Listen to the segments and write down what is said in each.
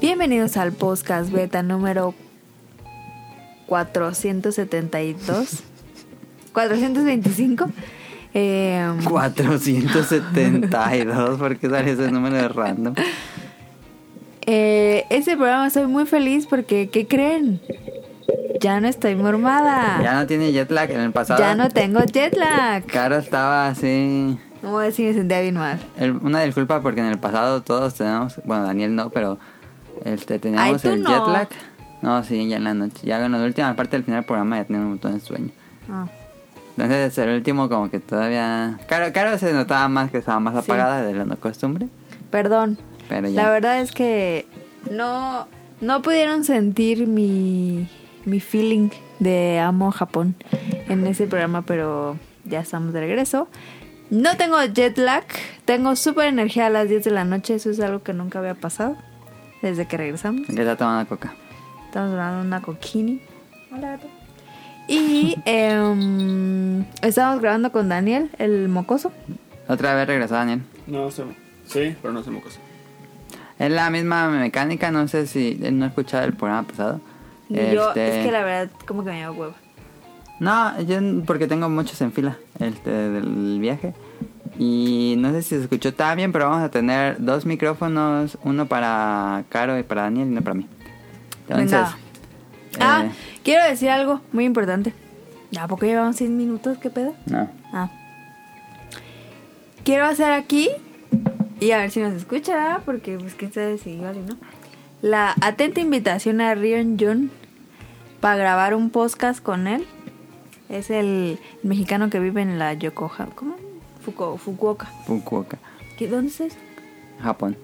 Bienvenidos al podcast beta número 472. 425. Eh, 472, ¿por qué sale ese número de random? eh, este programa estoy muy feliz porque, ¿qué creen? Ya no estoy mormada. Ya no tiene jet lag en el pasado. Ah. Ya no tengo jet lag. Cara estaba así. No voy a decir, me sentía bien mal. el- una disculpa porque en el pasado todos tenemos. Bueno, Daniel no, pero. Este, teníamos tú el no. jet lag. No, sí, ya en la noche. Ya en la última parte del final del programa ya tenía un montón de sueño. Ah, Entonces, el último, como que todavía. Claro, claro, se notaba más que estaba más Sí. apagada de la no costumbre. perdón. Pero ya. La verdad es que no, no pudieron sentir mi, mi feeling de amo Japón en ese programa, pero ya estamos de regreso. No tengo jet lag, tengo súper energía a las 10 de la noche, eso es algo que nunca había pasado desde que regresamos. Que está tomando coca. Estamos grabando una coquini. Hola, gato. Y em, estábamos grabando con Daniel, el mocoso. Otra vez regresó Daniel. No se Sí, pero no se mocosa. Es la misma mecánica, no sé si él no escuchaba el programa pasado. Y yo, Este, es que la verdad, como que me dio huevo. No, yo n- porque tengo muchos en fila este, del viaje. Y no sé si se escuchó tan bien, pero vamos a tener dos micrófonos, uno para Caro y para Daniel y uno para mí. Entonces, Venga. Ah, eh, quiero decir algo muy importante. ¿A poco llevamos 100 minutos? ¿Qué pedo? no. Ah. Quiero hacer aquí, y a ver si nos escucha, ¿verdad? porque pues quién sabe si igual y no. La atenta invitación a Rion Jun para grabar un podcast con él. Es el mexicano que vive en la Yokohama. ¿Cómo? Fuku- Fukuoka. Fukuoka, ¿Qué- ¿Dónde es eso? Japón.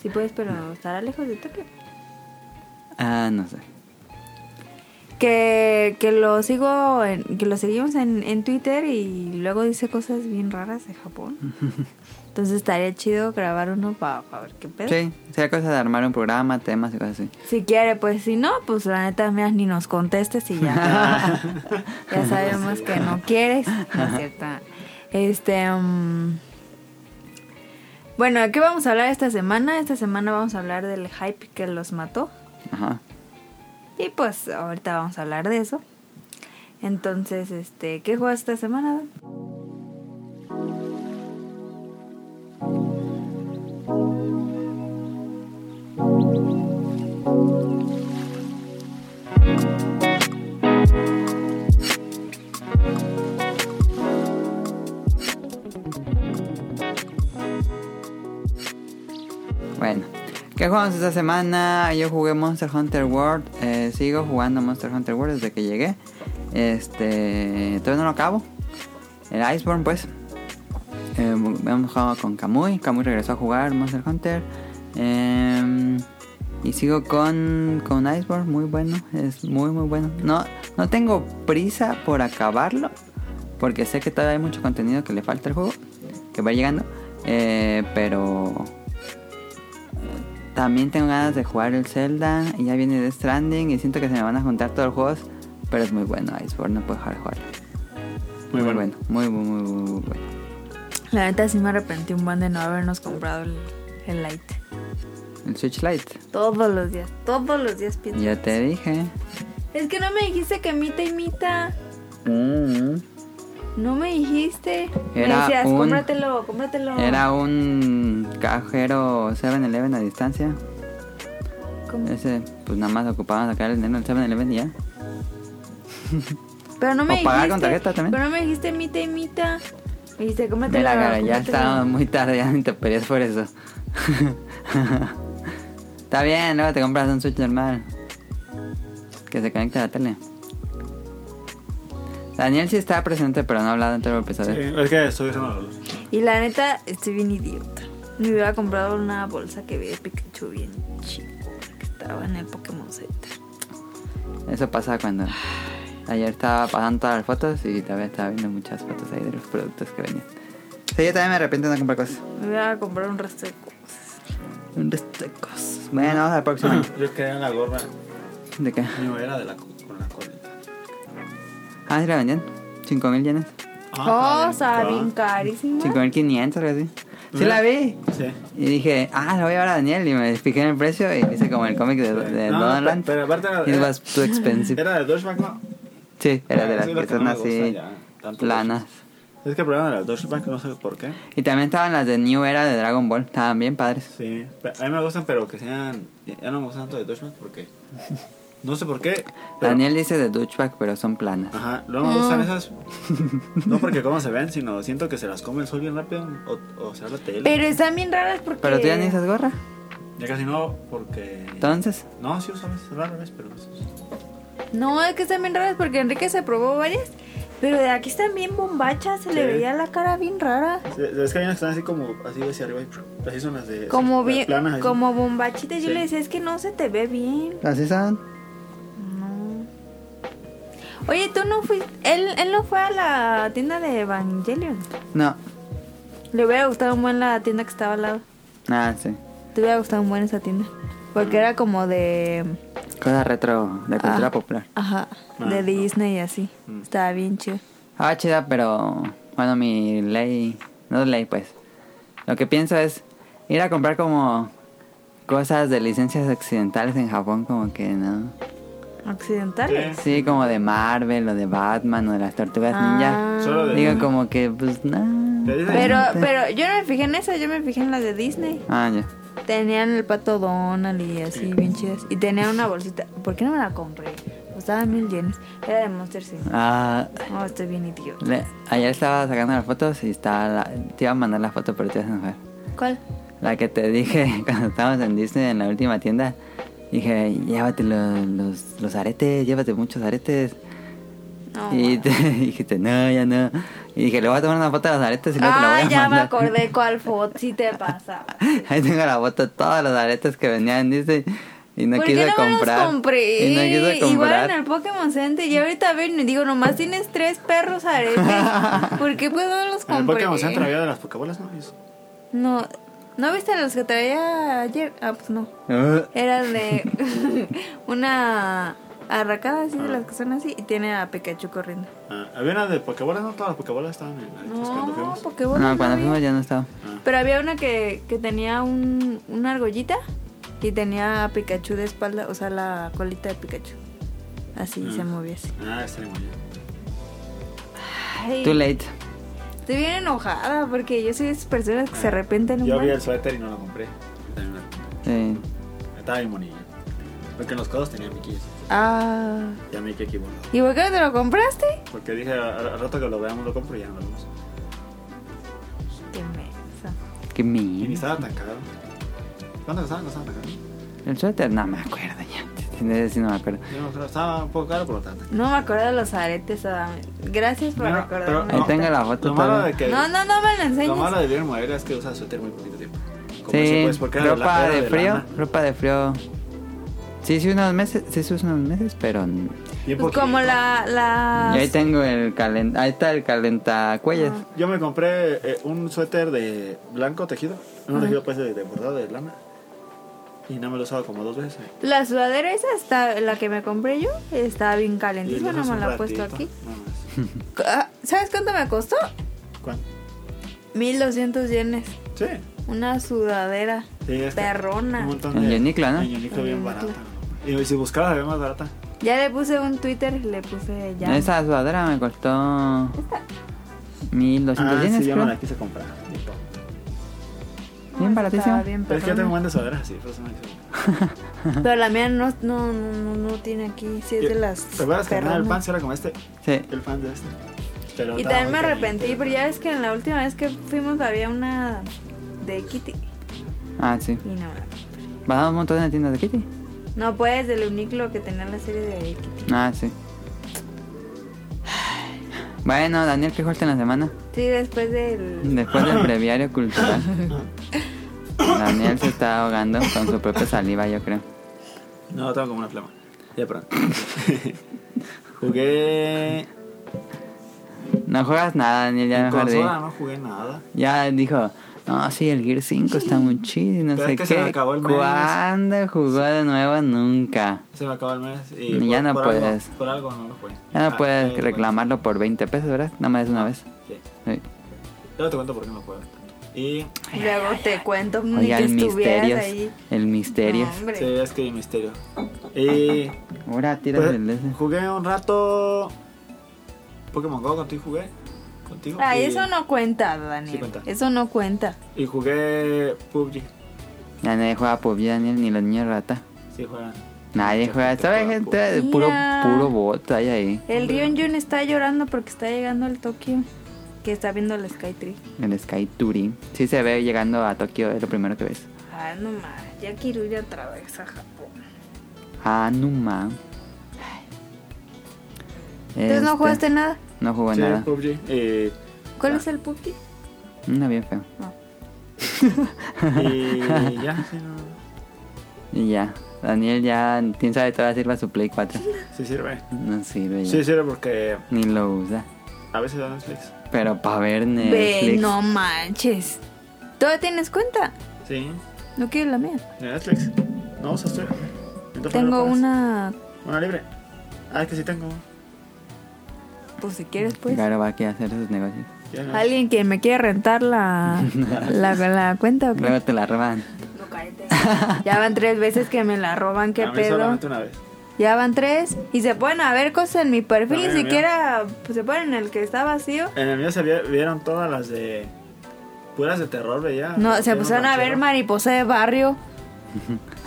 Si puedes, pero estará lejos de Tokio. ah, no sé. que, que lo sigo en- que lo seguimos en, en Twitter y luego dice cosas bien raras de Japón entonces estaría chido grabar uno para ver qué pedo Sí, sería cosa de armar un programa, temas y cosas así. si quiere pues si no pues la neta mira, ni nos contestes y ya ya sabemos que no quieres no es cierto este mm, bueno ¿de qué vamos a hablar esta semana esta semana vamos a hablar del hype que los mató Ajá. Y pues ahorita vamos a hablar de eso. Entonces, este, ¿qué juegas esta semana? Dan? Bueno, ¿qué jugamos esta semana? Yo jugué Monster Hunter World. eh, sigo jugando Monster Hunter World desde que llegué. Este. Todavía no lo acabo. El Iceborne, pues. Eh, hemos jugado con Kamui. Kamui regresó a jugar Monster Hunter. Eh, y sigo con, con Iceborne. Muy bueno. Es muy, muy bueno. No, no tengo prisa por acabarlo. Porque sé que todavía hay mucho contenido que le falta al juego. Que va llegando. Eh, pero. También tengo ganas de jugar el Zelda y ya viene Death Stranding y siento que se me van a juntar todos los juegos, pero es muy bueno Iceborne, no puedo dejar de jugarlo. Muy bueno. Muy, muy, muy, muy, muy bueno. La neta sí me arrepentí un buen de no habernos comprado el, el light. El Switch Lite, Todos los días, todos los días pienso. ya te dije. Es que no me dijiste que mita y mita. Mm. No me dijiste. me Era decías, un- cómpratelo, cómpratelo. Era un cajero 7-Eleven a distancia. ¿Cómo? Ese, pues nada más ocupaban sacar el dinero del 7-Eleven y ya. Pero no me o dijiste. pagar con tarjeta también. Pero no me dijiste mita y mita. Me dijiste, cómpratelo. Mira, cara, ya cómpratelo". está muy tarde, ya ni te peleas por eso. está bien, luego te compras un Switch normal. Que se conecte a la tele. Daniel sí está presente, pero no ha hablado en todo el Sí, episodio. es que estoy usando la luz. Y la neta, estoy bien idiota. Me hubiera comprado una bolsa que vi de Pikachu bien chico, que estaba en el Pokémon Center. Eso pasa cuando... Ayer estaba pasando todas las fotos y todavía estaba viendo muchas fotos ahí de los productos que venían. Sí, yo también me arrepiento de no comprar cosas. Me hubiera comprado un resto de cosas. Un resto de cosas. Bueno, vamos al próximo. Yo quedé en la gorra. ¿De qué? Mi era de la co- con la colita. Ah, ¿sí la vendían? ¿5.000 yenes? Ah, Cosa Oh, bien carísima. 5500 algo así. Sí la vi. Ah, Sí. Y dije, ah, la voy a ver a Daniel. Y me fijé en el precio y hice como el cómic de, de No, Donald. pero aparte era- It was too expensive. Era de Deutschbank, no. Sí, era de Ah, las sí, lo que que no son me gusta así ya, tanto planas. Es que el problema de las Deutschbank, no sé por qué. Y también estaban las de New Era de Dragon Ball. Estaban bien padres. Sí, pero a mí me gustan, pero que sean. Ya no me gustan tanto de Deutschbank porque. No sé por qué. pero- Daniel dice de Dutchback, pero son planas. Ajá, no me Mm. gustan esas. No porque cómo se ven, sino siento que se las come el sol bien rápido. O, o sea, la tele. Pero están bien raras porque. Pero tú ya ni esas gorra. Ya casi no, porque. Entonces, No, sí usamos raras, pero. No, es que están bien raras porque Enrique se probó varias. Pero de aquí están bien bombachas, se le Sí. veía la cara bien rara. Sí, Es que hay unas que están así como. Así hacia arriba. y Así son las de. Como las bien, planas, así. como bombachitas. Yo Sí. le decía, es que no se te ve bien. así son. No. Oye, tú no fuiste. Él, él no fue a la tienda de Evangelion. No. Le hubiera gustado un buen la tienda que estaba al lado. Ah, sí. Te hubiera gustado un buen esa tienda. Porque era como de. Cosa retro de cultura Ah, popular. Ajá. De Ah. Disney y así. Mm. Estaba bien chido. Ah, chida, pero bueno, mi ley, no es ley pues. Lo que pienso es ir a comprar como cosas de licencias occidentales en Japón, como que no. Occidentales. Sí, como de Marvel o de Batman o de las tortugas Ah. ninja. Solo de- Digo como que pues no. Pero dice- Pero, pero yo no me fijé en esa, yo me fijé en las de Disney. Ah, ya. Tenían el pato Donald y así, bien chidas. Y tenían una bolsita. ¿Por qué no me la compré? Costaba mil yenes. Era de Monster Inc. Ah, Oh, estoy bien idiota. le- ayer estaba sacando las fotos y estaba la- te iba a mandar la foto, pero te ibas a enojar. ¿Cuál? La que te dije cuando estábamos en Disney en la última tienda. Dije, llévate los, los, los aretes, llévate muchos aretes. No. y ma- te- dijiste, no, ya no. Y dije, le voy a tomar una foto de los aretes y luego te la voy Ah, a ya me mandar. acordé cuál foto. Sí te pasa. Ahí tengo la foto de todos los aretes que venían en Disney. Y no ¿Por quise qué no comprar. me los compré? Y no quise Igual en comprar. el Pokémon Center. Y ahorita ven y digo, nomás tienes tres perros aretes. ¿Por qué pues no los En el compré? Pokémon Center había de las Pokébolas, ¿no? Eso. No, ¿no viste los que traía ayer? Ah, pues no. Ah, Era de una arracada así, de las que son así, y tiene a Pikachu corriendo. Ah, había una de Pokébolas, ¿no? Todas las Pokébolas estaban en aretes cuando No, pues, fuimos. Ah, porque bueno. no, Ah, cuando fuimos ya no estaba. Pero había una que, que tenía un, una argollita y tenía a Pikachu de espalda, o sea, la colita de Pikachu. Así Ah. se movía así. Ah, está muy bien. Ay, Too late. estoy bien enojada porque yo soy de esas personas que se Ah, arrepienten un Yo vi buen. el suéter y no lo compré. Yo también lo compré. Sí. Estaba bien bonito. Porque en los codos tenía Mickey. Ah. Ya Mickey aquí voló. ¿Y por qué no te lo compraste? Porque dije, al, al rato que lo veamos lo compro y ya no lo vemos. Qué mensa. Qué Y ni mil. estaba tan caro. ¿Cuánto costaba? No estaba tan caro. El suéter, no me acuerdo ya. De ese sí no me acuerdo. Yo no creo, estaba un poco caro, por lo tanto. No me acuerdo de los aretes, Adam. Gracias por No, pero- recordarme. Ahí No, tengo la foto Lo malo todavía. de que... No, no, no me lo Lo enseñes. malo de vivir en Morelia es que usa suéter muy poquito tiempo. Como ese, Sí, pues, porque era la- ropa era de, frío, lana. ropa de frío. Sí, sí, unos meses, sí, sí, unos meses, pero... n- Bien Pues poquito. como la, la... Y ahí tengo el calen, ahí está el calentacuellas. Yo me compré eh, un suéter de blanco tejido. Un tejido pues de, de bordado de lana. Y no me lo usaba como dos veces. La sudadera esa, está, la que me compré yo, estaba bien Y calentísima, lo no usas me un la he puesto ratito, aquí. nada más. Ah, ¿Sabes cuánto me costó? ¿Cuánto? 1200 yenes. Sí. Una sudadera sí es que perrona. Mm, Un montón En de. Yonicla, ¿no? En Yonicla En bien Yonicla. barata. Y si buscabas, había más barata. Ya le puse un Twitter, le puse ya. Esa sudadera me costó 1200 Ah, yenes, sí, yo creo. me la quise comprar. ni todo. No, bien esa baratísima. estaba bien Pero es que yo tengo perrona. buenas sudaderas así, por eso me la quise comprar. Pero la mía no, no, no, no, no tiene aquí, sí es de las ¿Te acuerdas que nada, el perronas. pan sí era como este? Sí. El pan de este. Pero Y estaba también me muy arrepentí, caliente. pero ya ves que en la última vez que fuimos había una de Kitty. Ah, sí. Y no, Bajamos un montón de tiendas de Kitty. no puedes del uniclo que tenía la serie de Kitty. Ah, sí. Bueno, Daniel, ¿qué jugaste en la semana? Sí, después del... Después del breviario cultural. Daniel se está ahogando con su propia saliva, yo creo. No, tengo como una flema. Ya pronto. Jugué. No juegas nada, Daniel, ya en mejor di. consola no jugué nada. Ya dijo, no, sí, el Gear 5 está muy chido y no Pero sé es que qué. se me acabó el mes. ¿Cuándo jugó de nuevo? Nunca. Se me acabó el mes. Y Ya no algo- puedes. por algo no lo jugué. Ya no Ah, puedes eh, bueno, reclamarlo por 20 pesos, ¿verdad? Nada más una vez. sí. Sí. Luego te cuento por qué no jugué tanto. Y Y Luego te cuento ni Oiga, que el estuvieras misterio. ahí. El misterio. No, hombre. sí, es que hay misterio. Y Ahora tira pues, el de ese. jugué un rato Pokémon Go contigo jugué. Contigo. Ah, y- eso no cuenta, Daniel. Sí cuenta. Eso no cuenta. Y jugué PUBG. Ya nadie juega PUBG, Daniel, ni los niños rata. Sí, juegan. Nadie Mucha juega. gente Esta juega gente de puro, Mira. puro bot hay ahí. El Rion Jun está llorando porque está llegando al Tokio. Que está viendo el Skytree. El Sky Touring. Sí se ve llegando a Tokio, es lo primero que ves. Ah, no mames. Ya quiero ir otra vez a Japón. Ah, no ma. Entonces no jugaste nada. Este, No jugó sí, Pues nada. PUBG. Y, ¿Cuál Este. Ah. es el Puki? Una bien feo. y ya, sí, no. Y ya. Daniel ya, quién sabe, todavía sirve a su Play 4. Sí sirve. No sirve ya. Sí sirve porque Ni lo usa. a veces da Netflix. Pero para ver Ve, Netflix. no manches. ¿Todavía tienes cuenta? Sí, No quiero la mía. de Netflix. No usas tú. Tengo Entonces, ¿por qué no pagas? una. Una libre. Ah, es que sí tengo. Pues si quieres, pues. Claro, va a querer hacer sus negocios. Ya no. ¿Alguien que me quiere rentar la, la, la cuenta o qué? Luego te la roban. No, cállate. Ya van tres veces que me la roban, qué a mí pedo. solamente una vez. Ya van tres. Y se pueden haber cosas en mi perfil, No, ni en el mío. siquiera pues, se ponen en el que está vacío. En el mío se vi- vieron todas las de. Puras de terror, veía. No, se Era Ah, un pusieron a ver ranchero. Mariposa de Barrio,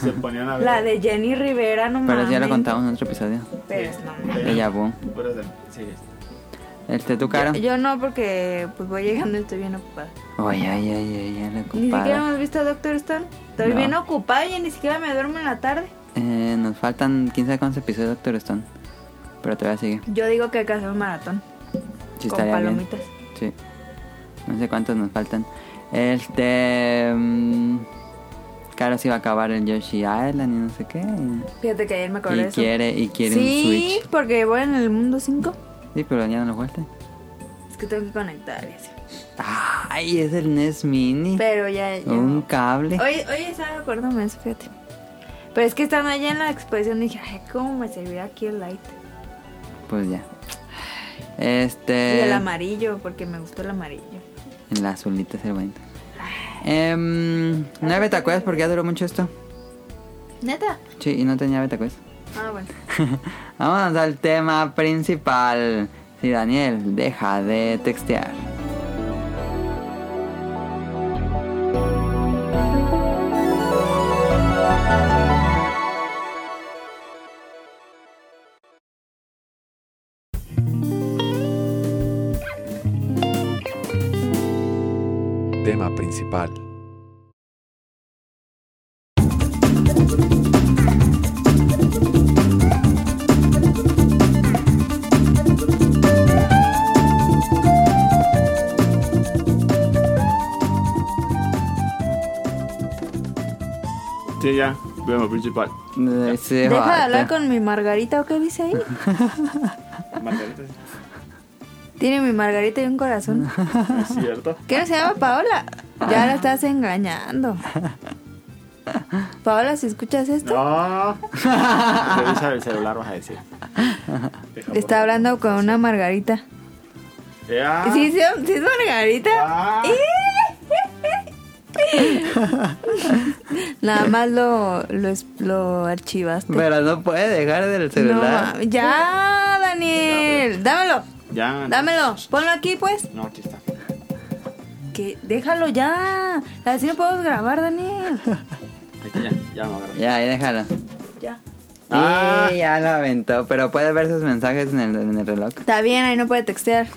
Se ponían a ver. la de Jenny Rivera, no Pero mames. ya lo contamos en otro episodio. Pero es- no mames. Ella boom. Puras de. Sí. Este, tu cara. Yo no, porque pues voy llegando y estoy bien ocupada. Ay, ay, ay, ay, ya la Ni siquiera ocupada. hemos visto a Doctor Stone. Estoy No. bien ocupada y ni siquiera me duermo en la tarde. Eh, nos faltan 15 cuántos episodios de Doctor Stone. Pero todavía sigue. Yo digo que hay que hacer un maratón Sí, con estaría bien. palomitas. Sí. No sé cuántos nos faltan. Este. mm, claro, si va a acabar el Yoshi Island y no sé qué. Y, Fíjate que ayer me acordé de eso. quiere, y quiere sí, un Switch. porque voy en el mundo 5. Sí, pero ya no lo jugaste. Es que tengo que conectar y así. Ay, es el NES Mini. Pero ya. ya Un no. cable. Hoy, hoy estaba acuérdame de eso, fíjate. Pero es que estando allá en la exposición dije, ay, ¿cómo me servirá aquí el light? Pues ya. Y Este. el amarillo, porque me gustó el amarillo. El azulito es el bueno. Em, no hay betacuest porque ya duró mucho esto. ¿Neta? Sí, y no tenía betacuest. Ah, bueno. Vámonos al tema principal. Sí, Daniel, deja de textear. Tema principal. Sí, ya. Vemos principal. Sí, Deja de basta. hablar con mi Margarita, ¿o qué dice ahí? Margarita. Tiene mi Margarita y un corazón. Es cierto. ¿Qué no se llama Paola? Ya la estás engañando. Paola, si escuchas esto, No. Revisa el celular, vas a decir. Deja está borrar. hablando con una Margarita. Ah. Ya. ¿Sí, sí, sí es Margarita? Ah. Nada más lo, lo, es- lo archivaste. Pero no puede dejar del No, celular. mami. ya, Daniel. Dámelo. Ya. Dámelo. Ponlo aquí, pues. No, aquí está. Que déjalo ya. Así no podemos grabar, Daniel. Aquí ya. Ya me agarré. ya, ahí déjalo. Ya. Ah. Y ya lo aventó, pero puede ver sus mensajes en el, en el reloj. Está bien, ahí no puede textear.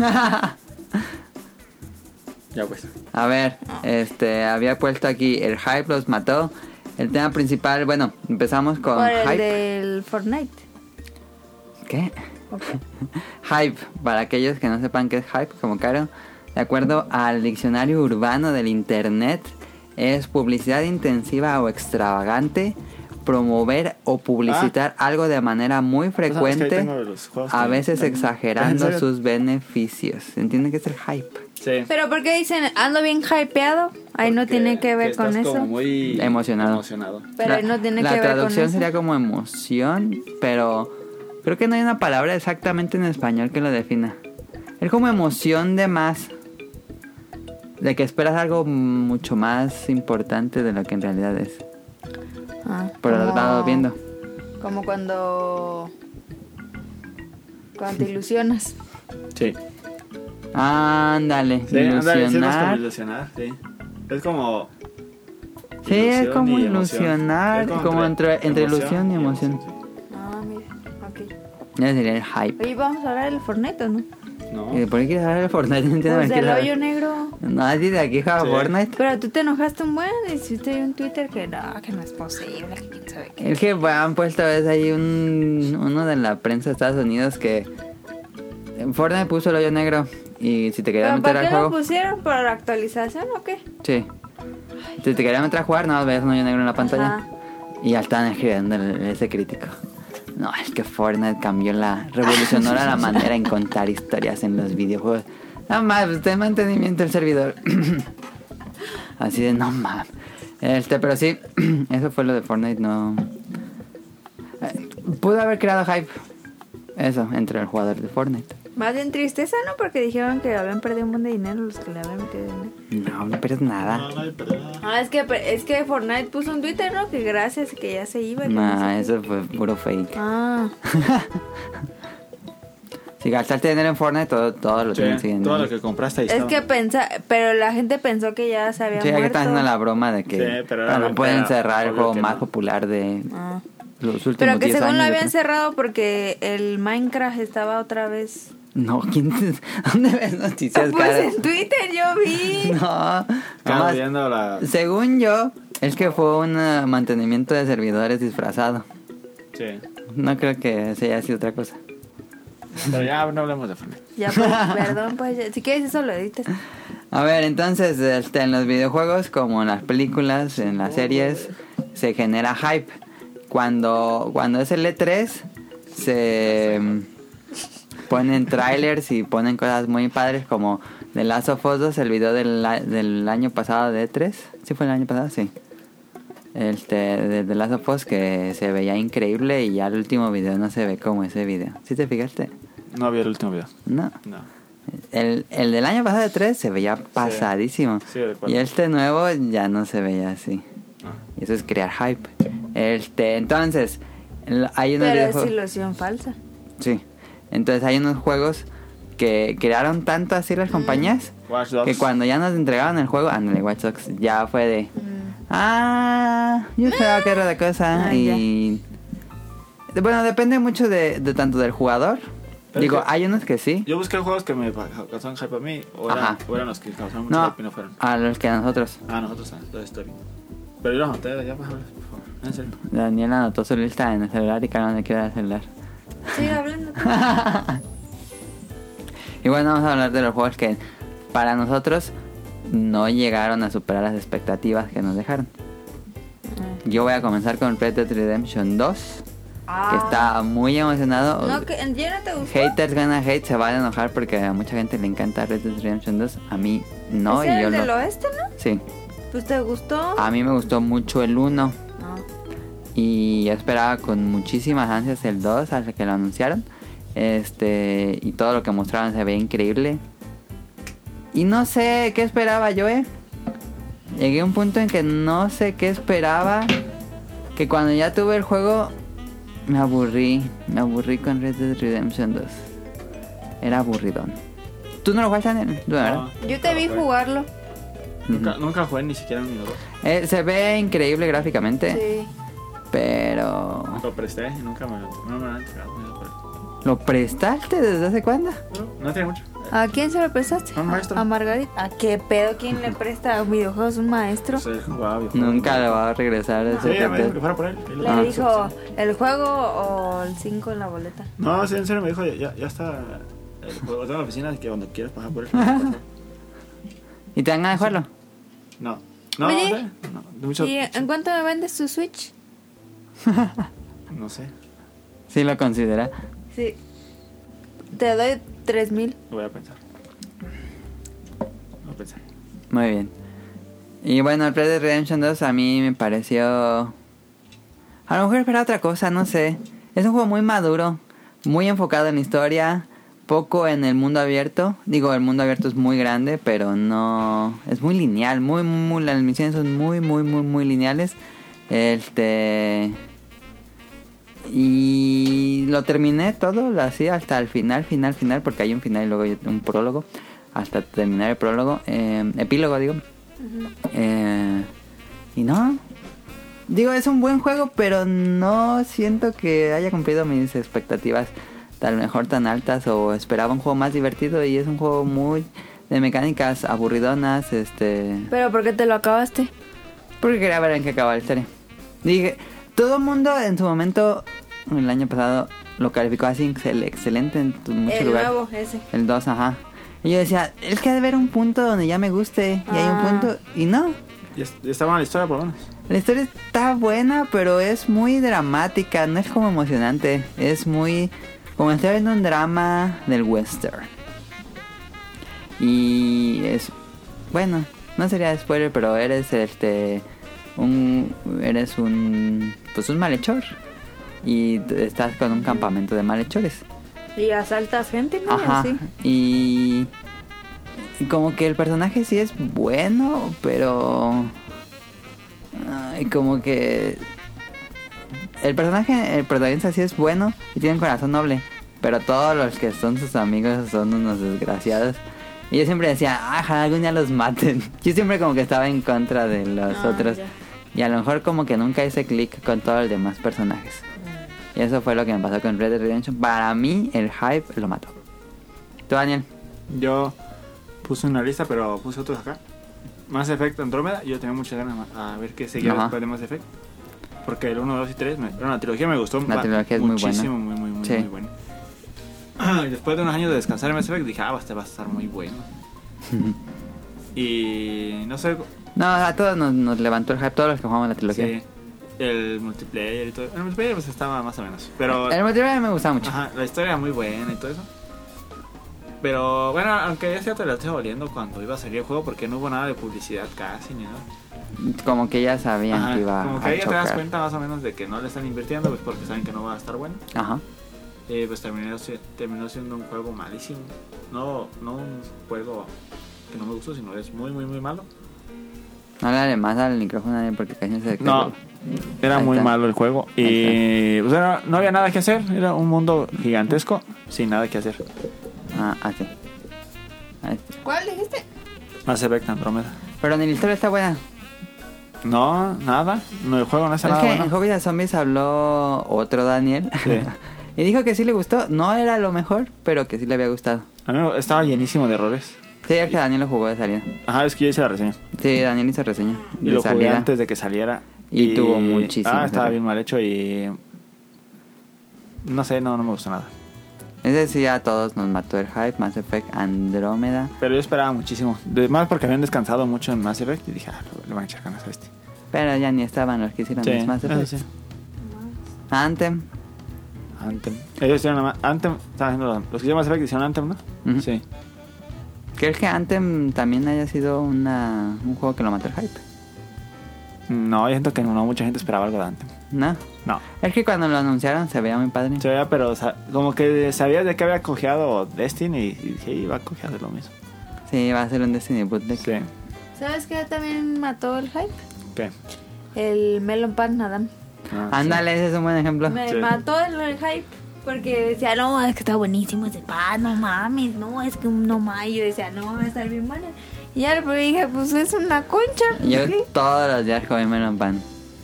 Ya pues. A ver, este, había puesto aquí el hype los mató. El tema principal, bueno, empezamos con Por el hype. del Fortnite. ¿Qué? hype, para aquellos que no sepan qué es hype, como caro, de acuerdo al diccionario urbano del Internet, es publicidad intensiva o extravagante, promover o publicitar Ah. algo de manera muy que ahí frecuente, tengo los juegos a que- veces ¿En exagerando serio? sus beneficios. ¿Entienden qué es el hype? Sí. Pero ¿por qué dicen ando bien hypeado? Ahí no Porque- tiene que ver estás con eso. Como muy Emocionado. emocionado. Pero ahí no tiene la que ver con traducción eso. sería como emoción, pero creo que no hay una palabra exactamente en español que lo defina. Es como emoción de más. De que esperas algo mucho más importante de lo que en realidad es. Ah, Por el como- otro lado viendo. Como cuando. Cuando te ilusionas. Sí. Ándale, Sí, ándale, sí, no es como ilusionar. ilusionar, sí. Es como. Sí, es ilusión como y emoción. ilusionar, Es como entre- entre ilusión y emoción. sí. Ah, mira. Ok. Ese sería el hype. Oye, vamos a hablar del Fortnite, ¿o ¿no? No. ¿Y ¿Por qué quieres hablar de Fortnite? No entiendo Pues por qué del hablas. hoyo negro. No, así de aquí juega Sí. Fortnite. Pero tú te enojaste un buen. Hiciste ahí un Twitter que no, que no es posible, que quién sabe qué. Es que pues, han puesto es ahí un, uno de la prensa de Estados Unidos que Fortnite puso el hoyo negro y si te querías ¿Pero meter para al qué lo juego, pusieron? ¿Para la actualización o qué? sí. Si te querías meter a jugar, no ves un hoyo negro en la pantalla. Ajá. Y ya están escribiendo el- ese crítico. No, es que Fortnite cambió la revolucionó la manera en contar historias en los videojuegos. Nada más, pues, de mantenimiento el servidor. Así de no mames. Este, pero sí, eso fue lo de Fortnite, no. Eh, Pudo haber creado hype. Eso, entre el jugador de Fortnite. Más bien tristeza, ¿no? Porque dijeron que habían perdido un buen de dinero los que le habían metido dinero. No, no pierdes nada. No, no hay perdón. Ah, es que, es que Fortnite puso un Twitter, ¿no? Que gracias, que ya se iba. que no No, sé eso fue puro fake. qué. Ah, Si gastaste dinero en Fortnite, todo, todo lo tienes Sí, todo lo que compraste ahí es estaba. que pensa, pero la gente pensó que ya se había Sí, aquí muerto. están haciendo la broma de que Sí, pero era ah, no mentira, pueden cerrar el obvio juego que más no. popular de Ah. los últimos Pero que 10 según lo años, yo habían creo. cerrado porque el Minecraft estaba otra vez. No, ¿quién te- ¿dónde ves noticias pues caras? en Twitter yo vi. No, Estaba nomás- viendo la. según yo, es que fue un eh, mantenimiento de servidores disfrazado. Sí. No creo que se haya sido otra cosa. Pero ya no hablemos de Fortnite. Ya, pues, perdón, pues ya- si quieres eso lo editas. A ver, entonces, este, en los videojuegos, como en las películas, en las series, se genera hype. Cuando, cuando es el E3, se mm, ponen trailers y ponen cosas muy padres, como The Last of Us 2, el video del, a- del año pasado de E3. ¿Sí fue el año pasado? Sí. Este, de The Last of Us que se veía increíble y ya el último video no se ve como ese video. ¿Sí te fijaste? No vi el último video. No. No. El, el del año pasado de 3 se veía pasadísimo. Sí, de acuerdo. y este nuevo ya no se veía así. Y eso es crear hype. Este, entonces, el- hay unos Pero es videojue- ilusión falsa. Sí. Entonces hay unos juegos que crearon tanto así Mm. las compañías Watch Dogs. que cuando ya nos entregaban el juego, ándale, Watch Dogs, ya fue de Ah, yo esperaba que era la cosa. Ah, y. Bueno, depende mucho de, de tanto del jugador. Pero Digo, que- hay unos que sí. Yo busqué juegos que me pa- causaron hype a mí, o Ajá. eran, o eran los que causaron mucho No, hype y no fueron. a los que a nosotros. Ah, nosotros, ah, entonces estoy bien. Pero yo los anoté, ya más o menos, por favor. En serio. Daniela anotó su lista en el celular y Carmen le quiere dar el celular. Sigue hablando. y bueno, vamos a hablar de los juegos que para nosotros no llegaron a superar las expectativas que nos dejaron. Mm. Yo voy a comenzar con Red Dead Redemption 2, que está muy emocionado. Ah. No, que, ¿Ya no te gustó? Haters gana hate, se van a enojar porque a mucha gente le encanta Red Dead Redemption 2. A mí no, Ah. ¿Ese y era yo el del lo. oeste, ¿no? Sí, Pues te gustó. a mí me gustó mucho el 1. No. Y yo esperaba con muchísimas ansias el 2 hasta que lo anunciaron. Este, y todo lo que mostraron se veía increíble. Y no sé qué esperaba yo, eh. Llegué a un punto en que no sé qué esperaba. Que cuando ya tuve el juego, me aburrí. Me aburrí con Red Dead Redemption 2. Era aburridón. ¿Tú no lo jugaste, Daniel? ¿Tú, verdad? No, Yo te nunca vi lo jugué. jugarlo. Nunca, nunca jugué ni siquiera un minuto. Eh, se ve increíble gráficamente, Sí. pero... Lo presté y nunca me lo, no me lo han entregado. me lo presté. ¿Lo prestaste desde hace cuándo? No, no tiene mucho. ¿A quién se lo prestaste? A un maestro. ¿A Margarita? ¿A qué pedo? ¿Quién le presta videojuegos a un maestro? Sí, jugaba videojuegos. Nunca lo va a regresar a su Ah, Sí, me dijo que papel. fuera por él. y Le lo- dijo el juego o el 5 en la boleta. No, sí, en serio me dijo, ya, ya está eh, el juego está en la oficina, así que cuando quieras pasar por él. por favor. ¿Y te dan ganas de jugarlo? No. No, Oye. no sé. No, de mucho, ¿Y en cuánto me vendes tu Switch? no sé. Sí lo considera. Sí. Te doy 3000. Lo voy a pensar. Lo pensé. Muy bien. Y bueno, el Red Dead Redemption 2 a mí me pareció... A lo mejor esperaba otra cosa, no sé. Es un juego muy maduro, muy enfocado en la historia, poco en el mundo abierto. Digo, el mundo abierto es muy grande, pero no. Es muy lineal, muy, muy, muy. Las misiones son muy, muy, muy, muy lineales. Este. Y lo terminé todo así hasta el final, final, final, porque hay un final y luego hay un prólogo. Hasta terminar el prólogo, eh, epílogo, digo. Eh, y no. Digo, es un buen juego, pero no siento que haya cumplido mis expectativas tal mejor tan altas o esperaba un juego más divertido y es un juego muy de mecánicas aburridonas, este, Pero ¿por qué te lo acabaste? porque quería ver en qué acababa la historia. Dije, todo el mundo en su momento, el año pasado, lo calificó así excel- excelente en tu- muchos el lugares. nuevo, ese. El 2, ajá. Y yo decía, es que ha de haber un punto donde ya me guste. Y hay un Ah. punto, y no. Y es- está buena la historia, por lo menos. La historia está buena, pero es muy dramática, no es como emocionante. Es muy. como estar viendo un drama del western. Y es. bueno, no sería spoiler, pero eres este. un. eres un. pues un malhechor. Y t- estás con un campamento de malhechores. Y asaltas gente, ¿no? Ajá. Así. Y y como que el personaje sí es bueno, pero ay, como que el personaje, el protagonista sí es bueno y tiene un corazón noble, pero todos los que son sus amigos son unos desgraciados. Y yo siempre decía, ajá, algún día los maten. Yo siempre como que estaba en contra de los Ah, otros. ya. Y a lo mejor como que nunca hice clic con todos los demás personajes. Y eso fue lo que me pasó con Red Dead Redemption. Para mí, el hype lo mató. ¿Tú, Daniel? Yo puse una lista, pero puse otros acá. Mass Effect Andrómeda, yo tenía muchas ganas a a ver qué seguía Ajá. después de Mass Effect. Porque el 1, 2 y 3, me, bueno, la trilogía me gustó La ba- trilogía es muy buena. muchísimo, muy, muy, muy, Sí. muy buena. Y después de unos años de descansar en Mass Effect, dije, ah, este va a estar muy bueno. y no sé, No, a todos nos, nos levantó el hype, todos los que jugamos la trilogía. sí, el multiplayer y todo. El multiplayer pues estaba más o menos. Pero El multiplayer me gustaba mucho. Ajá, la historia era muy buena y todo eso. Pero bueno, aunque ya sea te la estoy oliendo cuando iba a salir el juego porque no hubo nada de publicidad casi ni nada. Como que ya sabían Ajá, que iba como que a ahí ya te das chocar. cuenta más o menos de que no le están invirtiendo pues porque saben que no va a estar bueno. Ajá. Eh, pues terminó, si- terminó siendo un juego malísimo. No, no un juego que no me gustó, sino es muy, muy, muy malo. No háblale más al micrófono Daniel, porque casi se No, era Ahí muy está. malo el juego. Y o sea, no, no había nada que hacer. Era un mundo gigantesco sin nada que hacer. Ah, así. Ahí está. ¿Cuál dijiste? Mass Effect Andrómeda. Pero ni la historia está buena. No, nada. No, el juego no hace es nada que bueno. en Hobbies and Zombies habló otro Daniel. Sí. y dijo que sí le gustó. No era lo mejor, pero que sí le había gustado. A mí me- estaba llenísimo de errores. Sí, es que Daniel lo jugó de salida. Ajá, es que yo hice la reseña. Sí, Daniel hizo reseña. Y de lo jugué salida. antes de que saliera. Y tuvo muchísimos Ah, estaba errores. bien mal hecho y... No sé, no, no me gustó nada. Ese sí a todos nos mató el hype. Mass Effect Andrómeda. Pero yo esperaba muchísimo. De- Más porque habían descansado mucho en Mass Effect y dije, ah, le van a echar ganas a este. Pero ya ni estaban los que hicieron Sí, los Mass eso Effect. sí. Antem. Anthem. Ellos hicieron nada más- Anthem, estaban haciendo los, los que hicieron Mass Effect hicieron Anthem, ¿no? Ujú. Sí. ¿Crees que Anthem también haya sido una, un juego que lo mató el hype? No, yo siento que no mucha gente esperaba algo de Anthem. No. No. Es que cuando lo anunciaron se veía muy padre. Se veía, pero sa- como que sabías de que había cojeado Destiny y dije, iba a cojear de lo mismo. Sí, va a ser un Destiny Bootleg. Sí. ¿Sabes qué también mató el hype? ¿Qué? El Melon Pan Adam. Ah, Ah, Ándale, ese es un buen ejemplo. Me Sí. mató el, el hype porque decía, no, es que está buenísimo ese pan, no mames, no, es que no mames. Yo decía, no, va a estar bien bueno. Y ya después dije, pues es una concha. Yo ¿sí? todos los días comí melon pan.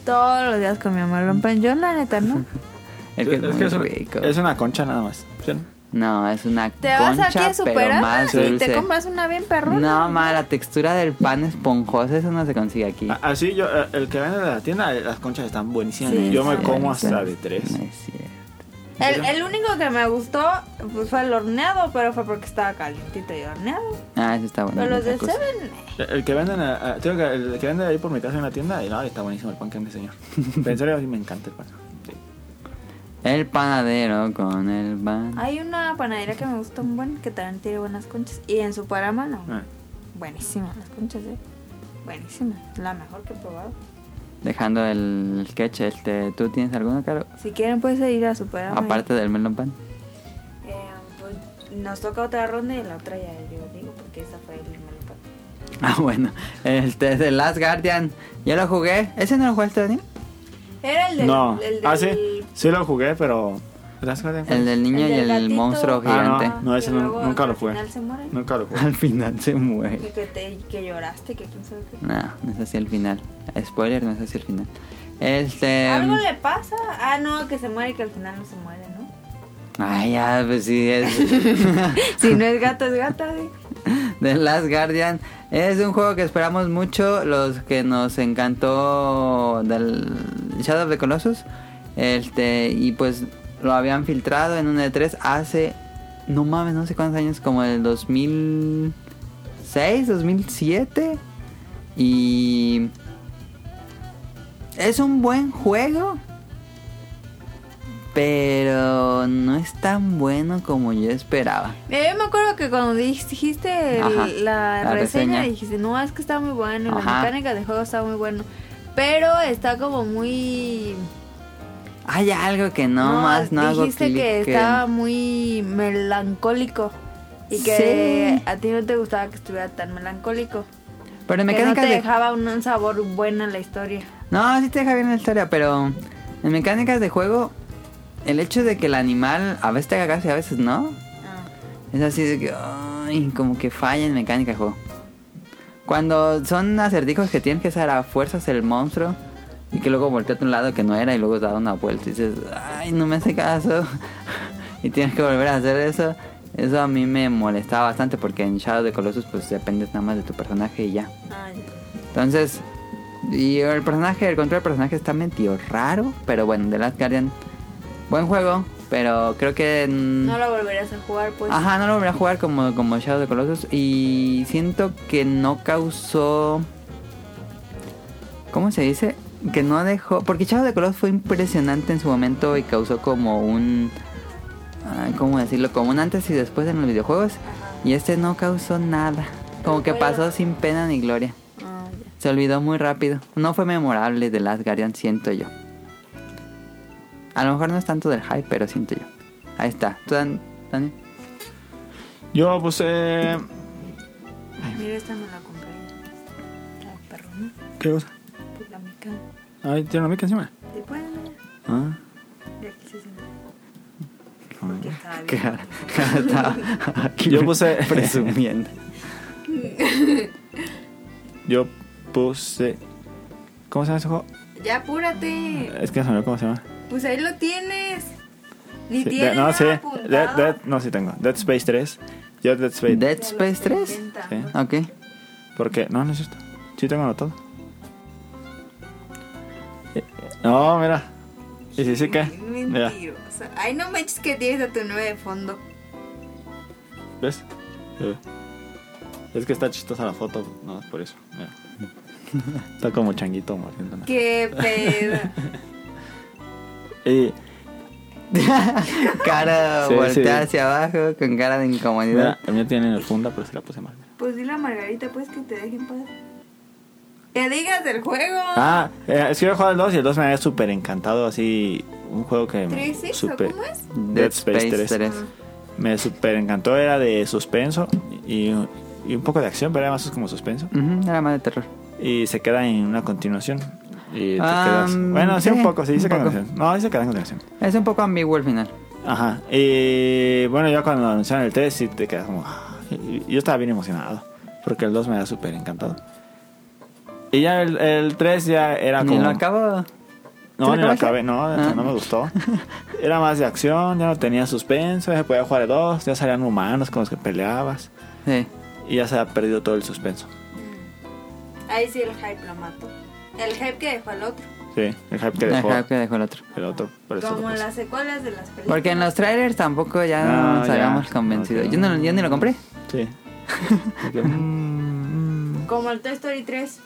Todos los días comía melón pan. Yo, la neta, ¿no? Es que es, muy una- rico. es una concha nada más. ¿sí? No, es una Te vas concha, aquí a pero superar más y dulce. te compras una bien perrona. no, ma, la textura del pan esponjosa, eso no se consigue aquí. A- Así yo, eh, el que vende de la tienda, eh, las conchas están buenísimas. Sí, yo me están como buenísimas. hasta de tres. No es cierto. El, el único que me gustó pues, fue el horneado, pero fue porque estaba calientito y horneado. Ah, eso está bueno. Pero los esa de cosa. Seven, El- El que venden, eh, eh, tengo que- el que vende ahí por mi casa en la tienda, y no, está buenísimo el pan que vende señor. Pero en serio, a mí me encanta el pan. Sí. El panadero con el pan. hay una panadería que me gusta un buen, que también tiene buenas conchas. Y en su parama, no. Ah, Buenísimas las conchas, eh. Buenísimas. La mejor que he probado. Dejando el sketch, este, ¿tú tienes alguno, Caro? Si quieren, puedes ir a su parama. Aparte del melon pan. Eh, pues, Nos toca otra ronda y la otra ya yo digo porque esa fue el malo Ah, bueno. Este es The Last Guardian. Yo lo jugué. ¿Ese no lo jugaste, Dani? Era el del. No. El del Ah, sí. Sí lo jugué, pero. Last Guardian fue? El del niño y del el gatito. monstruo Ah, no. gigante. No, ese que no- luego nunca lo al jugué. final se muere. Nunca lo jugué. Al final se Y muere. que, te, que lloraste, que quién sabe qué. No, no es así el final. Spoiler, no es así el final. Este. Algo le pasa. Ah, no, que se muere y que al final no se muere, ¿no? Ay, ya, pues sí, es. si no es gato, es gata, güey. The Last Guardian es un juego que esperamos mucho, los que nos encantó del Shadow of the Colossus. Este, y pues lo habían filtrado en una de tres hace, no mames, no sé cuántos años, como el 2006, 2007. Y es un buen juego, pero no es tan bueno como yo esperaba. Eh, yo me acuerdo que cuando dijiste el- Ajá, la, la reseña, reseña. dijiste, no, es que está muy bueno, y Ajá. la mecánica de juego está muy bueno. Pero está como muy... Hay algo que no, más no hago Dijiste clic que, estaba muy melancólico y que Sí. a ti no te gustaba que estuviera tan melancólico. Pero en que no mecánicas te de... dejaba un, un sabor bueno a la historia. No, sí te deja bien la historia, pero... En mecánicas de juego, el hecho de que el animal a veces te haga caso y a veces no, Ah. es así de que... ay, como que falla en mecánica de juego. Cuando son acertijos que tienes que hacer a fuerzas el monstruo y que luego voltea a un lado que no era y luego da una vuelta y dices, ay, no me hace caso. y tienes que volver a hacer eso. Eso a mí me molestaba bastante porque en Shadow de Colossus pues dependes nada más de tu personaje y ya. Ay. Entonces, y el personaje, el control del personaje está medio raro, pero bueno, The Last Guardian, buen juego, pero creo que... mm, No lo volverías a jugar, pues. Ajá, no lo volveré a jugar como, como Shadow of the Colossus y siento que no causó... ¿Cómo se dice? Que no dejó... Porque Shadow of the Colossus fue impresionante en su momento y causó como un... ah, ¿Cómo decirlo? Como un antes y después en los videojuegos. Y este no causó nada. Como que Bueno. pasó sin pena ni gloria. Ah, ya. Se olvidó muy rápido. No fue memorable de Last Guardian, siento yo. A lo mejor no es tanto del hype, pero siento yo. Ahí está. ¿Tú, Dan- Dani? Yo, pues, eh. Mira, esta me la compré. La perrona, ¿Qué cosa? pues la mica. Ahí tiene una mica encima. Y bueno, ¿Ah? ya aquí se sienta. Porque estaba bien. Qué cara- cara estaba aquí Yo puse- presumiendo. Yo puse. ¿Cómo se llama ese juego? Ya apúrate. Es que no se me olvidó cómo se llama. Pues ahí lo tienes. Ni Sí, tienes de- no, nada sí. apuntado. Dead- Dead- no, sí tengo. Dead Space 3. Yo Dead Space. Ya Dead lo Space 3. intenta. Sí. Ok. Porque. No, no es cierto. Sí tengo anotado. Eh, No, mira. ¿Y si sí qué? Mira. Mentirosa. Ay, no manches que tienes a tu nueve de fondo. ¿Ves? Sí. Es que está chistosa la foto, no es por eso. Mira. Está como changuito mordiendo. una- Qué pedo. Y Cara Sí, volteada sí. hacia abajo, con cara de mira, incomodidad. el mío tiene en el funda, pero se la puse mal. mira. Pues dile a Margarita, pues que te dejen paz. Que digas del juego. Ah, eh, es que yo he jugado el 2 y el 2 me había súper encantado, así. Un juego que. me ¿Tres es o súper- cómo es? Dead Space 3. Ah. Me súper encantó, era de suspenso y, y un poco de acción, pero además es como suspenso. Ujú, era más de terror. Y se queda en una continuación. Y te Ah, quedas. Bueno, sí, sí, un poco, sí, un se queda en poco. continuación. No, sí se queda en continuación. Es un poco ambiguo el final. Ajá. Y bueno, ya cuando anunciaron el 3, sí te quedas como. "Ah". Y- y Yo estaba bien emocionado. Porque el 2 me da súper encantado. Y ya el, el 3 ya era Ni como. lo acabo. ¿Sí No, lo ni lo acabaste? acabé, no, Ah. no me gustó. Era más de acción, ya no tenía suspenso, ya se podía jugar de dos, ya salían humanos con los que peleabas. Sí. Y ya se ha perdido todo el suspenso. Ahí sí el hype lo mató. El hype que dejó al otro. Sí, el hype que dejó. Ajá, que dejó el otro. El otro, por eso Como lo puse. las secuelas de las películas. Porque en los trailers tampoco ya No, nos ya. habíamos convencido. No, Yo, no, yo ni lo compré. Sí. Porque, mm, mm. Como el Toy Story 3,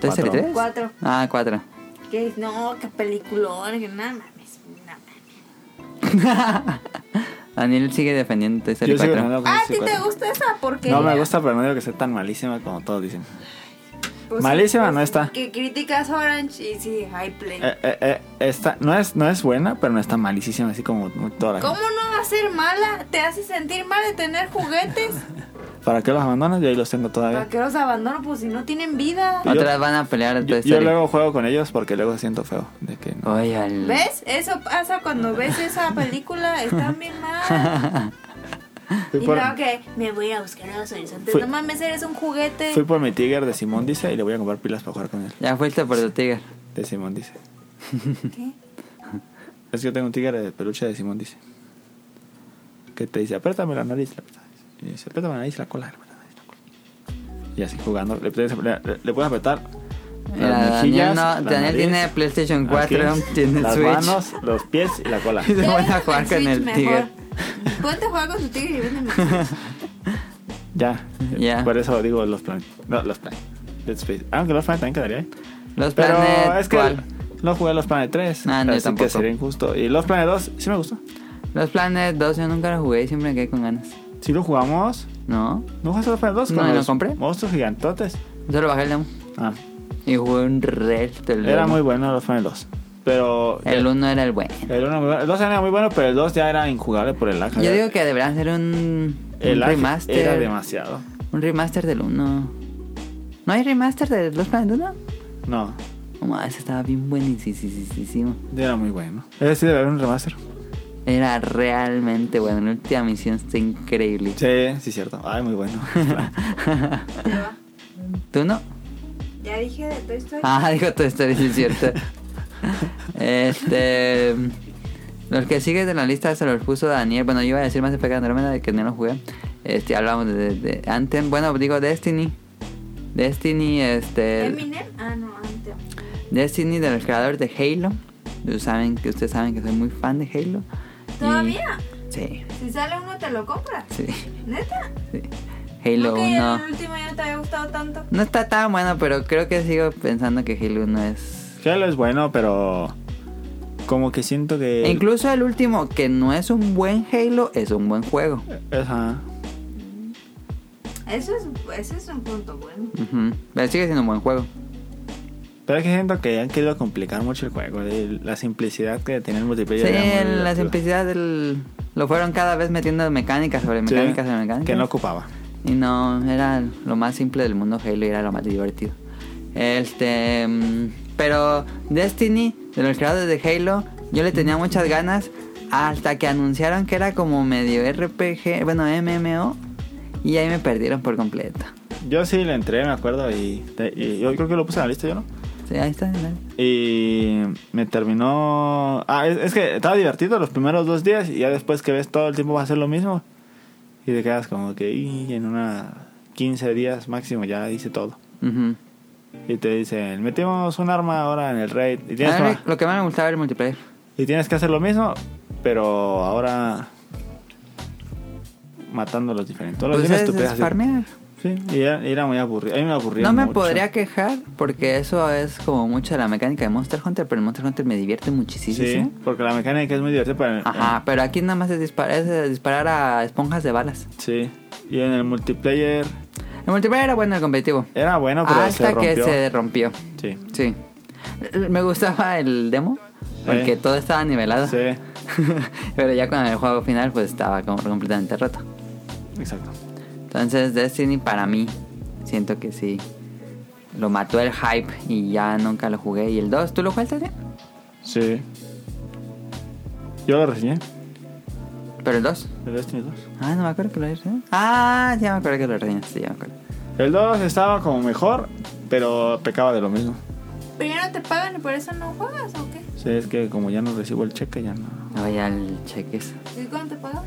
¿Toy Story Cuatro. 4. 3? Ah, 4. Que no, que peliculón, que nada mames. nada mames. Daniel sigue defendiendo Toy Story Yo sigo 4. ganando con Ah, ¿a ese ti te cuatro. gusta esa? Porque No me gusta, pero no digo que sea tan malísima como todos dicen. Pues Malísima sí, pues, no está. Que criticas Orange y sí, hay play. Eh, eh, eh, esta no es, no es buena, pero no está malísima, así como muy toda la ¿Cómo no va a ser mala? ¿Te hace sentir mal de tener juguetes? gente. ¿Para qué los abandonas? Yo ahí los tengo ¿Para todavía. qué los abandono? Pues si no tienen vida. Yo- Otras van a pelear de Toy Yo, yo Story. luego juego con ellos porque luego siento feo. De que no. Oye, al- ¿Ves? Eso pasa cuando ves esa película. Está bien mal. Fui, Y por, luego que me voy a buscar a los horizontes. Fui- No mames, eres un juguete. fui por mi Tiger de Simón Dice y le voy a comprar pilas para jugar con él. Ya fuiste por tu tigre. De Simón Dice. ¿Qué? Es que yo tengo un tigre de peluche de Simón Dice. Que te dice, apriétame la nariz. La aprieta". y dice, apriétame la nariz, la cola, apriétame la nariz, la cola". Y así jugando. Le puedes, le, le puedes apretar. Mira, las Daniel, mejillas, no- la Daniel nariz, tiene PlayStation 4, aquí, tiene las Switch. manos, los pies y la cola. Ya Se van a véndeme jugar con Switch el mejor. tigre. Ponte a jugar con tu tigre y véndeme el Switch. Ya. Ya. Por eso digo los planes. No, los planes. Dead Space. Ah, Aunque los planes también quedaría. ahí. Los Pero planes. es que ¿cuál? no jugué los planes 3. Ah, no, yo así tampoco. que sería injusto. Y los planes 2 sí me gustó. Los planes 2 yo nunca los jugué y siempre me quedé con ganas. Si lo jugamos, No, ¿no jugaste los planes 2? No, lo compré. Monstruos gigantotes. solo bajé el demo Ah, y jugué un resto del era demo. muy bueno los planes 2. Pero. El 1 era el bueno. El 1 muy bueno. El 2 era muy bueno, pero el 2 ya era injugable por el lag. Yo digo que deberían hacer un, el un lag remaster. era demasiado. Un remaster del 1. ¿No hay remaster de los planes 1? No, No más, ese estaba bien buenísimo. era muy bueno. Ese sí debe haber un remaster. Era realmente bueno. La última misión está increíble. Sí, sí, cierto. Ay, muy bueno. Te va. ¿Tú no? Ya dije de Toy Story. Ah, dijo tu historia, sí es cierto. este. Los que sigue de la lista se los puso Daniel. Bueno, yo iba a decir más de Pecado Andrómeda de que no lo jugué. Este, hablamos de, de Anthem. Bueno, digo Destiny. Destiny, este. Eminem. Ah, no, antes. Destiny del creador de Halo. Ustedes saben que, ustedes saben que soy muy fan de Halo. Y- ¿Todavía? sí, Si sale uno, te lo compras. sí, ¿Neta? sí. Halo Ok, 1. el último ya no te había gustado tanto. No está tan bueno, pero creo que sigo pensando que Halo 1 es Halo es bueno, pero como que siento que... E Incluso el último, que no es un buen Halo, es un buen juego. Ajá. Eso es, eso es un punto bueno. Ujú. Pero sigue siendo un buen juego. Pero es que siento que han querido complicar mucho el juego. el- la simplicidad que tenía el multiplayer. sí, era muy el- la divertido. simplicidad del... Lo fueron cada vez metiendo mecánicas sobre Sí, mecánicas sobre mecánicas. Que no ocupaba. Y no, era lo más simple del mundo Halo y era lo más divertido. Este. mm, Pero Destiny, de los creadores de Halo, yo le tenía muchas ganas hasta que anunciaron que era como medio RPG, bueno, MMO, y ahí me perdieron por completo. Yo sí le entré, me acuerdo, y, te- y yo creo que lo puse en la lista, yo no. Sí, ahí está. ¿no? Y me terminó... Ah, es, es que estaba divertido los primeros dos días y ya después que ves todo el tiempo va a ser lo mismo. Y te quedas como que "Y, en una 15 días máximo ya hice todo. Ujú. Y te dicen, metimos un arma ahora en el raid. Y tienes, A mí una- lo que más me gustaba era el multiplayer. y tienes que hacer lo mismo, pero ahora matando a los diferentes. Todos los Pues días es, estupidez es así. farmear. Sí, y era, era muy aburrido. A mí me aburría No me mucho. podría quejar porque eso es como mucho de la mecánica de Monster Hunter, pero el Monster Hunter me divierte muchísimo. Sí, Ah. porque la mecánica es muy divertida para... Ajá, pero aquí nada más es, dispar- es, eh, disparar a esponjas de balas. Sí. Y en el multiplayer El multiplayer era bueno, el competitivo. era bueno, pero hasta se rompió. que se rompió. Sí. Sí. L- Me gustaba el demo porque Eh. todo estaba nivelado. Sí, pero ya con el juego final pues estaba como completamente roto. exacto. Entonces Destiny para mí, siento que sí. Lo mató el hype y ya nunca lo jugué. ¿Y el 2? ¿Tú lo jugaste bien? Sí. Yo lo reseñé, ¿Pero el 2? el Destiny 2. Ah, no me acuerdo que lo reseñé. Ah, ya me acuerdo que lo reseñaste, ya me acuerdo. El 2 estaba como mejor, pero pecaba de lo mismo. Pero ya no te pagan y por eso no juegas, ¿o qué? Sí, es que como ya no recibo el cheque, ya no. No, ya el cheques ¿Y cuánto te pagan?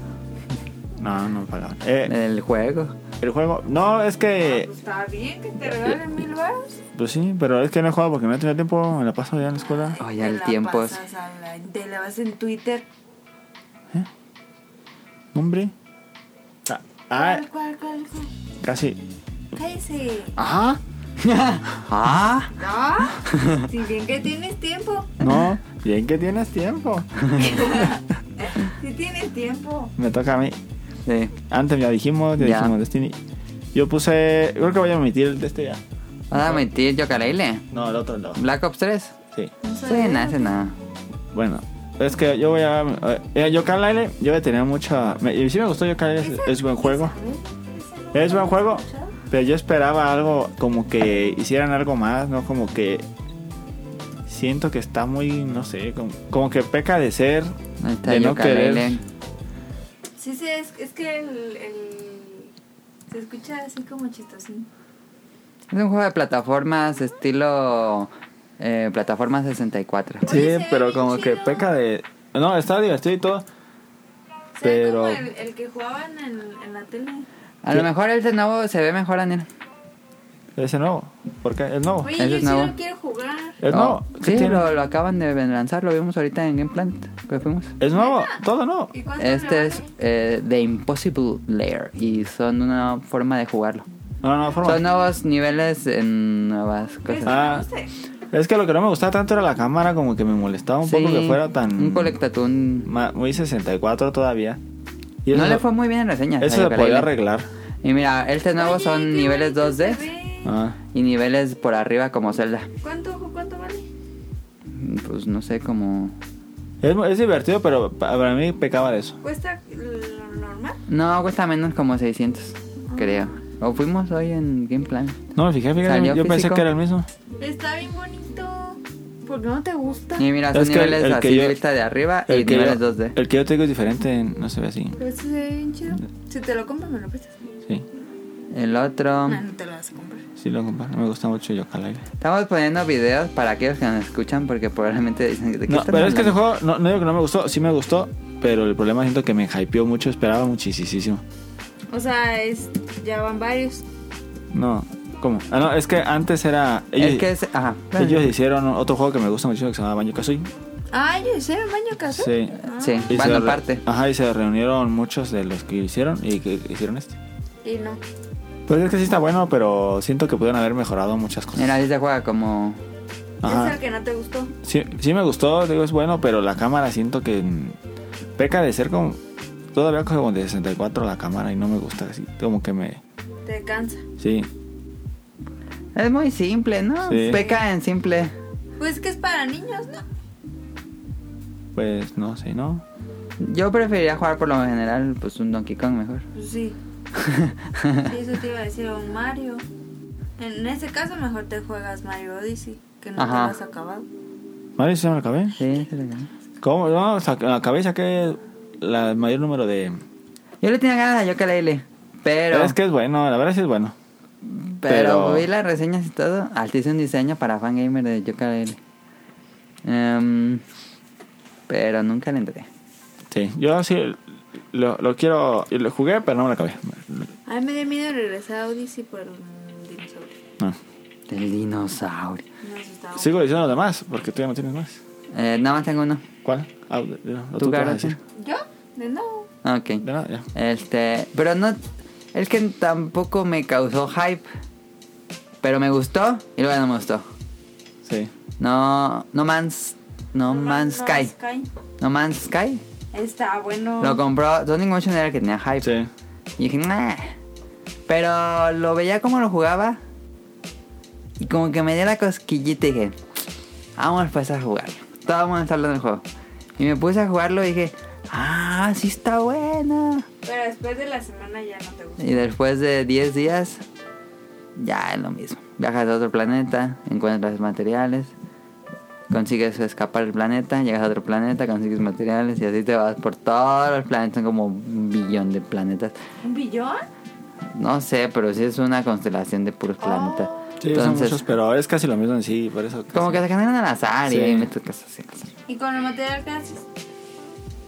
No, no pagaba. Eh, del juego. el juego. No, es que. Pues está bien que te regalen mil baros. Pues sí, pero es que no he jugado porque no he tenido tiempo. Me la paso ya en la escuela. Oh, ya Te el la tiempo es- pasas a la- Te la vas en Twitter. Hombre. Ah, ah, ¿Cuál, cuál, cuál, cuál? casi. Cállese. Ajá. Ah, No. si bien que tienes tiempo. No, bien que tienes tiempo. Si tienes tiempo. Me toca a mí. sí. Antes ya dijimos, ya, Ya. dijimos Destiny. Yo puse. Creo que voy a omitir el de este ya. ¿Vas a meter Yooka-Laylee? No, el otro no. ¿Black Ops 3? Sí. Sí, nada, ese nada. Bueno, es que yo voy a. Eh, Yooka-Laylee, yo le tenía mucha. Me, y sí me gustó Yooka-Laylee, es, es buen juego. Es buen juego, pero yo esperaba algo como que hicieran algo más, ¿no? Como que. Siento que está muy, no sé, como, como que peca de ser, Ahí está de no Yooka-Laylee. querer. Sí, sí, es, es que el, el- se escucha así como chistosín. Es un juego de plataformas estilo eh, plataforma 64. Oye, Sí, se ve pero bien como que chido. peca de. No, está divertido y todo. Se ve como Pero- el, el que jugaban en, en la tele. A lo mejor el de nuevo se ve mejor, Daniel. Ese nuevo. ¿Por qué? Es nuevo. Oye, Oh, Ese yo es sí nuevo. lo quiero jugar. Es No, nuevo. ¿Qué Oh, sí, Eh, tiene? lo, lo acaban de lanzar, lo vimos ahorita en Game Planet, que fuimos. Es nuevo. Todo nuevo. ¿Y cuánto Este me es vale? eh, The Impossible Lair y son una forma de jugarlo. No, no, forma. Son nuevos niveles en nuevas Pues, cosas. Ah, no sé. Este Es que lo que no me gustaba tanto era la cámara, como que me molestaba un poco Sí, que fuera tan. Un colectatún. ma- muy 64 todavía. Y eso No se- le fue muy bien en reseñas. a Eso se Yooka-Laylee. podía arreglar. Y mira, este nuevo Oye, son qué niveles bonito Este se 2D ve. Ah, y niveles por arriba como Zelda. ¿Cuánto, ¿Cuánto vale? Pues no sé, como... Es, mu- es divertido, pero pa- para mí pecaba de eso. ¿Cuesta lo normal? No, cuesta menos como 600, creo. O fuimos hoy en Game Plan. No me fijé, fíjate. Salió Yo pensé físico. que era el mismo. Está bien bonito. ¿Por qué no te gusta? Y mira, son Es que niveles el que así yo- de vista de arriba y El que, niveles yo, 2D. el que yo te digo es diferente, no se ve así. Pero este se ve bien chido. Si te lo compras, me lo prestas. Sí, El otro... No, no te lo vas a comprar. sí lo comparo. Me gusta mucho Yooka-Laylee. Estamos poniendo videos para aquellos que nos escuchan porque probablemente dicen... ¿de qué No, están pero es que ese hablando?". juego, no, no digo que no me gustó, sí me gustó, pero el problema siento que me hypeó mucho, esperaba muchísimo. O sea, es, ya van varios. No, ¿cómo? Ah, no, es que antes era. Ellos, Es que es... Ajá. ellos hicieron otro juego que me gusta mucho que se llama Banjo Kazooie. Ah, yo hice un baño casero. Ah, Sí. Sí, Y van se re- aparte. Ajá, y se reunieron muchos de los que hicieron y que hicieron este. Y no. Pues es que sí está bueno, pero siento que pudieron haber mejorado muchas cosas. Mira, ahí se juega como... Es Ajá. el que no te gustó. Sí, sí me gustó, digo, es bueno, pero la cámara siento que mm, peca de ser como. Todavía como de 64 la cámara y no me gusta así. Como que me. Te cansa. Sí, Es muy simple, ¿no? Sí. Peca en simple. Pues que es para niños, ¿no? pues no sé, ¿no? Yo preferiría jugar por lo general pues un Donkey Kong mejor. Pues sí. Sí, eso te iba a decir un Mario. En ese caso, mejor te juegas Mario Odyssey, que no Ajá. te lo has acabado. Mario, ¿sí me lo acabé? Sí, se le gana. ¿Cómo? No, sa- acabé y saqué la- el mayor número de... Yo le tenía ganas a Yooka-Laylee, pero, Pero es que es bueno, la verdad sí es bueno. pero pero- vi las reseñas y todo. Alta hizo un diseño para fangamer de Yooka-Laylee. Em, pero nunca le entré. Sí, yo sí lo, lo quiero... Lo jugué, pero no me lo acabé. A mí me dio miedo regresar a Odyssey por el dinosaurio. No. El dinosaurio. Me asustaba. Sigo diciendo los demás, porque tú ya no tienes más. Eh, nada más tengo uno. ¿Cuál? Ah, de- de- no, ¿Tú, tú qué vas a Gareth? decir. ¿Yo? De nuevo. Ah, Ok. De nada, ya. Este, pero no. Es que tampoco me causó hype. Pero me gustó y luego no me gustó. Sí. No. No Man's. No, Man's Sky. No Man's Sky. Está bueno. Lo compró. Sonic Motion era el que tenía hype. Sí. Y dije, nah. Pero lo veía como lo jugaba. Y como que me dio la cosquillita y dije, vamos pues a jugarlo. Todos vamos a estar hablando del juego. Y me puse a jugarlo y dije, ah, sí está bueno. Pero después de la semana ya no te gusta. Y después de 10 días, ya es lo mismo. Viajas a otro planeta, encuentras materiales, consigues escapar del planeta, llegas a otro planeta, consigues materiales y así te vas por todos los planetas, son como un billón de planetas. ¿Un billón? No sé, pero sí es una constelación de puros planetas. Sí, son Entonces, muchos, pero es casi lo mismo en sí, por eso... como que se generan al azar y Sí. ahí metes cosas así. ¿Y con el material que haces?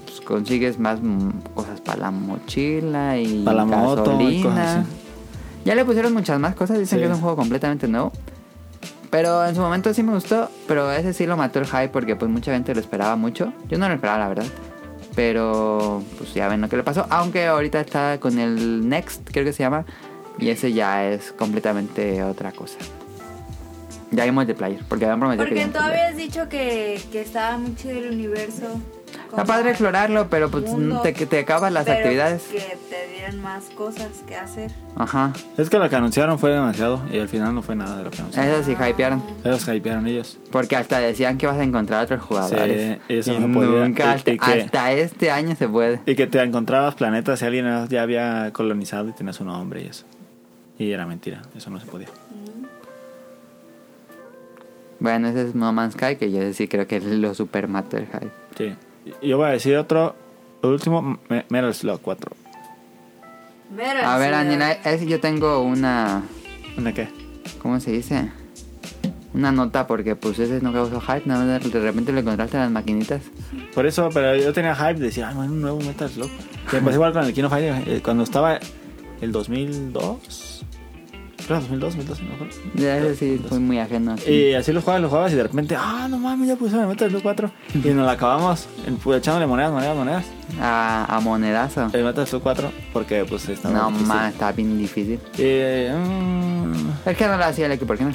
Pues consigues más mm, cosas para la mochila y Para la moto y gasolina. cosas así. Ya le pusieron muchas más cosas, dicen Sí. que es un juego completamente nuevo. Pero en su momento sí me gustó, pero ese sí lo mató el hype porque pues mucha gente lo esperaba mucho. Yo no lo esperaba, la verdad. Pero pues ya ven lo que le pasó. Aunque ahorita está con el Next, creo que se llama. Y ese ya es completamente otra cosa. Ya hay multiplayer, porque habían prometido que Porque había tú habías dicho que, que estaba muy chido el universo. multiplayer. Está padre explorarlo, pero pues mundo, te, te acabas las pero actividades. Que te dieran más cosas que hacer. Ajá. Es que lo que anunciaron fue demasiado y al final no fue nada de lo que anunciaron. Eso sí hypearon. Los hypearon ellos. Porque hasta decían que vas a encontrar otros jugadores. Sí, eso y no podía. nunca Y- hasta, y que- hasta este año se puede. Y que te encontrabas planetas y alguien ya había colonizado y tenías su nombre y eso. Y era mentira, eso no se podía. Bueno, ese es No Man's Sky, que yo sí creo que lo supermató el hype. Sí. Y- Yo voy a decir otro, último, Me- Metal Slug 4. Pero Ah, A ver, sí, Angela, es- yo tengo una... ¿Una qué? ¿Cómo se dice? Una nota, porque pues ese no causó hype, nada más de repente lo encontraste en las maquinitas. Por eso, pero yo tenía hype de decir, ah, man, un nuevo Metal Slug. Y me pasó igual con el Kino Fire, eh, cuando estaba el 2002. Creo que 2002, 2012, no me acuerdo. Ya ese sí fue muy ajeno. Y así lo jugabas, lo jugabas y de repente, ah, no mames, ya pusieron el Metal Slug 4. Y nos la acabamos en- pues, echándole monedas, monedas, monedas. A, a monedazo. El Metal Slug 4, porque pues estaba No Eh, difícil. más, está bien difícil. Eh, mm, Es que no lo hacía el equipo, ¿por qué no?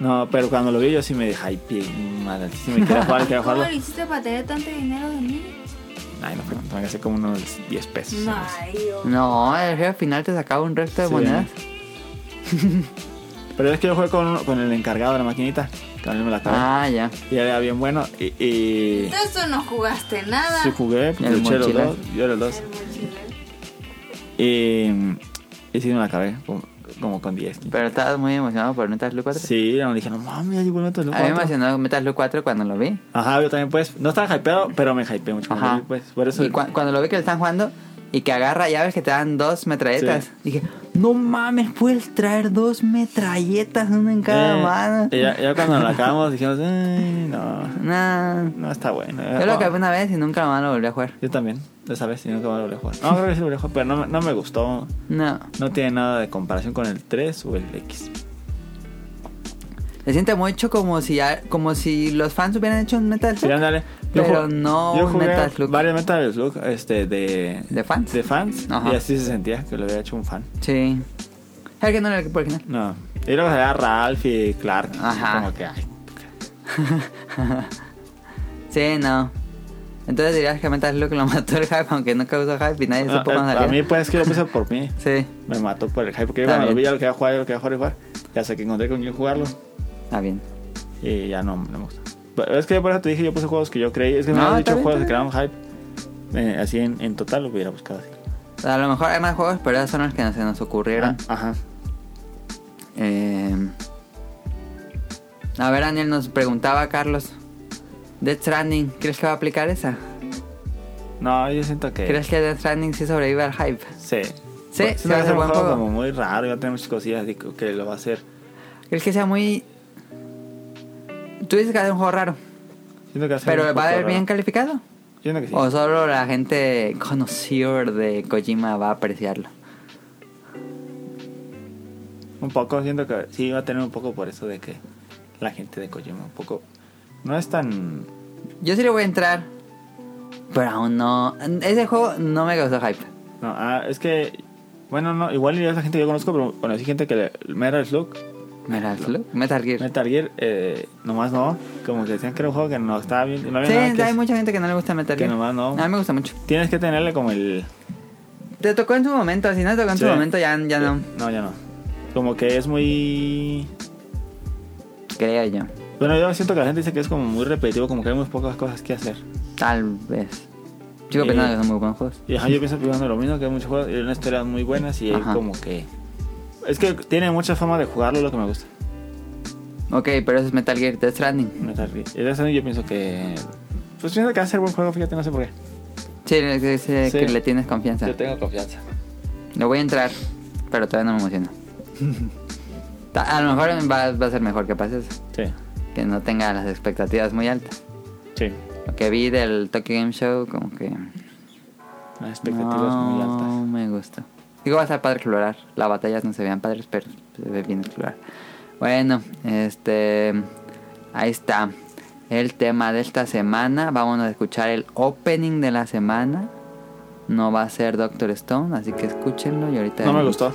no, pero cuando lo vi yo sí me hypeé. Madre, sí me quería jugar, quería ¿Cómo jugarlo. lo hiciste para tener tanto dinero de mí? Ay, no, pero me gasté como unos 10 pesos. No, oh. No, el jefe final te sacaba un resto de Sí. monedas. Pero es que yo jugué con, con el encargado de la maquinita, que a mí me la acabé. Ah, ya. Y era bien bueno. Y, y Entonces tú no jugaste nada. sí jugué, pues, El yo eché los mochilazo. dos, yo los dos. Y, y sí me la acabé, como, como con 10. Pero estabas muy emocionado por Metal Slug 4. Sí, yo le dije, no mames, ya llegó el Metal Slug A mí me 4. emocionó Metal Slug 4 cuando lo vi. Ajá, yo también pues, no estaba hypeado, pero me hypeé mucho. cuando Ajá. vi, Pues, por eso Y cua- cuando lo vi que lo están jugando y que agarra llaves que te dan dos metralletas. Sí. Dije, no mames, puedes traer dos metralletas, una en cada Eh, mano. y ya, ya cuando la acabamos dijimos, "Ay, no, Nah. no está bueno. eh". Yo lo acabé una vez y nunca más lo volví a jugar. Yo también, esa vez, y nunca más lo volví a jugar. No, creo que sí lo volví a jugar, pero no, me- no me gustó. No. No tiene nada de comparación con el 3 o el X. Se siente mucho como si, a- como si los fans hubieran hecho un Metal Sí, Slug. ándale. Pero ju- no yo un jugué Metal Slug. varios Metal Slug este, de, ¿De fans? de fans Ajá. y así se sentía que lo había hecho un fan. Sí. Es que no era el ¿por qué no? No. Y luego salía Ralph y Clark. Ajá. Como que, ay, Sí, no. Entonces dirías que Metal Slug lo mató el hype, aunque no causó hype y nadie a, supo cuándo Ah, a- a salió. mí pues que lo puse por mí. Sí, Me mató por el hype porque yo Está cuando lo bien. vi ya lo quería jugar, ya lo quería jugar y jugar. Y hasta que encontré con quién jugarlo está bien. y ya no, no me gusta. Pero es que por eso te dije, yo puse juegos que yo creí. Es que me No, habías está dicho bien, juegos que está crearon hype. Eh, así en, en total lo hubiera buscado así. A lo mejor hay más juegos, pero esos son los que no se nos ocurrieron. Ah, Ajá. Eh, a ver, Daniel, nos preguntaba Carlos. Death Stranding, ¿crees que va a aplicar esa? No, yo siento que. ¿Crees que Death Stranding sí sobrevive al hype? Sí. Sí, Porque sí va va a ser un buen juego juego. como muy raro, va a tener muchas cosillas de que que lo va a hacer. ¿Crees que sea muy... Tú dices que va a ser un juego raro, Siento que va a ser pero un ¿va a poco haber bien raro. calificado? Siento que sí. ¿O solo la gente conocida de Kojima va a apreciarlo? Un poco, siento que sí va a tener un poco por eso de que la gente de Kojima un poco no es tan Yo sí le voy a entrar, pero aún no... Ese juego no me causó hype. no, ah, es que bueno, no, igual y es la gente que yo conozco, pero conocí gente que le, Metal Slug, Metal Slug, Metal Gear. Metal Gear eh, nomás no, como que decían que era un juego que no estaba bien, no había Sí, nada hay que hacer. mucha gente que no le gusta Metal que Gear. nomás no. A mí me gusta mucho. Tienes que tenerle como el Te tocó en su momento, si no te tocó en Sí. su momento ya, ya no. No, ya no. Como que es muy Creo yo. bueno, yo siento que la gente dice que es como muy repetitivo, como que hay muy pocas cosas que hacer. Tal vez. Sigo Eh. pensando que son muy buenos juegos. Y ajá, yo pienso primero lo mismo, que hay muchos juegos, y unas historias muy buenas y hay Ajá. como que... Es que tiene muchas formas de jugarlo, lo que me gusta. Ok, pero eso es Metal Gear Death Stranding. Metal Gear. Y de eso yo pienso que... Pues pienso que va a ser buen juego, fíjate, no sé por qué. Sí, le- le- le- Sí. que le tienes confianza. Yo tengo confianza. Le voy a entrar, pero todavía no me emociona. Ta- a lo mejor va, va a ser mejor que pase eso. Sí, Que no tenga las expectativas muy altas. sí. Lo que vi del Tokyo Game Show, como que. Las expectativas no muy altas. me gusta. Digo, va a estar padre explorar. Las batallas no se vean padres, pero se ve bien explorar. Bueno, este. Ahí está. El tema de esta semana. Vamos a escuchar el opening de la semana. No va a ser Doctor Stone, así que escúchenlo y ahorita. No me gustó.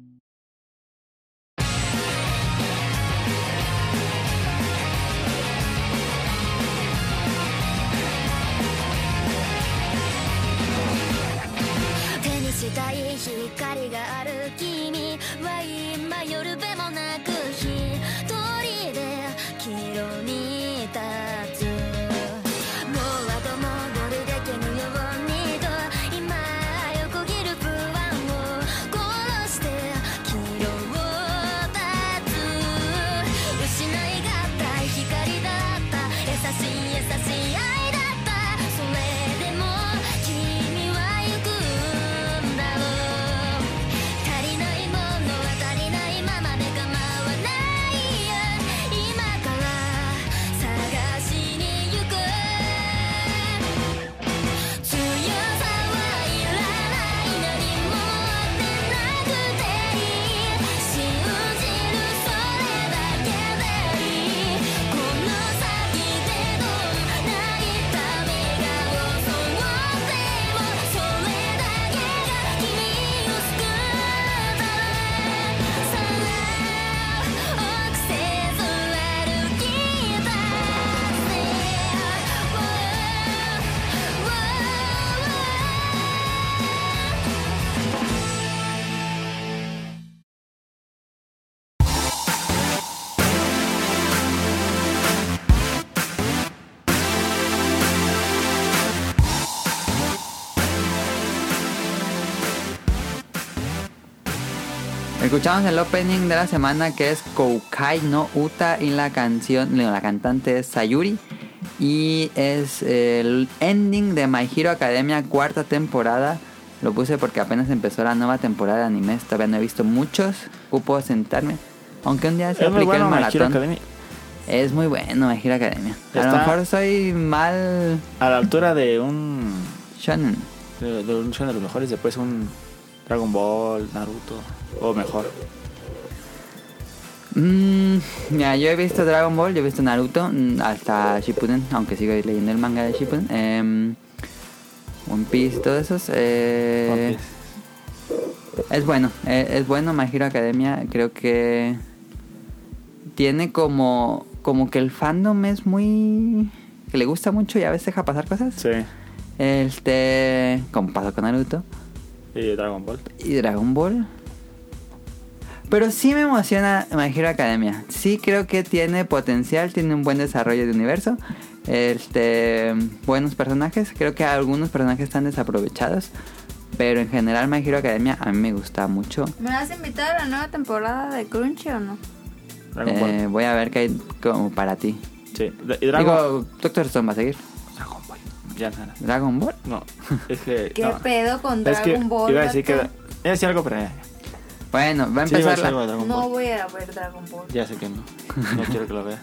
手にしたい光がある君は今夜べもなく一人で黄色に立つもう後戻りできぬようにと今横切る不安を殺して黄色を立つ失いがった光だった優しい優しい愛だったそれでも君は行くんだろう足りないものは足りないままで構わないよ今から探しに行く強さはいらない何も持ってなくていい信じるそれだけでいいこの先でどんな痛みが襲ってもそれだけが君を救ったさあ臆せず歩き出せ Escuchamos el opening de la semana que es Koukai no Uta y la canción, no, la cantante es Sayuri. Y es el ending de My Hero Academia cuarta temporada. Lo puse porque apenas empezó la nueva temporada de animes. Todavía no he visto muchos. Cupo sentarme. Aunque un día se Es muy aplique bueno, el My Hero maratón. Academia. Es muy bueno My Hero Academia. A lo Está- mejor soy mal A la altura de un. shonen. de, de un- son de los mejores. Después un Dragon Ball, Naruto. O mejor. Mm, mira, yo he visto Dragon Ball, yo he visto Naruto, mm, hasta Shippuden, aunque sigo leyendo el manga de Shippuden. Em, One Piece, todos esos. eh, One es bueno, eh, es bueno My Hero Academia. Creo que tiene como, como que el fandom es muy... que le gusta mucho y a veces deja pasar cosas. Sí. Este, como pasó con Naruto Y Dragon Ball. y Dragon Ball. Pero sí me emociona My Hero Academia. Sí creo que tiene potencial, tiene un buen desarrollo de universo. Este, buenos personajes. Creo que algunos personajes están desaprovechados. Pero en general My Hero Academia a mí me gusta mucho. ¿Me vas a invitar a la nueva temporada de Crunchy o no? Dragon Eh, Ball. voy a ver qué hay como para ti. Sí. De- Y Dragon, Digo, Doctor Stone va a seguir. Dragon Ball. Ya nada. Dragon Ball. No. Es que. ¿Qué no. pedo con Es que Dragon Ball? iba a decir que. vato? Iba a decir algo, pero. ya, Bueno, va a ya. Sí, iba a empezar decir algo de la... Dragon No Ball. voy a ir a ver Dragon Ball. Ya sé que no. No quiero que lo veas.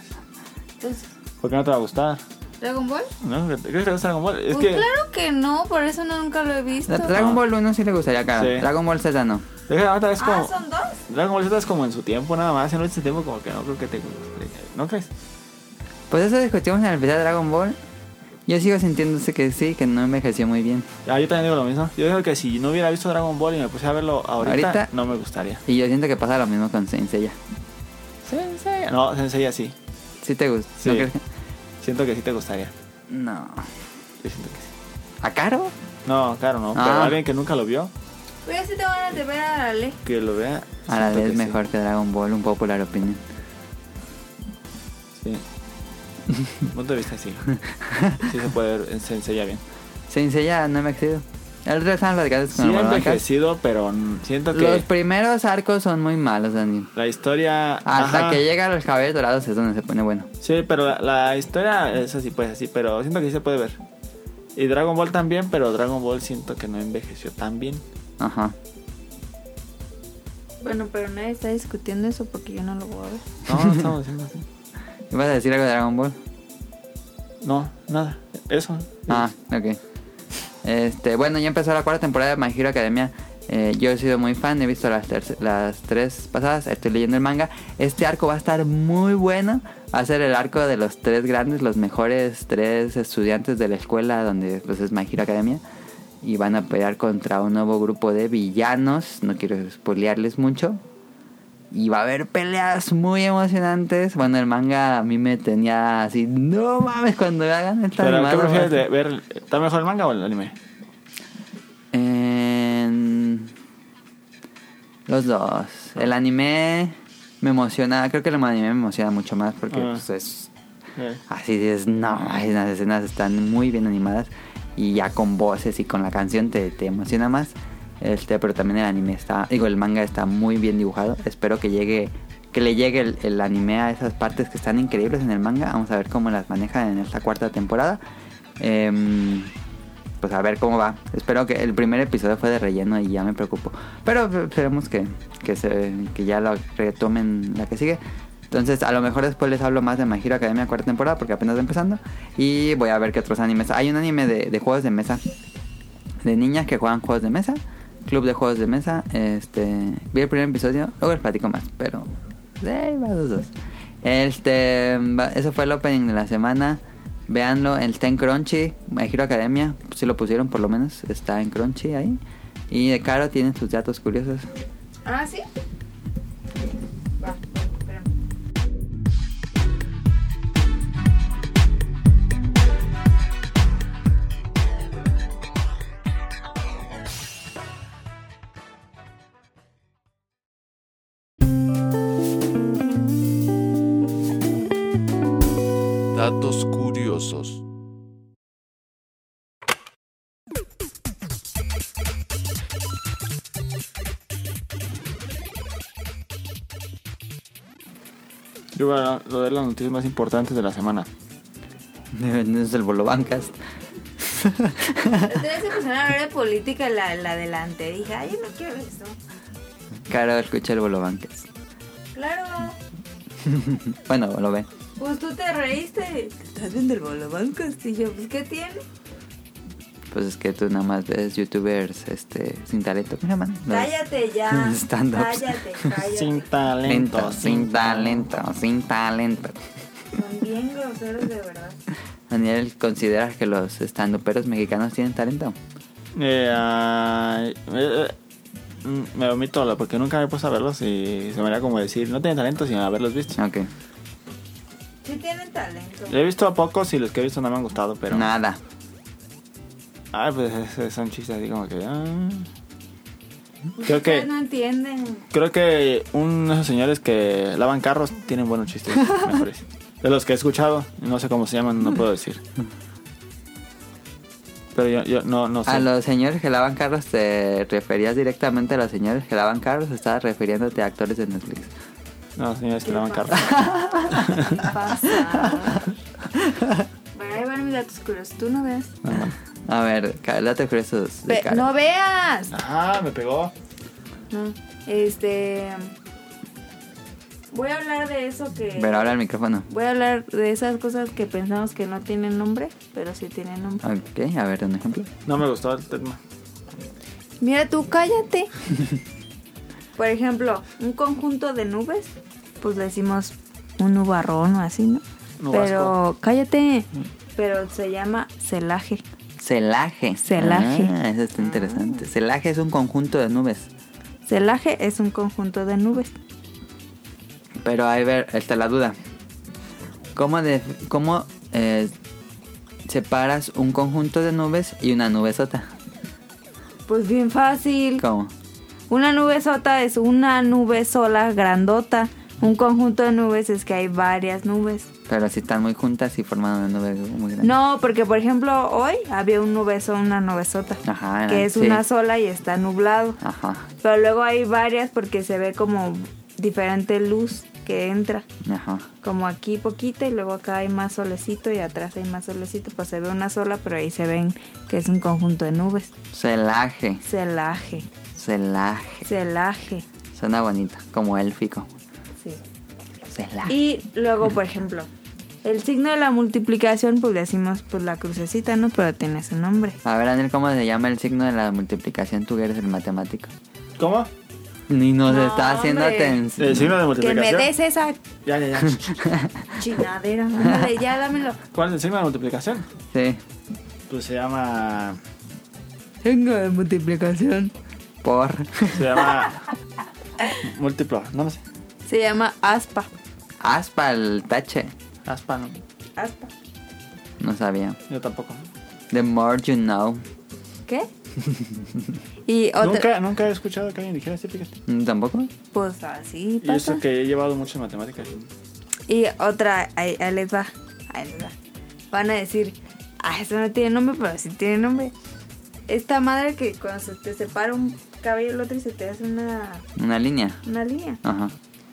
Entonces, Porque no te va a gustar. ¿Dragon Ball? ¿No? ¿Crees que te gusta Dragon Ball? Es Pues que. claro que no, por eso nunca lo he visto. la- Dragon Ball 1 sí le gustaría, claro. Sí. Dragon Ball Z no. Es que la neta es ah, como. ¿son dos? Dragon Ball Z es como en su tiempo nada más. En este tiempo, como que no creo que te guste. ¿No crees? Pues eso discutimos en el video de Dragon Ball. Yo sigo sintiéndose que sí, que no envejeció muy bien. Ah, yo también digo lo mismo. Yo digo que si no hubiera visto Dragon Ball y me puse a verlo ahorita, Ahorita. no me gustaría. Y yo siento que pasa lo mismo con Senseiya. No, Sensei así. ¿Sí te gusta? Sí. ¿No crees que- Siento que sí te gustaría. No. Yo siento que sí. ¿A Caro? No, claro, no. Pero Ah. alguien que nunca lo vio, Pero Pues sí te van a de ver a la ley. que lo vea. A la siento vez que sí. mejor que Dragon Ball, un popular opinion. Sí. Punto de vista sí. Sí se puede ver, se enseña bien. Senseiya no ha envejecido. El otro día estaban platicando con Sí el ha Barbancas. envejecido, pero mm, siento que Los primeros arcos son muy malos, Dani. la historia... Hasta ajá. que llegan los cabellos dorados es donde se pone bueno. Sí, pero la, la historia es así, pues así, pero siento que sí se puede ver. Y Dragon Ball también, pero Dragon Ball siento que no envejeció tan bien. Ajá. Bueno, pero nadie está discutiendo eso porque yo no lo voy a ver. No, no estamos diciendo así. ¿Ibas a decir algo de Dragon Ball? No, nada. Eso. Ah, ok. Este, bueno, ya empezó la cuarta temporada de My Hero Academia. Eh, yo he sido muy fan, he visto las, terce- las tres pasadas, estoy leyendo el manga. Este arco va a estar muy bueno. Va a ser el arco de los tres grandes, los mejores tres estudiantes de la escuela donde pues, es My Hero Academia. y van a pelear contra un nuevo grupo de villanos. No quiero spoilearles mucho. Y va a haber peleas muy emocionantes. Bueno, el manga a mí me tenía así, no mames, cuando hagan esta Pero, ¿qué animada, prefieres va a de estar-". ver? ¿Está mejor el manga o el anime? En- Los dos. El anime me emociona, creo que el anime me emociona mucho más porque Ah. pues, es Eh, Así es, no, ay, las escenas están muy bien animadas y ya con voces y con la canción te, te emociona más. Este, pero también el anime está, digo, el manga está muy bien dibujado. Espero que llegue, que le llegue el, el anime a esas partes que están increíbles en el manga. Vamos a ver cómo las maneja en esta cuarta temporada. Em, pues a ver cómo va. Espero que el primer episodio fue de relleno y ya me preocupo. Pero esperemos que, que, se, que ya lo retomen la que sigue. Entonces, a lo mejor después les hablo más de My Hero Academia cuarta temporada porque apenas va empezando. Y voy a ver qué otros animes. Hay un anime de, de juegos de mesa. De niñas que juegan juegos de mesa. Club de juegos de mesa. Este, vi el primer episodio. Luego les platico más. Pero... eh, va los dos. Este, va- eso fue el opening de la semana. Véanlo, él está en Crunchy, My Hero Academia, si lo pusieron por lo menos, está en Crunchy ahí. Y de Caro tienen sus datos curiosos. Ah, sí. Va, espérame. Datos curiosos. Yo voy a lo de las noticias más importantes de la semana. es el Bolobancas. Ustedes se pusieron a hablar de política la, la delante. Dije, ay, yo no quiero eso. Caro escucha el Bolobancas. Claro. Bueno, lo ve. Pues tú te reíste. Estás viendo el bolo bancos. Y yo, pues, ¿qué tiene? Pues es que tú nada más ves youtubers este, sin talento. ¿Cómo se llaman? Los- Cállate ya. Stand-ups. Cállate, Sin cállate. talento, Lento, sin talento, sin talento. Son bien groseros de verdad. Daniel, ¿consideras que los estandoperos mexicanos tienen talento? Eh, ay, eh, eh, mm, me omito hablar porque nunca me he puesto a verlos y se me haría como decir, no tienen talento sin haberlos visto. Ok. Sí tienen talento. He visto a pocos y los que he visto no me han gustado, pero... Nada. Ah, pues es- es- son chistes así como que... ah. Creo Ustedes que... no entienden. Creo que un de esos señores que lavan carros tienen buenos chistes, mejores. De los que he escuchado, no sé cómo se llaman, no puedo decir. Pero yo, yo no, no sé. A los señores que lavan carros te referías directamente a los señores que lavan carros, o estabas refiriéndote a actores de Netflix. No, señores que lavan carros. ¿Qué pasa? Bueno, ahí van mis datos curiosos. Tú no veas. A ver, ca- datos curiosos de Ve- cara. no veas. Ajá, Ah, me pegó. No. Este. Voy a hablar de eso que. Pero ahora el micrófono. Voy a hablar de esas cosas que pensamos que no tienen nombre, pero sí tienen nombre. Ok, a ver, un ejemplo. No me gustó el tema. Mira tú, cállate. Por ejemplo, un conjunto de nubes, pues le decimos un nubarrón o así, ¿no? Nubasco. Pero cállate. Mm. Pero se llama celaje. Celaje. Celaje. Ah, eso está interesante. Celaje es un conjunto de nubes. Celaje es un conjunto de nubes. Pero ahí ver, está la duda. ¿Cómo, de, cómo eh, separas un conjunto de nubes y una nube sota? Pues bien fácil. ¿Cómo? Una nube sota es una nube sola grandota. Un conjunto de nubes es que hay varias nubes. Pero si están muy juntas y forman una nube muy grande. No, porque por ejemplo hoy había un nubeso, una nubesota, Ajá, que es sí. una sola y está nublado. Ajá. Pero luego hay varias porque se ve como diferente luz que entra. Ajá. Como aquí poquita y luego acá hay más solecito y atrás hay más solecito. Pues se ve una sola, pero ahí se ven que es un conjunto de nubes. Celaje. Celaje, Celaje. celaje. Suena bonito, como élfico. Sí. Celaje. Y luego, por ejemplo, el signo de la multiplicación, pues le decimos pues la crucecita, ¿no? Pero tiene su nombre. A ver, Daniel, ¿cómo se llama el signo de la multiplicación? Tú que eres el matemático. ¿Cómo? Ni nos No, está haciendo hombre. El atención. signo de Que me multiplicación. des esa Ya, ya, ya. chinadera. ándale, ya dámelo. ¿Cuál es el signo de multiplicación? Sí. Pues se llama... Tengo de multiplicación. Por. Se llama. Múltiplo, no lo sé. Se llama aspa. Aspa el tache. Aspa, no. Aspa. No sabía. Yo tampoco. The more you know. ¿Qué? y otra. Nunca, nunca he escuchado que alguien dijera así, fíjate. Mm, ¿Tampoco? Pues así Y pasa. eso que he llevado muchas matemáticas. Y otra, ahí, ahí les va. Ahí les va. Van a decir, ah, eso no tiene nombre, pero sí tiene nombre. Esta madre que cuando se te separa un cabello el otro y se te hace una, Una línea. una línea, Ajá.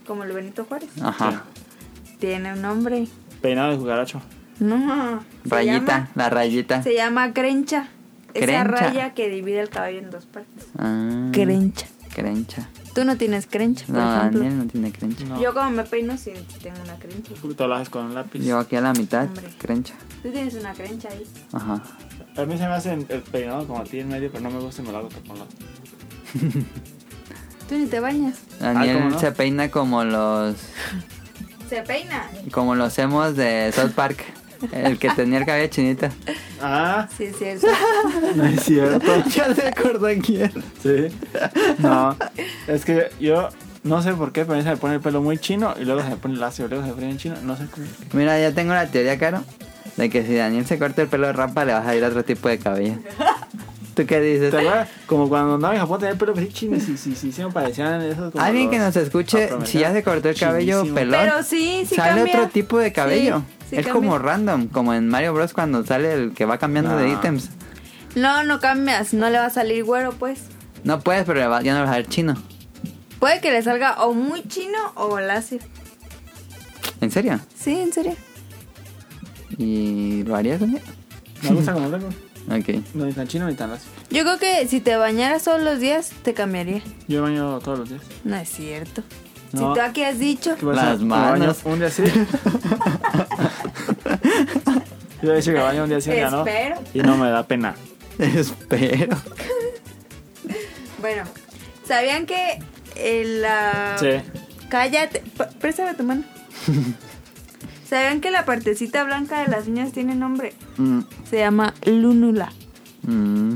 como el Benito Juárez. Ajá. Tiene un nombre. Peinado de jugaracho. No. se Rayita, llama- la rayita. Se llama crencha. Esa Crencha. raya que divide el cabello en dos partes. Mm. Ah, Crencha. Crencha. Tú no tienes crencha, por No, ejemplo. Daniel no tiene crencha. No. Yo como me peino sí tengo una crencha. Te lo haces con un lápiz. Yo aquí a la mitad, Hombre. crencha. Tú tienes una crencha ahí. Ajá. A mí se me hace el peinado como a ti en medio, pero no me gusta y me lo hago con la... Tú ni te bañas. Daniel ¿cómo no? se peina como los Se peina. como los emos de South Park. El que tenía el cabello chinito. Ah, Sí, sí, eso. no es cierto. Ya se acordó quién. Sí. No. Es que yo no sé por qué, pero a mí se me pone el pelo muy chino y luego se me pone lacio, luego se me pone en chino. No sé cómo. Mira, ya tengo la teoría, Caro, de que si Daniel se corta el pelo de rampa le va a salir otro tipo de cabello. ¿Tú qué dices? ¿Te acuerdas? Como cuando andaba en Japón tenía el pelo así chino y sí, sí, sí, sí me parecían esos. como Alguien que los nos escuche, afroamericanos. si ya se cortó el cabello Chinísimo. pelón, Pero sí, sí sale cambia. otro tipo de cabello. Sí, sí es cambia. como random, como en Mario Bros. cuando sale el que va cambiando de No. ítems. No, no cambias. No le va a salir güero, pues. No puedes, pero le va- ya no le vas a ver chino. Puede que le salga o muy chino o lacio. ¿En serio? Sí, en serio. ¿Y lo harías también? Me gusta como tengo. Ok. No, ni tan chino ni tan lacio. Yo creo que si te bañaras todos los días, te cambiaría. Yo baño todos los días. No es cierto. No. Si tú aquí has dicho. ¿Qué pasa? Las Me baño manos. Un día así. Yo he dicho que baño un día así, un día no. Espero. Y no me da pena. Espero. Bueno, ¿sabían que el, la. Sí. Cállate. P- préstame tu mano. ¿Sabían que la partecita blanca de las uñas tiene nombre? Mm, Se llama lunula. mm.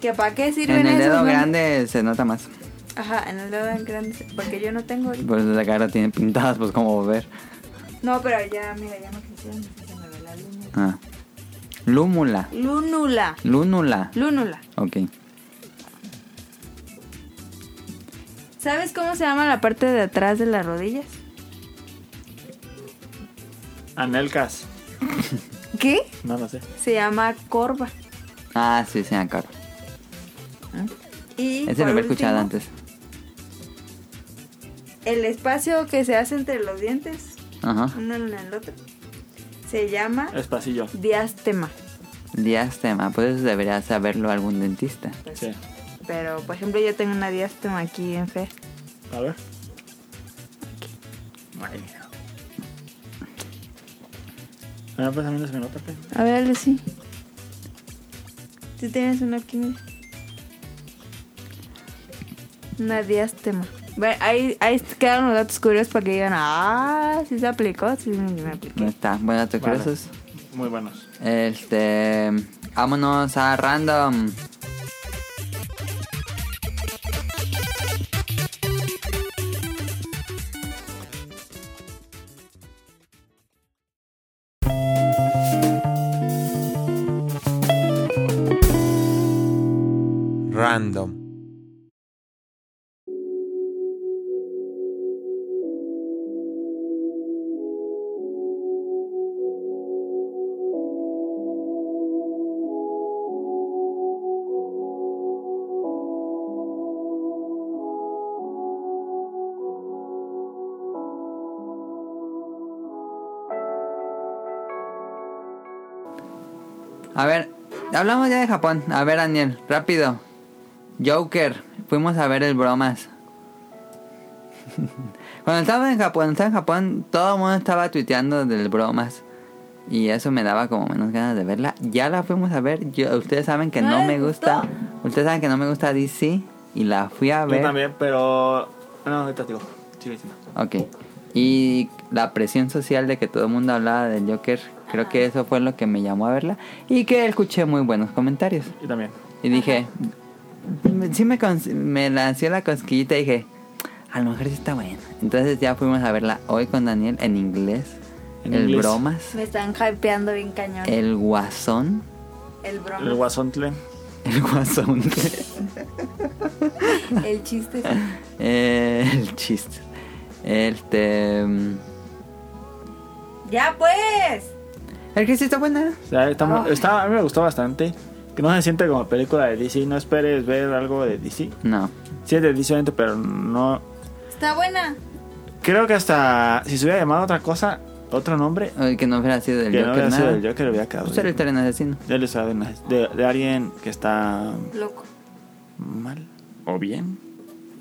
¿Que para qué sirven En el esas dedo manos? grande se nota más. Ajá, en el dedo grande. Porque yo no tengo. ahorita. Pues la cara tiene pintadas, pues como ver. No, pero ya, mira, ya me quisieron. Se me ve la luna. Ah. Lúmula. Lunula. Lúnula. Lunula. Ok. ¿Sabes cómo se llama la parte de atrás de las rodillas? Anelcas. ¿Qué? No lo sé. Se llama corva. Ah, sí, se me acuerda. Y Ese por lo había último, escuchado antes. El espacio que se hace entre los dientes, Ajá. uno en el otro, se llama Es pasillo. diástema. Diastema. Pues eso debería saberlo algún dentista. Pues, Sí. Pero, por ejemplo, yo tengo una diástema aquí en fe. A ver. Bueno, pues a mí no se me nota, pe. A ver, Lucy. Tú tienes una aquí, mira. Una diástema. Ver, ahí, ahí quedaron los datos curiosos para que digan, ah, sí se aplicó, sí me apliqué. No está. Bueno, te Vale. curiosos. Muy buenos. Este. Vámonos a random. Random. A ver, hablamos ya de Japón. A ver, Daniel, rápido. Joker, fuimos a ver el bromas. Cuando estaba en Japón, estaba en Japón, todo el mundo estaba tuiteando del bromas. Y eso me daba como menos ganas de verla. Ya la fuimos a ver. Yo- ustedes saben que ¿No no les me gusta. gustó? Ustedes saben que no me gusta DC. Y la fui a Yo ver. también, pero. No, ahorita te digo. Sigue diciendo. Ok. Y la presión social de que todo el mundo hablaba del Joker, creo que eso fue lo que me llamó a verla y que escuché muy buenos comentarios. Y también. Y dije, me- sí me, cons- me lanzó la cosquillita y dije, a lo mejor sí está buena. Entonces ya fuimos a verla hoy con Daniel en inglés, En el inglés. bromas, Me están hypeando bien cañón. El, el guasón, broma. El guasontle. el guasón, El chiste. eh, el chiste, este, mm, ¡Ya pues! el que sí está buena. O sea, está, mu- Ah. está- a mí me gustó bastante. Que no se siente como película de DC. No esperes ver algo de DC. No, Sí es de DC, obviamente, pero no... Está buena. Creo que hasta si se hubiera llamado otra cosa, otro nombre, el que no hubiera sido del que no Joker hubiera sido nada. del Joker, hubiera quedado Pues era el bien. tren asesino. Él es además de, de alguien que está Loco. mal o bien.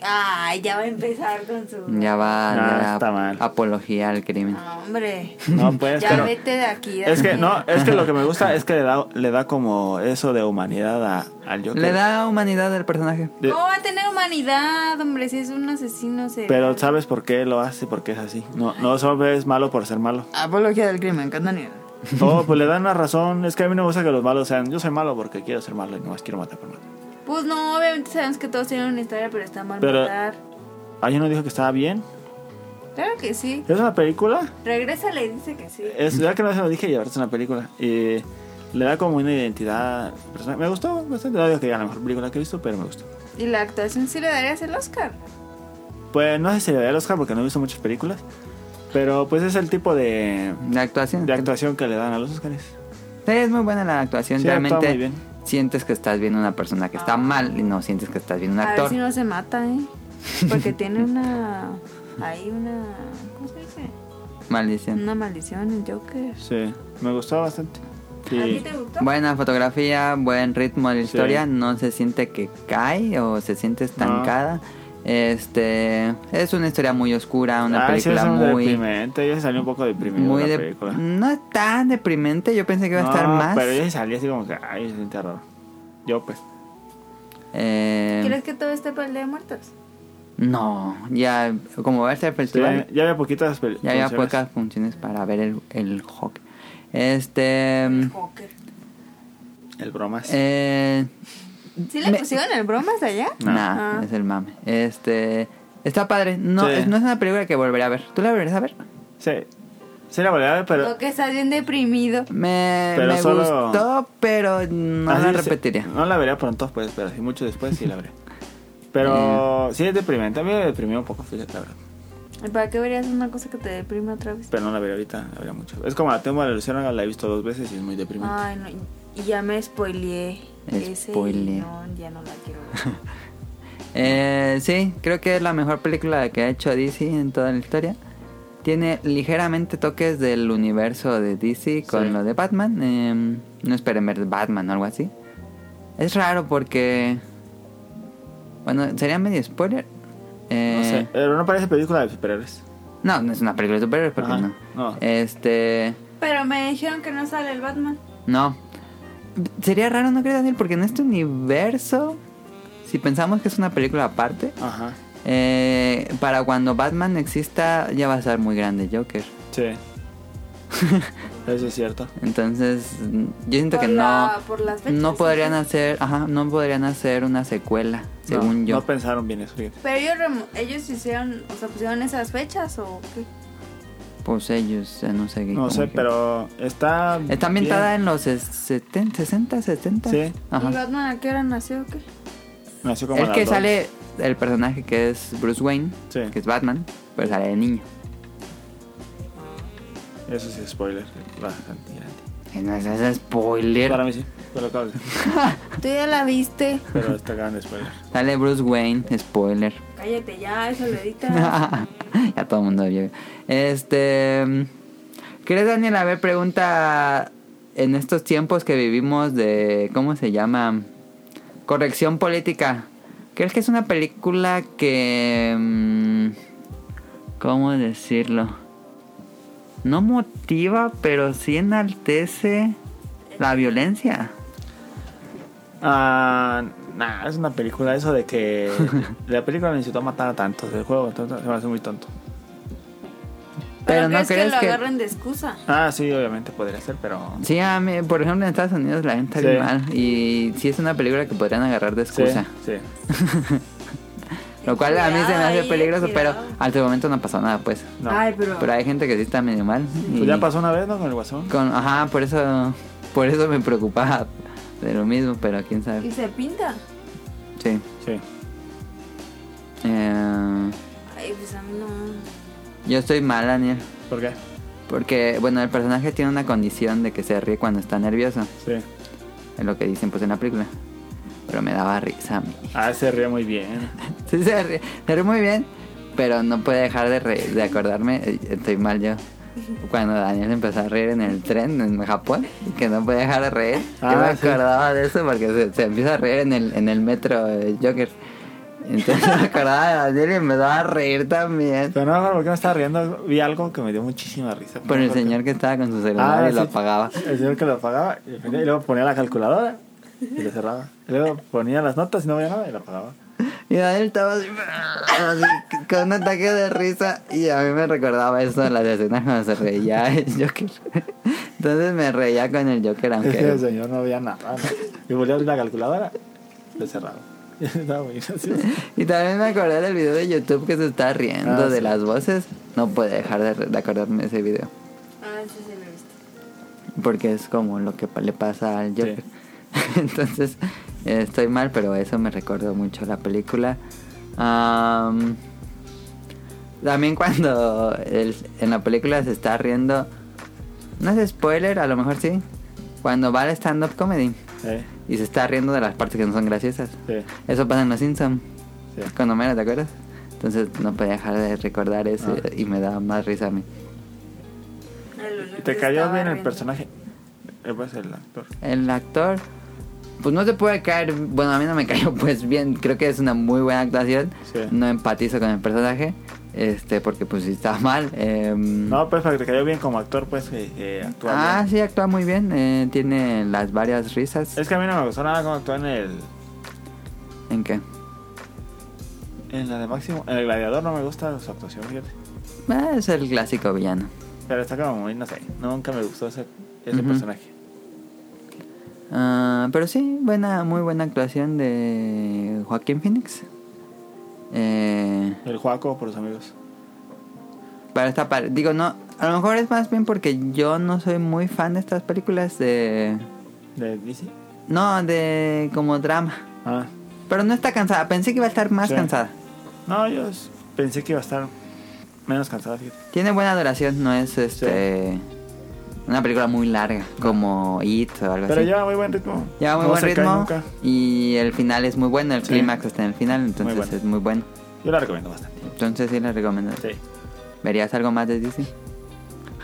Ay, ya va a empezar con su. Ya va No, de Ah, está mal. apología al crimen. No, hombre. No, pues, ya pero... vete de aquí. Es que Daniel. no, es que lo que me gusta es que le da, le da como eso de humanidad a, al Joker. Le da humanidad al personaje. De- ¿Cómo va a tener humanidad, hombre? Si es un asesino serial. pero sabes por qué lo hace, por qué es así. No, no solo es malo por ser malo. Apología del crimen, con Daniel. Oh, pues le dan una razón. Es que a mí no me gusta que los malos sean. Yo soy malo porque quiero ser malo y nomás quiero matar por matar. Pues no, obviamente sabemos que todos tienen una historia, pero está mal Pero- matar. ¿Alguien no dijo que estaba bien? Claro que sí. ¿Es una película? Regresa le dice que sí. Es verdad que no se lo dije y ahora es una película. Y le da como una identidad personal. Me gustó bastante. No digo que sea la mejor película que he visto, pero me gustó. Y la actuación sí le darías el Oscar. Pues no sé si le daría el Oscar porque no he visto muchas películas. Pero pues es el tipo de, La actuación. de actuación que le dan a los Oscars. Sí, es muy buena la actuación. Sí, actúa Realmente muy bien. sientes que estás viendo una persona que está mal y no sientes que estás viendo un A ver actor. si no se mata, ¿eh? Porque tiene una. Hay una. ¿Cómo se dice? Maldición. Una maldición en Joker. Sí, me gustó bastante. ¿A Sí. ti te gustó? Buena fotografía, buen ritmo de la Sí. historia. No se siente que cae o se siente estancada. Este es una historia muy oscura, una Ay, Ah, sí, película es un muy deprimente. Yo se salió un poco deprimido muy de la de- película. no es tan deprimente. Yo pensé que iba a estar No, más. Pero yo sí salí así como que, ay, es un terror. Yo pues. Eh, ¿Quieres que todo esté para el Día de Muertos? No, ya como va a ser el Sí, festival, ya había poquitas pel- ya había funciones. pocas funciones para ver el, el hockey. Este, Joker. El bromas. eh, ¿Sí le Me- pusieron el bromas allá? No. nah, Ah. es el mame. Este, está padre. No, Sí. es, no es una película que volveré a ver. ¿Tú la volverás a ver? Sí. Sí, la verdad, pero. Lo que estás bien deprimido. Me, Pero me solo- gustó, pero no así la se- repetiría. no la vería pronto, pues, pero sí, mucho después sí la veré. Eh. Pero sí es deprimente. A mí me deprimió un poco, fíjate, la verdad. ¿Y ¿Para qué verías una cosa que te deprime otra vez? Pero no la veré ahorita, la veré mucho. Es como la tema de la ilusión, la he visto dos veces y es muy deprimente. Ay, no. y- Y ya me spoileé. Ese, Spoileé. y no, ya no la quiero ver. Eh, sí, creo que es la mejor película que ha hecho DC en toda la historia. Tiene ligeramente toques del universo de DC con Sí. lo de Batman. eh, no esperen ver Batman o algo así. Es raro porque... Bueno, sería medio spoiler. No Eh, sé, pero no parece película de superhéroes. no, no es una película de superhéroes porque Ajá, no. no. Este... Pero me dijeron que no sale el Batman. No. Sería raro, ¿no crees, Daniel? Porque en este universo, si pensamos que es una película aparte, Ajá. Eh, para cuando Batman exista, ya va a ser muy grande Joker. Sí. Eso es cierto. Entonces, mm, yo siento Por que la- no. por las fechas, no podrían ¿no? hacer. Ajá, no podrían hacer una secuela, según no, yo. No pensaron bien eso, fíjate. Pero ellos, remo- ellos hicieron, o sea, pusieron esas fechas o qué. pues ellos, eh, no sé qué. No como sé, que- pero está. Está ambientada bien. en los ses- 70, 60, 70. Sí. ¿Y Ajá. Batman a qué hora nació o qué? Nació como a El las que dos. sale el personaje que es Bruce Wayne, Sí. que es Batman, pero sale de niño. Eso sí es spoiler. Bastante grande. Y No ese es spoiler. Para mí sí. Pero acabo de- Tú ya la viste. Pero está grande spoiler. Sale Bruce Wayne, spoiler. Cállate ya, eso lo edita. ya todo el mundo vio. Este. ¿Crees, Daniel? A ver, pregunta. En estos tiempos que vivimos de. ¿Cómo se llama? Corrección política. ¿Crees que es una película que. mm, ¿Cómo decirlo? No motiva, pero sí enaltece la violencia. Ah, nah, es una película eso de que la película necesitó matar a tantos del juego, entonces se me hace muy tonto. Pero no crees que crees lo que- agarren de excusa. Ah, sí, obviamente podría ser, pero. Sí, a mí, por ejemplo, en Estados Unidos la gente está Sí. bien mal. Y sí es una película que podrían agarrar de excusa. Sí, Lo cual a mí se me Cuidado hace ahí, peligroso, pero cuidado. hasta el momento no pasó nada, pues. No. Ay, pero. Pero hay gente que sí está medio mal. y Pues ya pasó una vez, ¿no? Con el guasón. con- ajá, por eso, por eso me preocupaba de lo mismo, pero quién Y sabe. se pinta. Sí. Sí. Eh, Ay, pues a mí no. yo estoy mal, Daniel. ¿Por qué? Porque, bueno, el personaje tiene una condición de que se ríe cuando está nervioso. Sí. Es lo que dicen, pues, en la película. Pero me daba risa a mí. Ah, se ríe muy bien. Sí, se ríe, se ríe muy bien, pero no puede dejar de, re- de acordarme, eh, estoy mal yo. Cuando Daniel empezó a reír en el tren en Japón, que no puede dejar de reír. yo Ah, me sí. acordaba de eso porque se, se empieza a reír en el, en el metro eh, Joker. Entonces me acordaba de Daniel y empezaba a reír también. Pero no me acuerdo por qué me estaba riendo. Vi algo que me dio muchísima risa. Por el No me acuerdo señor qué. Ah, que estaba con su celular y sí, lo sí. apagaba. El señor que lo apagaba. Y prendía, y luego ponía la calculadora y lo cerraba. Y luego ponía las notas y no veía nada y lo apagaba. Y Daniel estaba así, así, con un ataque de risa. Y a mí me recordaba eso de las escenas cuando se reía el Joker. Entonces me reía con el Joker, Es que el aunque. señor no veía nada. ¿no? Y volví a abrir la calculadora y lo cerraba. Y estaba muy gracioso. Y también me acordé del video de YouTube que se está riendo Ah, de sí. las voces. No puede dejar de, de acordarme de ese video. Ah, sí, sí, lo he visto. Porque es como lo que pa- le pasa al Joker. Sí. Entonces eh, estoy mal, pero eso me recordó mucho la película. Am, también cuando el- en la película se está riendo. No es spoiler, a lo mejor sí. Cuando va al stand-up comedy Eh, y se está riendo de las partes que no son graciosas. sí, Eso pasa en Los Simpsons. sí. Con Homero, ¿te acuerdas? Entonces no podía dejar de recordar eso Ah. y me daba más risa a mí. El- ¿Te cayó estaba bien el riendo. personaje? Eh, Pues el actor. El actor, pues no te puede caer, bueno, a mí no me cayó pues bien, creo que es una muy buena actuación, Sí. no empatizo con el personaje, este, porque pues sí está mal. em, No, pues pero te cayó bien como actor, pues que, que actúa ah, bien. sí, actúa muy bien, eh, tiene las varias risas. Es que a mí no me gustó nada cómo actúa en el. ¿En qué? En la de Máximo. En el Gladiador no me gusta su actuación, fíjate. Ah, es el clásico villano. Pero está como muy, no sé. Nunca me gustó ese, ese Ujú. personaje. Ah, pero sí, buena, muy buena actuación de Joaquín Phoenix. Eh, El Juaco por sus amigos. para esta par- Digo, no, a lo mejor es más bien porque yo no soy muy fan de estas películas de... ¿De DC? No, de como drama. Ah. Pero no está cansada, pensé que iba a estar más Sí. cansada. No, yo s- pensé que iba a estar menos cansada, fíjate. Tiene buena duración, no es este una película muy larga como It o algo Pero así. lleva muy buen ritmo. Lleva muy no buen se cae ritmo nunca. y el final es muy bueno, el Sí. clímax está en el final, entonces bueno. es muy bueno. Yo la recomiendo bastante. Entonces sí la recomiendo. Sí. ¿Verías algo más de DC?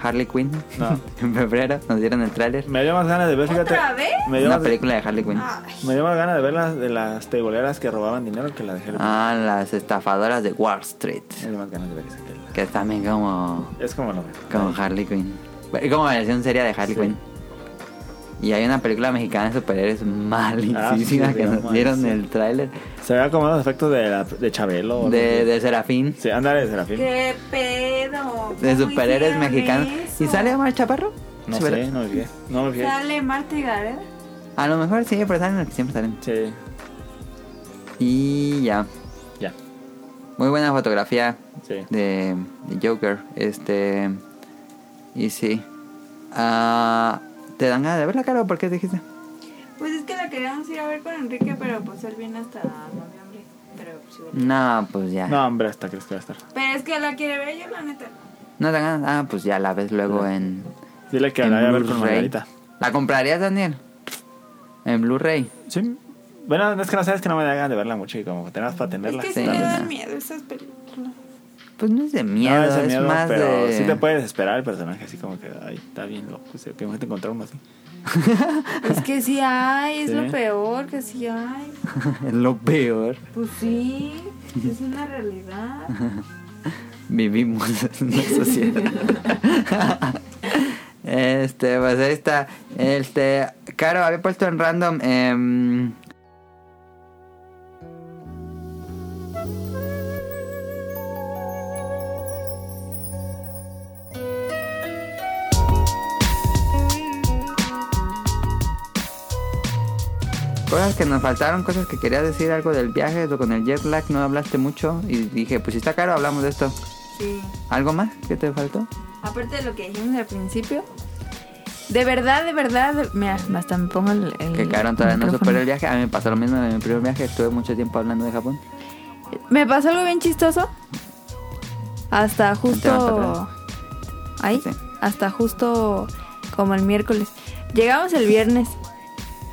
Harley Quinn. No. en febrero nos dieron el tráiler. Me dio más ganas de ver, fíjate. ¿Otra vez? Me dio, Una más, Ah. película de Harley Quinn. Ay, me dio más ganas de ver las de las teiboleras que robaban dinero que la dejé. Ah, las estafadoras de Wall Street. Me dio más ganas de ver esa que la- Que también como Es como lo veo. Como Harley Quinn. Bueno, Como la versión seria de Harley Sí. Quinn. Y hay una película mexicana de superhéroes malísima Ah, sí, que nos digamos, dieron sí. el tráiler Se veía como los efectos de, la- de Chabelo. o de, algo de Serafín. así. Sí, ándale, de Serafín. qué pedo. De ¿Cómo superhéroes hicieron mexicanos. eso? ¿Y sale Omar Chaparro? No Sí, sé, ¿verdad? no me fijé. No me fijé. Sale Marta y Gareda. A lo mejor sí, pero salen los que siempre salen. Sí, Y ya. ya. Muy buena fotografía Sí. de, de Joker. Este. Y sí. Ah, ¿Te dan ganas de verla, Caro? ¿Por qué dijiste? Pues es que la queríamos ir a ver con Enrique, pero pues él viene hasta noviembre. Pero pues igual. No, pues ya. No, hombre, hasta crees que va a estar. Pero es que la quiere ver yo, la neta. ¿No te dan ganas. Ah, pues ya la ves luego en, Dile que En la voy a ver con Blu-ray. Margarita. ¿La comprarías, Daniel? En Blu-ray. Sí. Bueno, es que no sabes que no me da ganas de verla mucho y como que tenemos para Es tenerla. que sí, sí la me neta. dan miedo esas películas. Pues no es de miedo, no, ese es miedo, más pero de... sí te puedes esperar el personaje así como que, ay, está bien loco, o sea, que mejor te encontrar uno así. Es que sí hay, es Sí. lo peor que sí hay. es lo peor. Pues sí, es una realidad. Vivimos en una sociedad. este, pues ahí está. Este, Caro, había puesto en random... em, Cosas que nos faltaron, cosas que quería decir, algo del viaje, o con el jet lag no hablaste mucho y dije, pues si está caro hablamos de esto. Sí. ¿Algo más que te faltó? Aparte de lo que dijimos al principio, de verdad, de verdad, mira, hasta me pongo el. el Que Caron todavía no micrófono. superó el viaje. A mí me pasó lo mismo en mi primer viaje, estuve mucho tiempo hablando de Japón. Me pasó algo bien chistoso. Hasta más justo. atrás. Ahí. Sí. Hasta justo como el miércoles. Llegamos el viernes.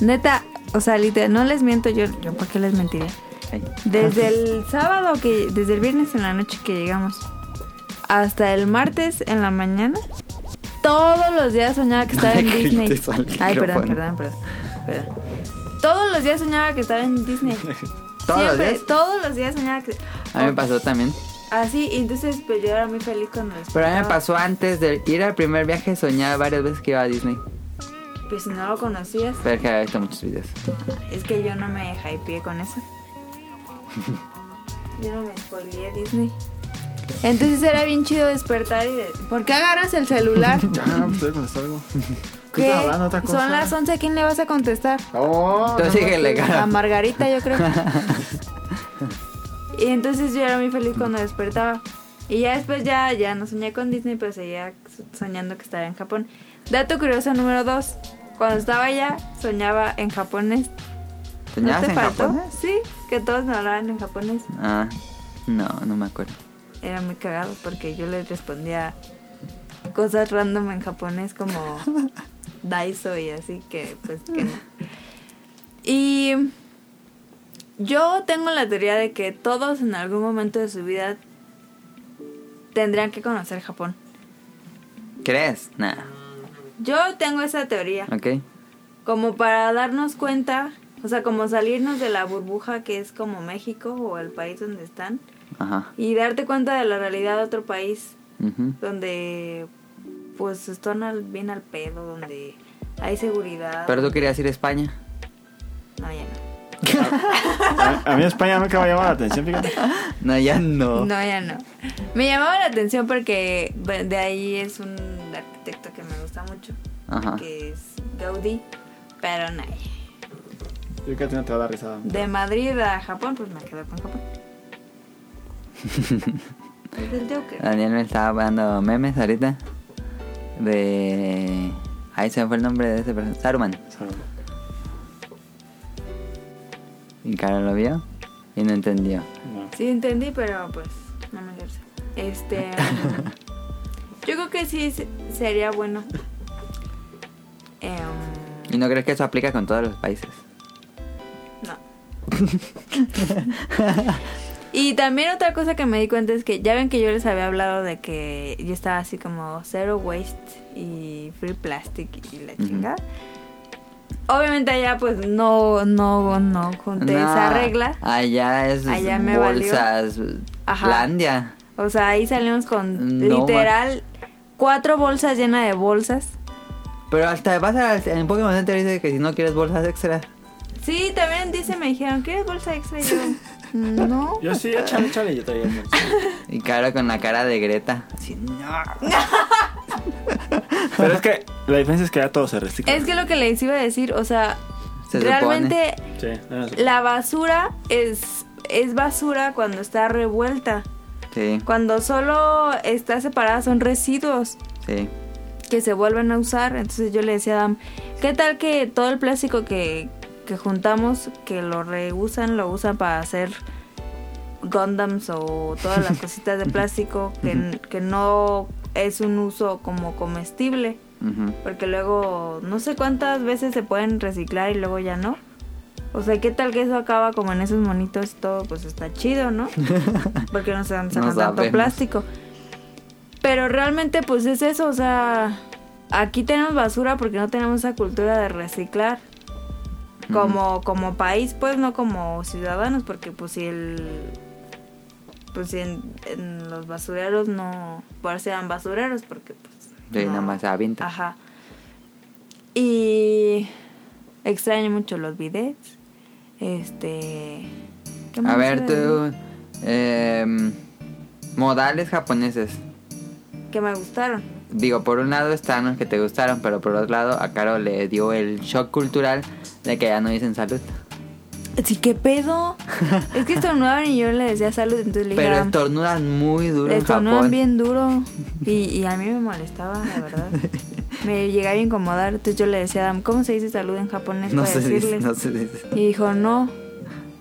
Neta, o sea, literal, no les miento, yo, yo ¿para qué les mentiría? Ay. Desde el sábado que. Desde el viernes en la noche que llegamos. Hasta el martes en la mañana. Todos los días soñaba que estaba le en grites Disney. al Ay, perdón, perdón, micrófono. perdón, perdón. Todos los días soñaba que estaba en Disney. ¿Todos los Siempre, días? Todos los días soñaba que. A mí me pasó también. Así, y entonces pues yo era muy feliz cuando Pero a mí me despertaba. pasó antes de ir al primer viaje, soñaba varias veces que iba a Disney. Pues si no lo conocías, Pero que había visto muchos videos. Oh, es que yo no me hypeé con eso. yo no me spoileé Disney. Entonces era bien chido despertar y de... ¿Por qué agarras el celular? Ya, pues estoy contestando algo. ¿Qué? ¿Qué? estás hablando otra cosa? Son las 11, ¿a quién le vas a contestar? Oh, Tú no pues síguele, A cara. Margarita, yo creo. y entonces yo era muy feliz cuando despertaba. Y ya después ya, ya no soñé con Disney, pero seguía soñando que estaba en Japón. Dato curioso número 2. Cuando estaba allá, soñaba en japonés. ¿Soñabas ¿No te en faltó? Japón? Sí, que todos me hablaban en japonés. Ah, no, no me acuerdo. Era muy cagado porque yo les respondía cosas random en japonés como Daiso y así que pues que no. Y yo tengo la teoría de que todos en algún momento de su vida tendrían que conocer Japón. ¿Crees? Nah. Yo tengo esa teoría. Ok. como para darnos cuenta, o sea, como salirnos de la burbuja que es como México o el país donde están Ajá. y darte cuenta de la realidad de otro país Ujú. donde pues están al- bien al pedo, donde hay seguridad. Pero tú querías ir a España. No, ya no. A, a mí España nunca me ha llamado la atención, fíjate. No, ya no. No, ya no. Me llamaba la atención porque bueno, de ahí es un arquitecto que me gusta mucho, Ajá. que es Gaudí, pero no. Yo creo que a ti no te va a dar risada. De Madrid a Japón, pues me quedo con Japón. Es el Joker. Daniel me estaba dando memes ahorita. De. Ahí se me fue el nombre de ese personaje. Saruman. Y Carol lo vio y no entendió. No. Sí, entendí, pero pues no me ejerce. Este. yo creo que sí se- sería bueno. Em, ¿Y no crees que eso aplica con todos los países? no. y también otra cosa que me di cuenta es que ya ven que yo les había hablado de que yo estaba así como zero waste y free plastic y la Ujú. chingada. Obviamente allá pues no, no, no junté esa No, regla. Allá es Allá me valió. bolsas. Ajá. Landia. O sea, ahí salimos con No, literal cuatro bolsas llenas de bolsas. Pero hasta vas al, en Pokémon Center dice que si no quieres bolsas extra. Sí, también dice, me dijeron, ¿quieres bolsa extra? Y yo, no. Yo sí, échale, échale, yo traía mucho. Y Caro con la cara de Greta. Así, no. Pero es que la diferencia es que ya todo se recicla. Es que lo que les iba a decir, o sea, Se supone. realmente Sí, no, no, la basura es, es basura cuando está revuelta. Sí, Cuando solo está separada son residuos sí. que se vuelven a usar. Entonces yo le decía a Adam, ¿qué tal que todo el plástico que, que juntamos, que lo reusan, lo usan para hacer Gundams o todas las cositas de plástico que, que no es un uso como comestible? Ujú. Porque luego no sé cuántas veces se pueden reciclar y luego ya no. O sea, ¿qué tal que eso acaba como en esos monitos y todo? Pues está chido, ¿no? Porque no se dan No tanto sabemos. plástico. Pero realmente pues es eso, o sea, aquí tenemos basura porque no tenemos esa cultura de reciclar. Como, como país, pues no como ciudadanos, porque pues si el... Pues si en, en los basureros no... Por eso se dan basureros, porque pues... Sí, no. nada más avienta. Ajá. Y extraño mucho los bidets. Este. ¿qué A más ver, era? tú. em, modales japoneses. Que me gustaron. Digo, por un lado están los que te gustaron, pero por otro lado a Caro le dio el shock cultural de que ya no dicen salud. Sí, ¿qué pedo? es que estornudaban y yo le decía salud, entonces le dije. Pero ah, estornudan muy duro en estornudan Japón. bien duro. Y, y a mí me molestaba, la verdad. Me llegaba a incomodar. Entonces yo le decía a Adam, ¿cómo se dice salud en japonés? No para se dice, decirles? no se dice. Y dijo, no.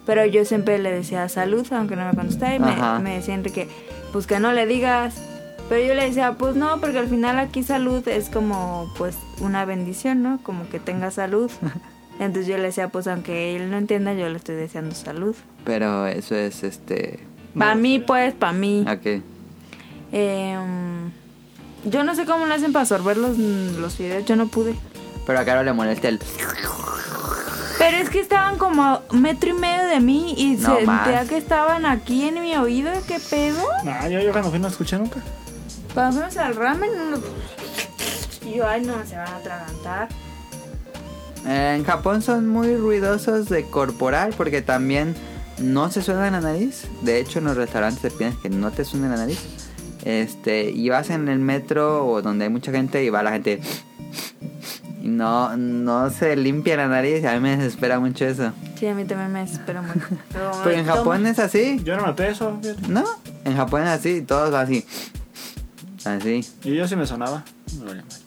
Pero yo siempre le decía salud, aunque no me contestaba. Y Ajá. me, me decía Enrique, pues que no le digas. Pero yo le decía, pues no, porque al final aquí salud es como, pues, una bendición, ¿no? Como que tenga salud. Entonces yo le decía, pues aunque él no entienda, yo le estoy deseando salud. Pero eso es este. Para mí, pues, para mí. Ok. Em, yo no sé cómo lo hacen para sorber los, los fideos, yo no pude. Pero a Caro le molesta el. Pero es que estaban como a metro y medio de mí y No sentía más. que estaban aquí en mi oído. ¿Qué pedo? No, yo, yo cuando fui no escuché nunca. Cuando fuimos al ramen, uno- y yo, ay, no, se van a atragantar. Eh, En Japón son muy ruidosos de corporal porque también no se suena la nariz. De hecho, en los restaurantes te piden que no te suene la nariz. Este, y vas en el metro o donde hay mucha gente y va la gente. Y no, no se limpia la nariz. A mí me desespera mucho eso. Sí, a mí también me desespero mucho. Pero, Pero Pues en toma. Japón es así, Yo no noté eso. fíjate. ¿no? En Japón es así, todos así. Así. Y yo sí me sonaba. Me valía madre.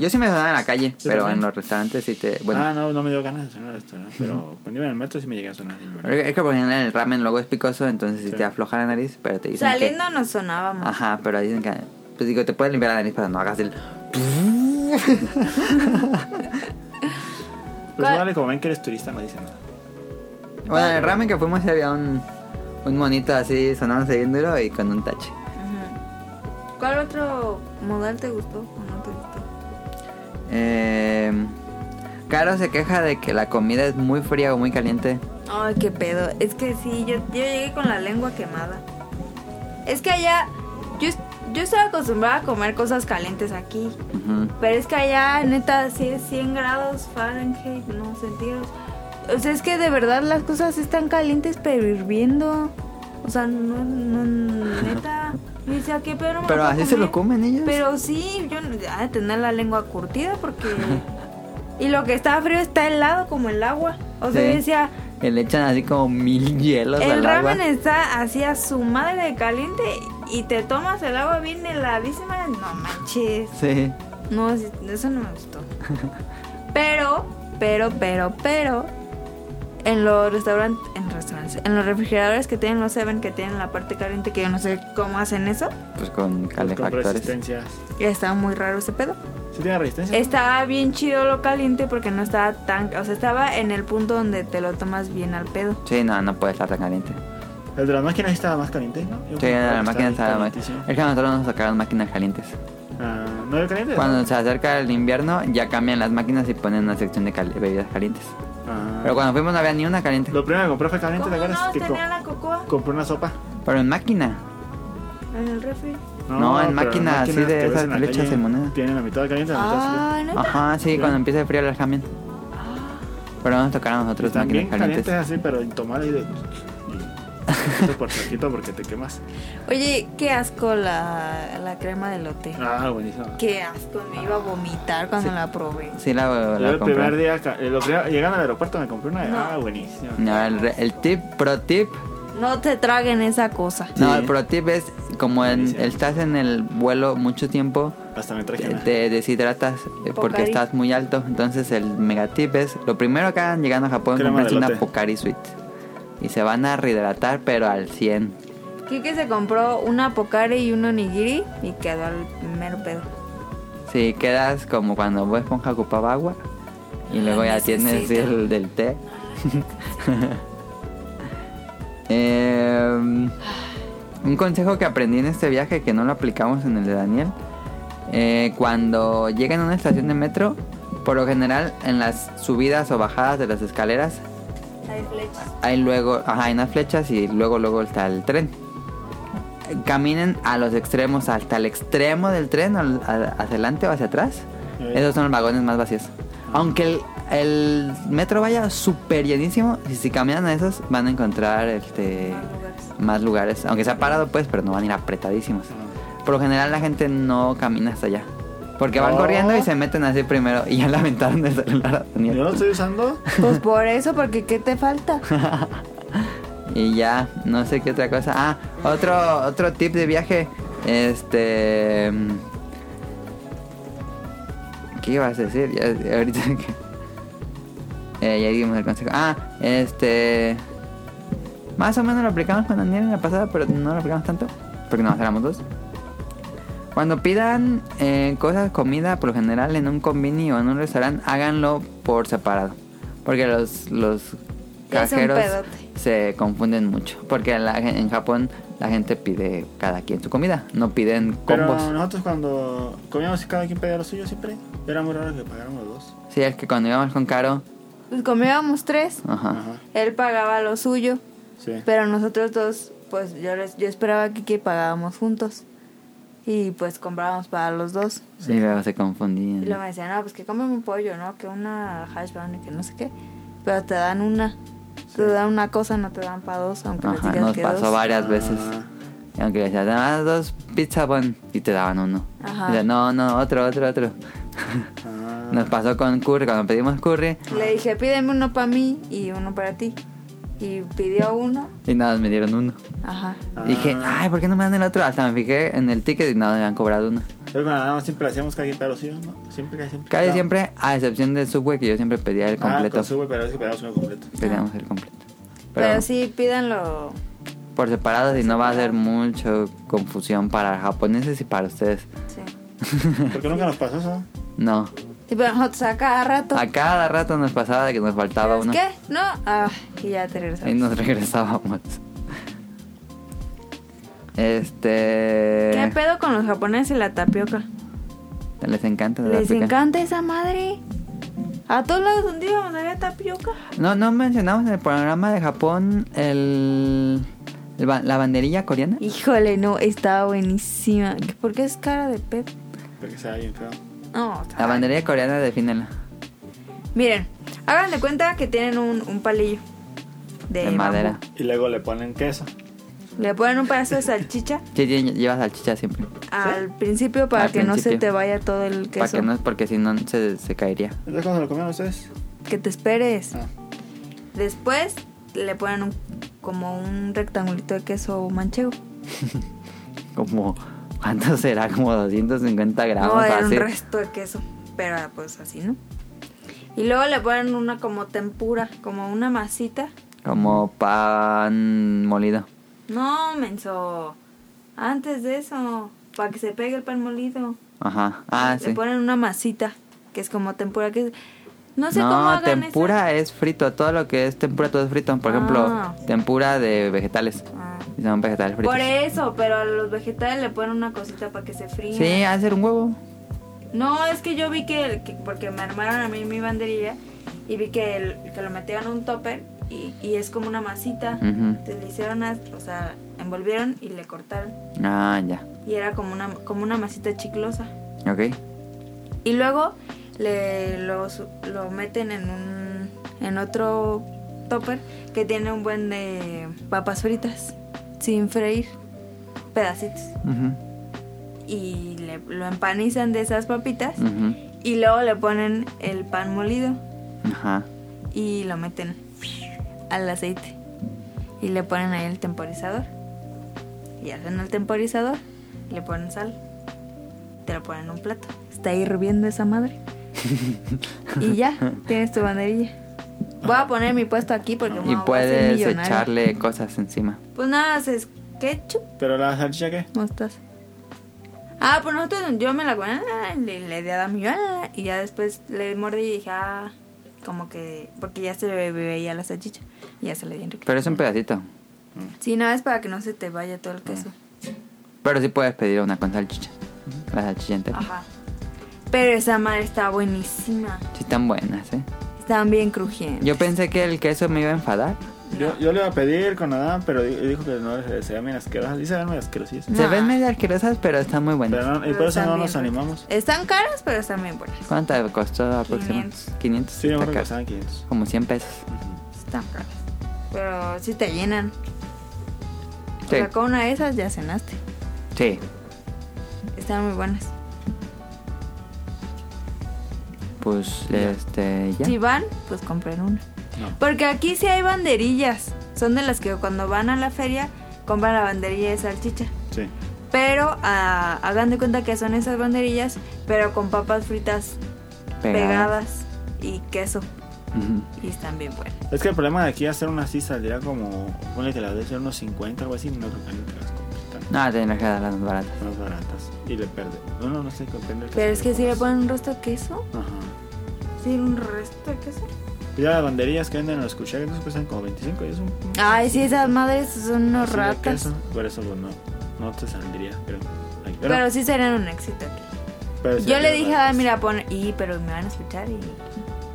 Yo sí me sonaba en la calle, Yo pero también. en los restaurantes sí te. Bueno, Ah, no, no me dio ganas de sonar esto, ¿no? Pero cuando iba en el metro sí me llegué a sonar. Es que por ejemplo en el ramen luego es picoso, entonces si Sí. te afloja la nariz, pero te dicen Ah. Saliendo nos sonábamos. que... Ajá, pero dicen que... Pues digo, te puedes limpiar la nariz, pero no hagas el... Los pues vale, como ven que eres turista, no dicen nada. bueno, en el ramen que fuimos había un, un monito así sonándose bien duro y con un tache. Ujú. ¿Cuál otro modal te gustó o no te gustó? Eh, Caro se queja de que la comida es muy fría o muy caliente. Ay, qué pedo. Es que sí, yo, yo llegué con la lengua quemada. Es que allá, yo, es- yo estaba acostumbrada a comer cosas calientes aquí. Ujú. Pero es que allá, neta, sí es 100 grados Fahrenheit, no centígrados. O sea, es que de verdad las cosas están calientes, pero hirviendo. O sea, no, no neta. Y decía, ¿qué pedo? no me Pero puedo así se lo comer? comen ellos. Pero sí, yo a tener la lengua curtida porque... y lo que está frío está helado como el agua. O sea, Sí. yo decía, Y Le echan así como mil hielos el al agua. ramen está así a su madre de caliente y te tomas el agua bien heladísima. No manches. Sí. No, sí, eso no me gustó. Pero, pero, pero, pero. En los restaurantes, en restaurantes, en los refrigeradores que tienen los Seven, que tienen la parte caliente, que yo no sé cómo hacen eso. Pues con Pues Con calefactores. resistencias. Está muy raro ese pedo. ¿Sí tiene resistencia? Estaba bien chido lo caliente porque no estaba tan. O sea, estaba en el punto donde te lo tomas bien al pedo. sí, no, no puede estar tan caliente. El de las máquinas sí estaba más caliente, ¿no? Yo Sí, creo que la máquina estaba mal. Es calientísimo. que a nosotros nos tocaron máquinas calientes. Ah, ¿No era caliente? Cuando se acerca el invierno, ya cambian las máquinas y ponen una sección de cal- bebidas calientes. Ah. Pero cuando fuimos no había ni una caliente. Lo primero que compré fue caliente, ¿Cómo ¿te acuerdas? no? que co- Tenía la cocoa compré una sopa. Pero en máquina. en el refri. No, en pero máquina, máquinas así de que ves esas en la flechas calle de moneda. Tienen la mitad caliente, la mitad fría. Ah, ¿neta? Ajá, sí, Sí. cuando empieza el frío las cambian. Pero no nos tocaron a Y nosotros Están máquinas bien calientes. calientes así, pero tomar ahí de... y- Esto por saquito porque te quemas. Oye, qué asco la, la crema de lote. Ah, buenísimo. Qué asco, me iba a vomitar cuando la probé. Sí, la, Yo la el primer compré. día, ca- eh, lo primero- llegando al aeropuerto me compré una. Ah, buenísimo. No, el, re- el tip, pro tip. No te traguen esa cosa. No, Sí. el pro tip es como en- Buenísimo. estás en el vuelo mucho tiempo, Hasta me traje te, una. te deshidratas eh, porque Pocari. estás muy alto. Entonces el megatip es lo primero que hagan llegando a Japón Crema comprarse de una elote. Pocari Sweet. Y se van a rehidratar pero al 100. Kike se compró una Pocari y un onigiri y quedó al mero pedo. Si quedas como cuando vos esponja ocupaba agua y luego ya tienes Necesito. el del té. Em, un consejo que aprendí en este viaje que no lo aplicamos en el de Daniel. eh, cuando llegan a una estación de metro, por lo general en las subidas o bajadas de las escaleras Hay flechas. hay luego, ajá, hay unas flechas y luego luego está el tren. Caminen a los extremos, hasta el extremo del tren, al- a- hacia adelante o hacia atrás. Eh. Esos son los vagones más vacíos. Aunque el, el metro vaya súper llenísimo, si, si caminan a esos van a encontrar este, Más lugares. más lugares. Aunque sea parado pues, pero no van a ir apretadísimos. Por lo general la gente no camina hasta allá. Porque van No. corriendo y se meten así primero. Y ya le aventaron el celular a Daniel. Yo no estoy usando. Pues por eso, porque ¿qué te falta? Y ya, no sé qué otra cosa. Ah, otro, otro tip de viaje. Este. mm, ¿Qué ibas a decir? Ya, ahorita que. Eh, ya dimos el consejo. Ah, este. Más o menos lo aplicamos con Daniel en la pasada, pero no lo aplicamos tanto. Porque nos éramos dos. Cuando pidan eh, cosas, comida, por lo general en un convini o en un restaurante, háganlo por separado. Porque los, los Es un cajeros pedote. se confunden mucho. Porque la gen- en Japón la gente pide cada quien su comida, no piden Pero combos. nosotros cuando comíamos y cada quien pedía lo suyo siempre, era muy raro que pagáramos dos. Sí, es que cuando íbamos con Caro, Pues comíamos tres. ajá. Ajá. Él pagaba lo suyo, Sí. pero nosotros dos, pues yo, les- yo esperaba que, que pagábamos juntos. Y pues comprábamos para los dos. Y luego se confundían. Y luego me decían, no, pues que comen un pollo, ¿no? Que una hash brown y que no sé qué. Pero te dan una. Te dan una cosa, no te dan para dos, aunque les Ajá, digas nos que pasó dos. varias Ah. veces. Y aunque decían, ah, dos pizza bun", y te daban uno. Ajá. Y decían, no, no, otro, otro, otro. Ah. Nos pasó con curry, cuando pedimos curry, Le dije, pídeme uno para mí y uno para ti. Y pidió uno. y nada, me dieron uno. Ajá. Ah. Dije, ay, ¿por qué no me dan el otro? Hasta me fijé en el ticket y nada, me han cobrado uno. Pero cuando andábamos siempre lo hacíamos cada quien pedía lo suyo, ¿no? Siempre, cada siempre. Casi No. siempre, a excepción del Subway, que yo siempre pedía el Ah, completo. con Subway, pero es que pedíamos uno completo. Pedíamos el completo. Ah. Pero, Pero, sí, pídanlo. por separado, si no va a ser mucho confusión para japoneses y para ustedes. Sí. Porque nunca nos pasó eso. No. Y pero nosotros a cada rato. A cada rato nos pasaba de que nos faltaba ¿Sabes uno. ¿Qué? No. Ah, y ya te Y regresamos. nos regresábamos. Este. ¿Qué pedo con los japoneses y la tapioca? Les encanta. la ¿Les pica. encanta esa madre? A todos lados donde íbamos había tapioca. No, no mencionamos en el programa de Japón el, el ba- la banderilla coreana. Híjole, no, estaba buenísima. ¿Por qué es cara de pep? Porque estaba bien feo. No, está- La banderilla coreana, defínela. Miren, hagan de cuenta que tienen un, un palillo de, De, bambú. madera. Y luego le ponen queso. Le ponen un pedazo de salchicha Sí, sí, lleva salchicha siempre. al principio para Al que no se principio. te vaya todo el Para queso. que Que, no, porque si no se, se caería. Entonces, ¿cómo se lo comieron ustedes? te esperes. Ah. Después le ponen un- como un rectangulito de queso manchego. Como, ¿cuánto será? Como 250 gramos. No, era un así. resto de queso, pero pues así, ¿no? Y luego le ponen una como tempura, como una masita. Como pan molido. No, menso. Antes de eso, para que se pegue el pan molido. Ajá. Ah, le sí. ponen una masita, que es como tempura, que es- No sé no, cómo hagan tempura es frito. Todo lo que es tempura, todo es frito. Por Ah. ejemplo, tempura de vegetales. esa- Ah, Y Son vegetales fritos. Por eso, pero a los vegetales le ponen una cosita para que se fríen. Sí, ha de ser un huevo. No, es que yo vi que, que- porque me armaron a mí mi banderilla y vi que, el- que lo metieron en un topper y, y es como una masita. Ujú. Entonces le hicieron, as- o sea, envolvieron y le cortaron. Ah, ya. Y era como una, como una masita chiclosa. Ok. Y luego le, lo, su- lo meten en un en otro topper que tiene un buen de papas fritas sin freír pedacitos Ujú, y le, lo empanizan de esas papitas ujú. y luego le ponen el pan molido Ajá. y lo meten al aceite y le ponen ahí el temporizador y hacen el temporizador le ponen sal te lo ponen en un plato está ahí hirviendo esa madre y ya tienes tu banderilla voy a poner mi puesto aquí porque Y mamá, voy a ser puedes millonaria. echarle cosas encima. pues nada es ketchup ¿Pero la salchicha qué? mostaza ah pues nosotros yo me la comí ah, le, le di a mi ah, y ya después le mordí y dije ah como que porque ya se le veía la salchicha y ya se le di a Enrique Pero es un pedacito. Sí, nada es para que no se te vaya todo el queso. Pero sí puedes pedir una con salchicha. La salchicha entera. Ajá. Pero esa madre está buenísima. Sí, están buenas, ¿eh? Están bien crujientes. Yo pensé que el queso me iba a enfadar. Yo, yo le iba a pedir con Adán, pero di- dijo que "Ah, no se se ven asquerosas. Y se ven medio asquerosillas. No. Se ven medio asquerosas, pero están muy Pero buenas. no- y Pero por eso están no bien nos ricas. animamos. Están caras, pero están bien buenas. ¿Cuánto costó aproximadamente? 500. Sí, me Está acuerdo que caro. costaban 500. Como 100 pesos. Están caras. Pero sí te llenan. O Sí. sea, con una de esas ya cenaste. Sí. Están muy buenas. pues, este, ya. Si van, pues compren una. No. Porque aquí sí hay banderillas. Son de las que cuando van a la feria compran la banderilla de salchicha. Sí. Pero ah, hagan de cuenta que son esas banderillas, pero con papas fritas pegadas, y queso. Ujú. Y están bien buenas. Es que el problema de aquí hacer una así saldría como. Ponle que las de ser unos 50 o algo así. No creo que alguien te las compre tan No, tendrás que dar las baratas. más baratas. Y le pierde. No, no, no sé qué depende del Pero es que si le precio. ponen un resto de queso, Ajá. sí, un resto de queso. Y ya las banderillas que venden en los cuchareros cuestan como 25 y es un. Ay, sí, esas madres son unos así de ratas. queso. Por eso, pues no. No te saldría, creo. Ay, Pero, sí serían un éxito aquí. pero sí Yo le saldría dije, ah, baratas. mira, pon... Y, pero me van a escuchar y...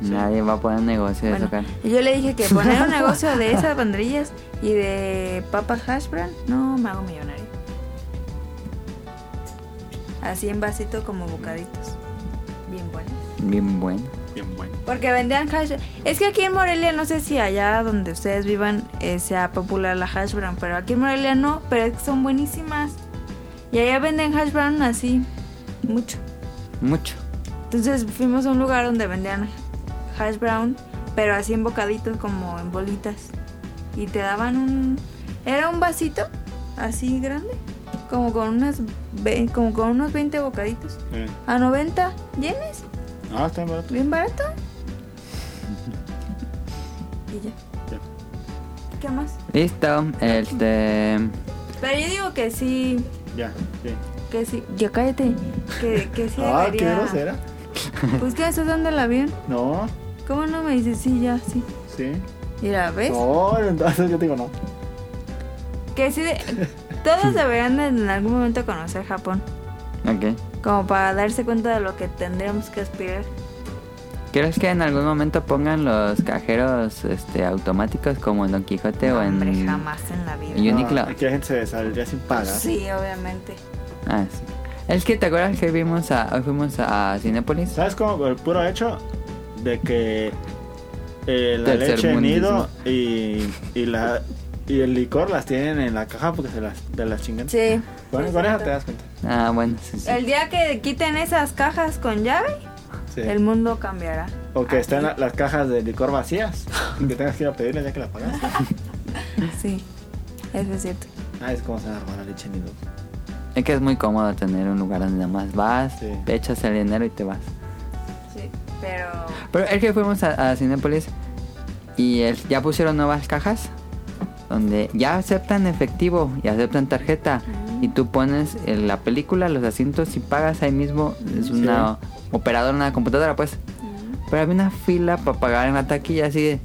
Nadie va a poner negocio de Bueno, tocar. yo le dije que poner un negocio de esas banderillas y de papa hash brown, no me hago millonario. Así en vasito como bocaditos. Bien bueno. Bien bueno. Bien bueno. Porque vendían hash Es que aquí en Morelia, no sé si allá donde ustedes vivan eh, sea popular la hash brown, pero aquí en Morelia no, pero es que son buenísimas. Y allá venden hash brown así, mucho. Mucho. Entonces fuimos a un lugar donde vendían hash brown, pero así en bocaditos, como en bolitas. Y te daban un... Era un vasito así grande, como con, unas, ve- como con unos 20 bocaditos. Eh, A 90 yenes, Ah, está barato. bien barato. Y ya. Ya. ¿Qué más? Listo. Este. Pero yo digo que sí, Ya, sí. que sí. Ya cállate. Que, que sí Ah, qué debería- grosera. Pues que estás dando el avión. No, ¿Cómo no me dices sí, ya, sí? sí. Mira, ¿ves? No, entonces yo te digo no. Que sí, de- todos deberían de en algún momento conocer Japón, Ok. como para darse cuenta de lo que tendríamos que aspirar. ¿Crees que en algún momento pongan los cajeros este, automáticos como en Don Quijote o en. Hombre, jamás en la vida. Y Uniqlo. No, Aquí la gente se saldría sin pagar. Sí, obviamente. Ah, sí. Es que te acuerdas que vimos a, hoy fuimos a Cinépolis. ¿Sabes cómo? Por el puro hecho de que eh, la Del leche sermundismo. nido y, y, la, y el licor las tienen en la caja porque se las, de las chingan. Sí. Bueno, con eso te das cuenta. Ah, bueno, sí, sí. El día que quiten esas cajas con llave, Sí. el mundo cambiará. O Ah, que están la- las cajas de licor vacías y que tengas que ir a pedirlas ya que las pagaste. Ah, Sí, eso es cierto. Ah, es como se arma la leche nido. Es que es muy cómodo tener un lugar donde nada más vas, Sí. echas el dinero y te vas. Sí, pero... Pero es que fuimos a, a Cinépolis y el- ya pusieron nuevas cajas donde ya aceptan efectivo y aceptan tarjeta. Y tú pones en la película, los asientos y pagas ahí mismo. Es Sí. una operadora, una computadora, pues. Pero había una fila para pagar en la taquilla así de.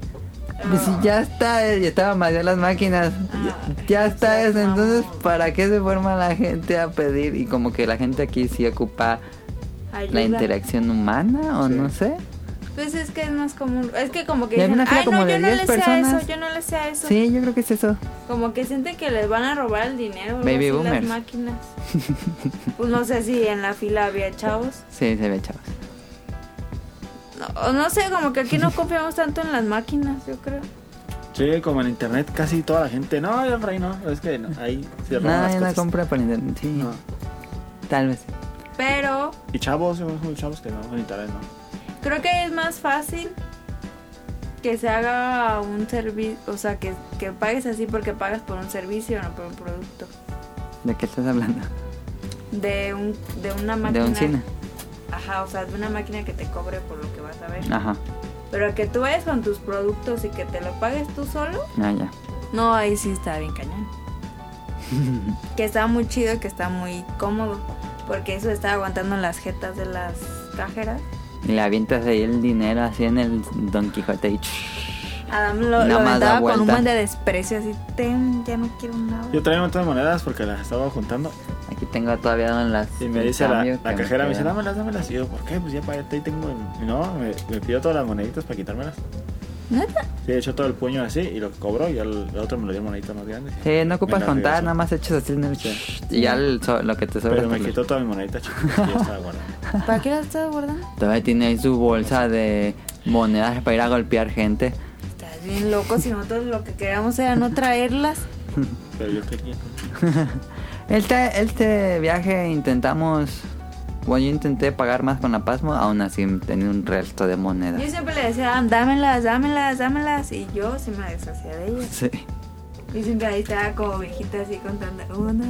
Pues si ya está, eh, ya estaban vacías las máquinas. Ya, ya está eso. Entonces, ¿para qué se forma la gente a pedir? Y como que la gente aquí sí ocupa la interacción humana o Sí. no sé. Pues es que es más común. Es que como que Y había dicen, una fila ay, no, como de yo no 10 le sé a personas". eso, yo no le sé a eso. Sí, yo creo que es eso. Como que sienten que les van a robar el dinero algo Baby así, las boomers. máquinas. Pues no sé si en la fila había chavos. Sí, se ve, chavos. No, o no sé, como que aquí no confiamos tanto en las máquinas, yo creo. Sí, como en internet casi toda la gente. No, yo por ahí no. Es que no, ahí se roban No, las yo no cosas. Ah. compro por internet. Sí, No. tal vez. Pero Y chavos, yo conozco chavos que no, en internet no. creo que es más fácil que se haga un servicio, o sea, que, que pagues así porque pagas por un servicio, no por un producto. ¿De qué estás hablando? De, un, de una máquina. De un cine. Ajá, o sea, de una máquina que te cobre por lo que vas a ver. Ajá. Pero que tú vayas con tus productos y que te lo pagues tú solo. Ah, ya. No, ahí sí está bien cañón. que está muy chido, que está muy cómodo. Porque eso está aguantando las jetas de las cajeras. Y le avientas ahí el dinero así en el Don Quijote y ch- Adam lo, Nada lo más da aventaba con un vuelta. buen de desprecio, así, ten, ya no quiero nada. Yo traía un montón de monedas porque las estaba juntando. Aquí tengo todavía las. Y me el dice la, cambio la que me cajera, me dice, queda. dámelas, dámelas. Y yo, ¿por qué? Pues ya para ahí tengo. el-". Y No, me, me pidió todas las moneditas para quitármelas. ¿Neta? Sí, echó todo el puño así y lo cobró y el, el otro me lo dio moneditas más grandes. Sí, no Me ocupas las contar, regresó. nada más echas así en el ch- Y ya el so- lo que te sobra. Pero me te lo- quitó todas mis moneditas chicas que yo estaba guardando. ¿Para qué la estás guardando? Todavía tiene ahí su bolsa de monedas para ir a golpear gente. Estás bien loco, si nosotros lo que queríamos era no traerlas. Pero yo quería. Este, este viaje intentamos Bueno, yo intenté pagar más con la Pasmo, aún así tenía un resto de monedas. Yo siempre le decía, "Ah, dámelas, dámelas, dámelas. Y yo se me deshacía de ellas. Sí. Y siempre ahí estaba como viejita así contando una,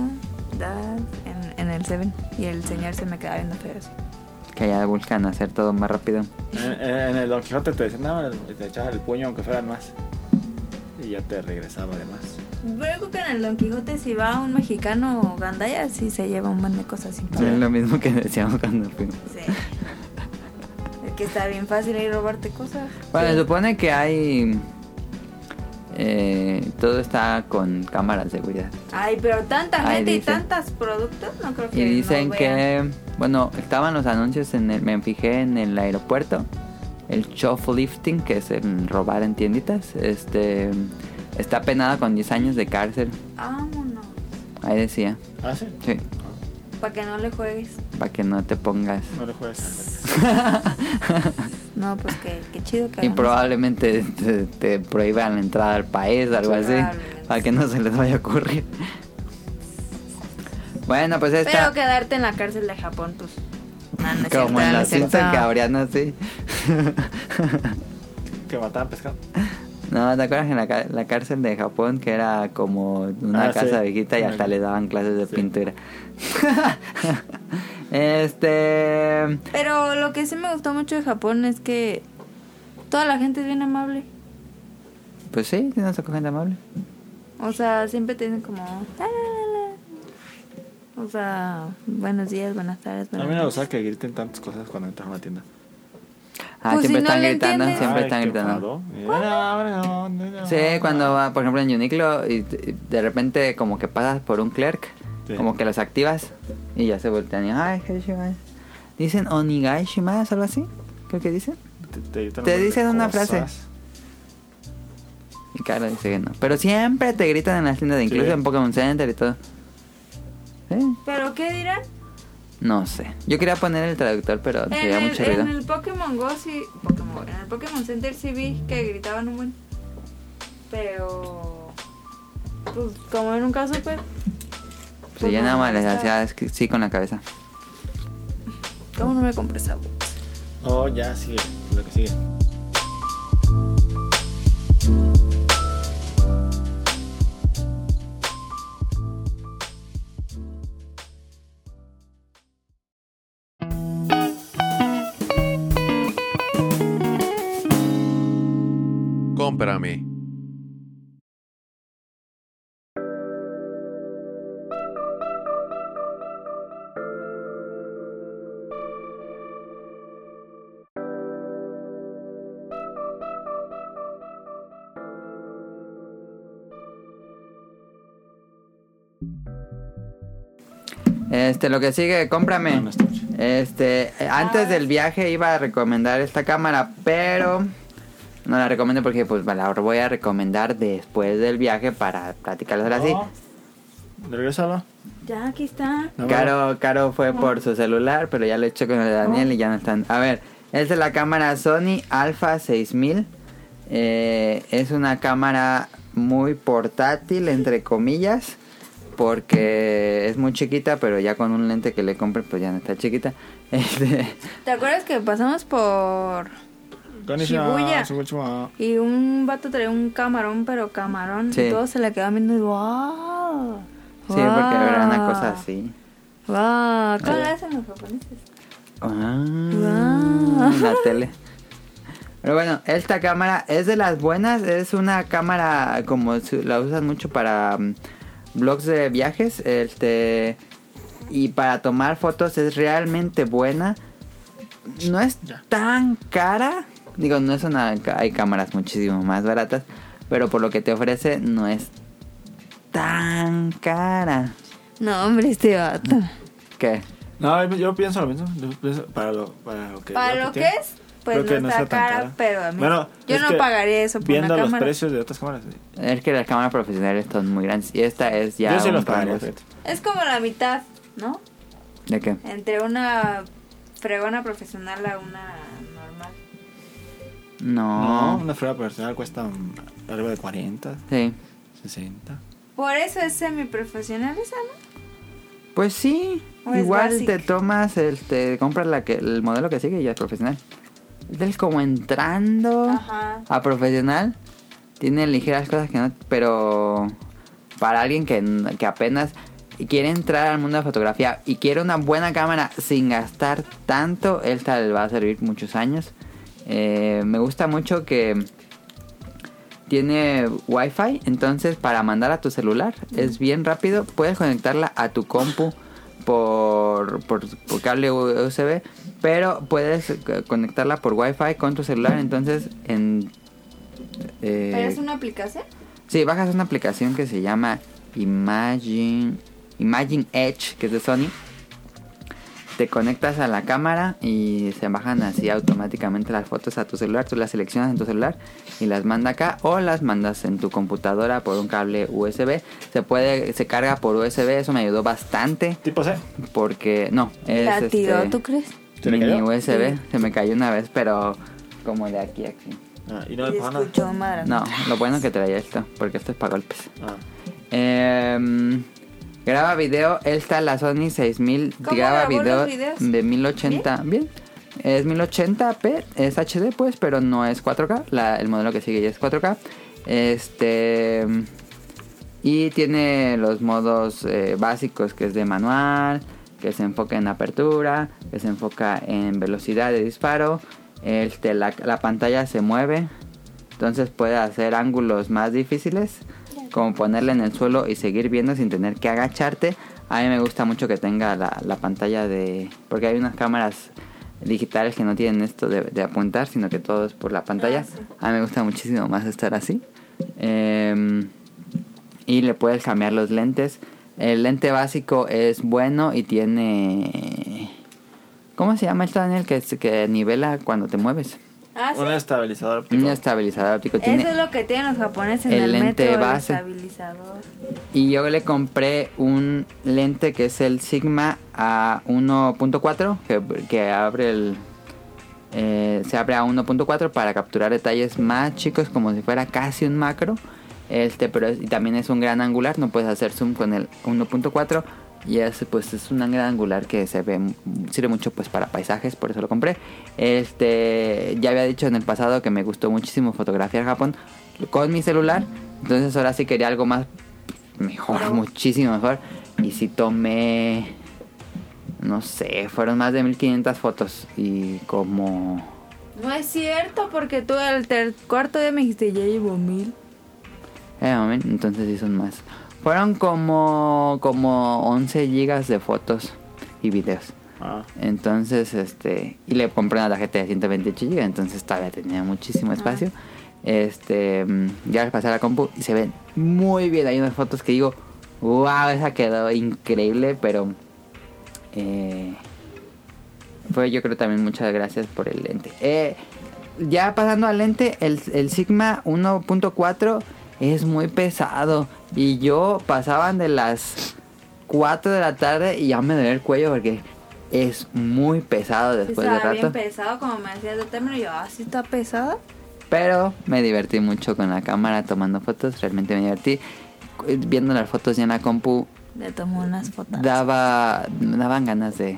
dos, en, en el Seven. Y el señor se me quedaba viendo feo así. Que allá buscan hacer todo más rápido. En, en el Don Quijote te decían, no, te echabas el puño aunque fueran más. Y ya te regresaba de más. Pero creo que en el Don Quijote si va un mexicano gandaya, sí se lleva un montón de cosas sin Sí, pagar. Es lo mismo que decíamos cuando fuimos. Sí. Es que está bien fácil ahí robarte cosas. Bueno, se supone que hay... eh, todo está con cámaras de seguridad. Ay, pero tanta Ay, gente dice. y tantos productos, no creo que Y no dicen vean. que, bueno, estaban los anuncios en el, me fijé en el aeropuerto, el shoplifting, que es em, robar en tienditas, este, está penado con 10 años de cárcel, Vámonos. ahí decía, ¿Ah, sí? sí, Para que no le juegues. para que no te pongas. No le juegas al América. No, pues que, que chido que y hagan probablemente te, te prohíban la entrada al país, algo así, Probablemente. para que no se les vaya a ocurrir. Bueno, pues eso. Pero esta, quedarte en la cárcel de Japón, pues. No, no es cierto, como en no la es cierto. cinta cabriana, sí. Que mataban pescado. No, ¿te acuerdas en la, ca- la cárcel de Japón que era como una Ah, sí. casa viejita y hasta Ándale. le daban clases de Sí. pintura? este. Pero lo que sí me gustó mucho de Japón es que toda la gente es bien amable. Pues sí, sí nos tocó gente amable. O sea, siempre te dicen como. "Ah, "La, la, la, la". O sea, buenos días, buenas tardes, A buenas mí me noches. gusta que griten tantas cosas cuando entras a una tienda. Ah, Pues si siempre no están le gritando, entiendes. siempre Ay, están qué gritando. enfado. Eh, no, no, no, no. Sí, cuando va, por ejemplo, en Uniqlo y y de repente como que pasas por un clerk, Sí. como que los activas y ya se voltean y. Ay, hey, shimasu". Dicen onigai shimasu, algo así, creo que dicen. Te, te, Te gritan un montón de dicen una frase. cosas. Y Carla dice que no. Pero siempre te gritan en las tiendas, incluso Sí. en Pokémon Center y todo. Sí, ¿Pero qué dirán? No sé. Yo quería poner el traductor, pero En sería el, mucho en ruido. el Pokémon Go sí. Pokémon, en el Pokémon Center sí vi que gritaban un buen. Pero. Pues como nunca supe. Pues yo nada más les hacía es que sí con la cabeza. ¿Cómo no me compré esa bo- Oh, ya sigue. Lo que sigue. Cómprame. Este, lo que sigue, cómprame. Ah, No, no está mucho. Este, eh, antes del viaje iba a recomendar esta cámara, pero no la recomiendo porque pues la voy a recomendar después del viaje para platicarles así. No. Oh. Regrésalo. Ya, aquí está. No, Caro, Caro fue por su celular, pero ya lo he hecho con el de Daniel y ya no están. A ver, esta es la cámara Sony Alpha 6000. Eh, es una cámara muy portátil, entre comillas, porque es muy chiquita, pero ya con un lente que le compre, pues ya no está chiquita. Este, ¿Te acuerdas que pasamos por. Konnichiwa, Shibuya. Suguchiwa. Y un vato traía un camarón, pero camarón. Sí. Y todo se le quedaba viendo y ¡Wow! sí, porque era una cosa así. ¡Wow! ¿Cómo lo hacen los japoneses? Wow. Ah, La tele. Pero bueno, esta cámara es de las buenas. Es una cámara como su- la usan mucho para mm, blogs de viajes. Este. Y para tomar fotos es realmente buena. No es Ya. tan cara. Digo, no es una. ca- Hay cámaras muchísimo más baratas. Pero por lo que te ofrece, no es tan cara. No, hombre, este vato. ¿Qué? No, yo- yo pienso lo mismo. Yo pienso para lo, para lo que, Para lo que tiene. es, pues Creo no que está tan cara, pero a mí- yo es no que pagaría eso por una Viendo los cámara. precios de otras cámaras. sí. Es que las cámaras profesionales son muy grandes. Y esta es ya. yo sí un los pagaría. rango. fíjate. Es como la mitad, ¿no? ¿De qué? Entre una fregona profesional a una normal. No. No, una fregada personal cuesta mm, arriba de 40, Sí. 60. Por eso es semiprofesional esa, ¿no? Pues sí. O es Igual basic. te tomas, el, te compras la que, el modelo que sigue y ya es profesional. Entonces como entrando Ajá. a profesional, tiene ligeras cosas que no, pero para alguien que, que apenas quiere entrar al mundo de la fotografía y quiere una buena cámara sin gastar tanto, esta le va a servir muchos años. Eh, me gusta mucho que tiene wifi, entonces para mandar a tu celular es bien rápido, puedes conectarla a tu compu por, por, por cable U- USB, pero puedes eh, conectarla por wifi con tu celular, entonces en... eh, ¿Pero es una aplicación? Sí, bajas una aplicación que se llama Imagine, Imagine Edge, que es de Sony. Te conectas a la cámara y se bajan así automáticamente las fotos a tu celular. Tú las seleccionas en tu celular y las manda acá o las mandas en tu computadora por un cable USB. Se puede, se carga por USB. Eso me ayudó bastante Tipo C. porque no es ¿La tiró, este, tú crees? ¿Se le mini cayó? USB. Se me cayó una vez, pero como de aquí a aquí. Ah, y no me pagó nada. escuchó madre. No, lo bueno que traía esto, porque esto es para golpes. Ah. Eh, graba video, esta la Sony 6000 ¿Cómo graba grabó video los videos? de 1080. ¿Bien? Es 1080p, es HD pues, pero no es 4K. La- el modelo que sigue ya es 4K. Este y tiene los modos eh, básicos que es de manual, que se enfoca en apertura, que se enfoca en velocidad de disparo. Este, la, la pantalla se mueve, entonces puede hacer ángulos más difíciles, como ponerla en el suelo y seguir viendo sin tener que agacharte. A mí me gusta mucho que tenga la, la pantalla de... porque hay unas cámaras digitales que no tienen esto de, de apuntar, sino que todo es por la pantalla. A mí me gusta muchísimo más estar así. Em, y le puedes cambiar los lentes. El lente básico es bueno y tiene... ¿Cómo se llama esto, Daniel? Que, es- que nivela cuando te mueves. Ah, sí. Un estabilizador óptico. Un estabilizador óptico tiene. Eso es lo que tienen los japoneses en el el, lente metro, base. el estabilizador. Y yo le compré un lente que es el Sigma a 1.4, que, que abre el... eh, se abre a 1.4 para capturar detalles más chicos como si fuera casi un macro. Este, pero es- y también es un gran angular, no puedes hacer zoom con el 1.4 y es pues es un gran angular que se ve sirve mucho pues para paisajes, por eso lo compré. Este, ya había dicho en el pasado que me gustó muchísimo fotografiar Japón con mi celular, entonces ahora sí quería algo más mejor, muchísimo mejor. Y si tomé, no sé, fueron más de 1500 fotos. Y como... No es cierto, porque tú el ter- cuarto día me dijiste, ya llevo mil. eh, mami, entonces sí son más. Fueron como, como 11 gigas de fotos y videos. Ah. Entonces, este, y le compré una tarjeta de 128 GB, entonces todavía tenía muchísimo espacio. Este, mm, ya les pasé a la compu y se ven muy bien. Hay unas fotos que digo, wow, esa quedó increíble, pero eh, fue yo creo también muchas gracias por el lente. Eh, ya pasando al lente, el, el Sigma 1.4 es muy pesado. Y yo pasaban de las 4 de la tarde y ya me dolía el cuello porque es muy pesado después de Estaba bien rato. pesado, como me decías de término. Yo, ah, sí está pesado. Pero me divertí mucho con la cámara tomando fotos. Realmente me divertí. Eh, Viendo las fotos ya en la compu, Le tomó unas fotos. daba me daban ganas de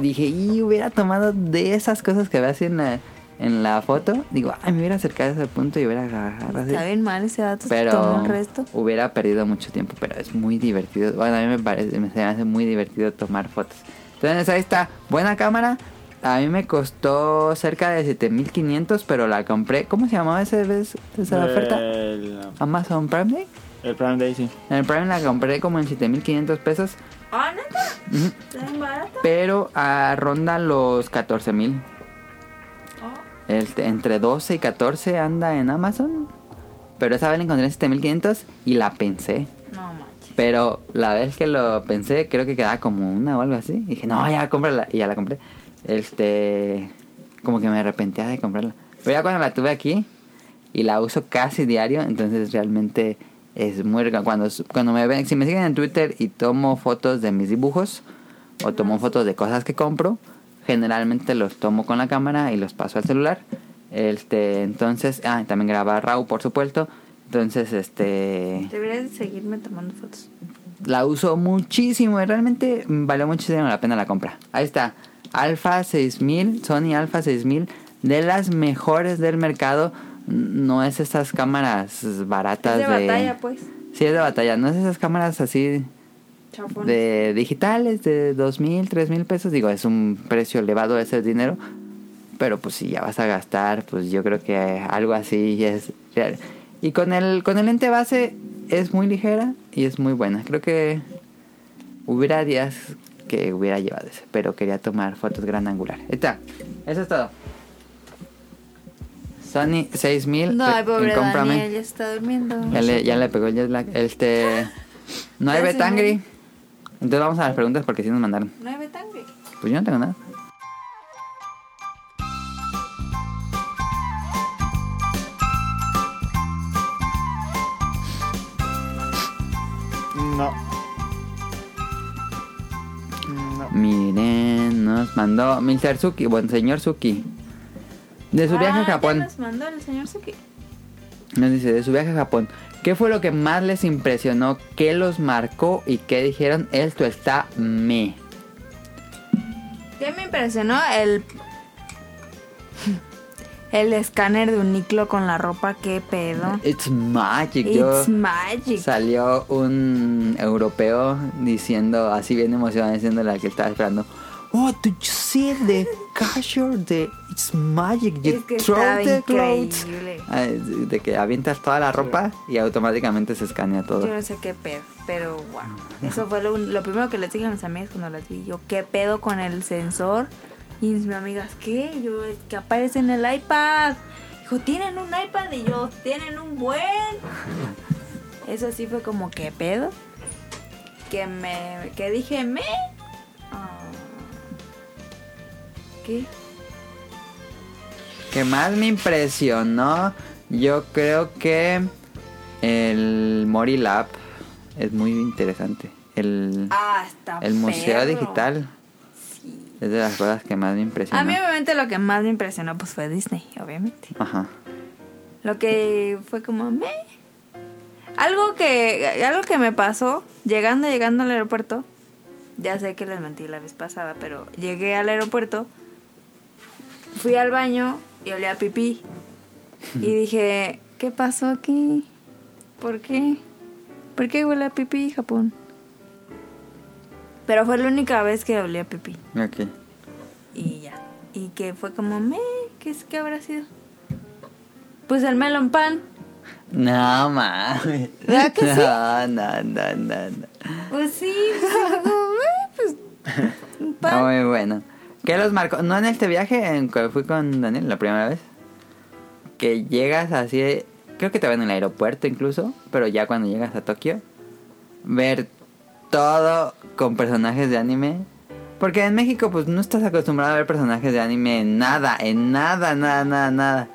dije y hubiera tomado de esas cosas que ves en la en la foto digo ay me hubiera acercado a ese punto y hubiera agarrado así Está bien mal ese dato, se tomó pues pero el resto. hubiera perdido mucho tiempo pero es muy divertido bueno a mí me parece me se me hace muy divertido tomar fotos entonces ahí está buena cámara a mí me costó cerca de 7500 pero la compré cómo se llamaba ese vez- esa Eh. oferta El, Amazon Prime Day el Prime Day, sí. en el Prime la compré como en 7500 pesos Ah, neta. Está bien barato. pero ah, ronda los 14 mil. Este, Ah. entre 12 y 14 anda en Amazon. Pero esa vez la encontré en 7500 y la pensé. No manches. Pero la vez que lo pensé, creo que quedaba como una o algo así. Y dije, no, ya cómprala. Y ya la compré. Este. Como que me arrepentía de comprarla. Pero ya cuando la tuve aquí y la uso casi diario, entonces realmente es muy rica. Cuando, cuando me ven, si me siguen en Twitter y tomo fotos de mis dibujos o tomo fotos de cosas que compro, generalmente los tomo con la cámara y los paso al celular. Este, entonces, ah, y también graba RAW, por supuesto. Entonces, este. Deberías de seguirme tomando fotos. la uso muchísimo y realmente valió muchísimo la pena la compra. Ahí está, Alpha 6000, Sony Alpha 6000, de las mejores del mercado. No es estas cámaras Es baratas de de... batalla, pues. Sí, es de batalla, no es esas cámaras así Chafón. de digitales de dos mil, tres mil pesos. Digo, es un precio elevado ese dinero. Pero pues si ya vas a gastar, pues yo creo que algo así ya es real. Y con el, con el lente base es muy ligera y es muy buena. Creo que hubiera días que hubiera llevado ese, pero quería tomar fotos gran angular. Ahí Está, eso es todo. Sony 6000 No, ay, re- pobre cómprame. Daniel, ya está durmiendo. Ya le, ya le pegó el jet lag. Este. No hay Ya se Betangri. me- Entonces vamos a las preguntas porque sí nos mandaron. No hay betangre. Pues yo no tengo nada. No. No. Miren, nos mandó Mr. Suki, buen señor Suki. De su viaje a Ah, ya Japón. nos mandó el señor Suki. Nos dice, de su viaje a Japón. ¿Qué fue lo que más les impresionó? ¿Qué los marcó? ¿Y qué dijeron? Esto está me. Ya me impresionó el. El escáner de un niclo con la ropa, qué pedo. It's magic, yo. Ah. It's magic. Salió un europeo diciendo, así bien emocionado, diciendo la que estaba esperando. Oh, did you see the cashier? The, it's magic. You Es que throw estaba the clothes. increíble. Ah, es De que avientas toda la ropa y automáticamente se escanea todo. Yo no sé qué pedo, pero wow. Eso fue lo, un- lo primero que les dije a mis amigas cuando las vi. Yo, ¿qué pedo con el sensor? Y mis amigas, ¿qué? Yo, "Es que aparece en el iPad. Dijo, ¿tienen un iPad? Y yo, ¿tienen un buen? Eso sí fue como, ¿qué pedo? Que me. que dije, ¿me? Ah. ¿Qué? que más me impresionó, yo creo que el Mori Lab es muy interesante. El, Ah, está el Museo perro. Digital es de las cosas que más me impresionó. A mí, obviamente, lo que más me impresionó pues fue Disney, obviamente. Ajá. Lo que fue como me. Algo que algo que me pasó llegando llegando al aeropuerto. Ya sé que les mentí la vez pasada, pero llegué al aeropuerto. Fui al baño y olía a pipí. Y dije, ¿qué pasó aquí? ¿Por qué? ¿Por qué huele a pipí, Japón? Pero fue la única vez que olía a pipí. Ok. Y ya. Y que fue como, me, ¿qué, es, ¿qué habrá sido? Pues el melon pan. No mames. ¿Verdad que sí? No, no, no, no, no. Pues sí, pues, sí, como, "Eh, pues, un Está pan. muy bueno. ¿Qué los marcó? No en este viaje en que fui con Daniel la primera vez. Que llegas así de- Creo que te ven en el aeropuerto incluso. Pero ya cuando llegas a Tokio. Ver todo con personajes de anime. Porque en México pues no estás acostumbrado a ver personajes de anime en nada. En nada, nada, nada, nada.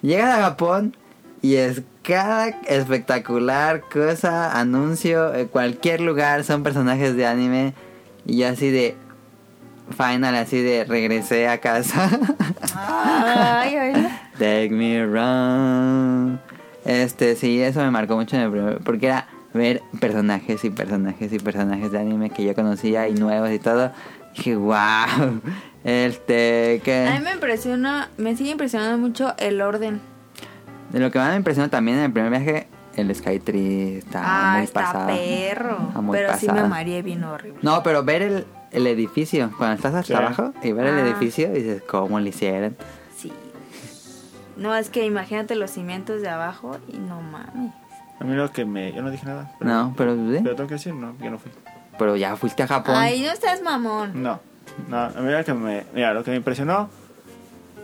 Llegas a Japón y es cada espectacular cosa, anuncio, en cualquier lugar son personajes de anime. Y yo así de, Final así de regresé a casa. Ay, ay. Take me round. Este, sí, eso me marcó mucho en el primer- Porque era ver personajes y personajes y personajes de anime que yo conocía y nuevos y todo. Dije, wow. Este, A mí que. me impresiona, me sigue impresionando mucho el orden. De lo que más me impresionó también en el primer viaje, el Skytree está ah, muy está pasado. perro. Está muy Pero sí me pasado. mareé bien horrible. No, pero ver el, el edificio, cuando estás hasta Sí. abajo y ver el Ah. edificio, dices, ¿cómo lo hicieron? Sí. No, es que imagínate los cimientos de abajo y no mames. A mí lo que me. Yo no dije nada. pero- No, pero, ¿eh? sí, Pero tengo que decir, no, yo no fui. pero ya fuiste a Japón. Ay, no estás Mm, mamón. No, no, a mí lo que me, mira, lo que me impresionó,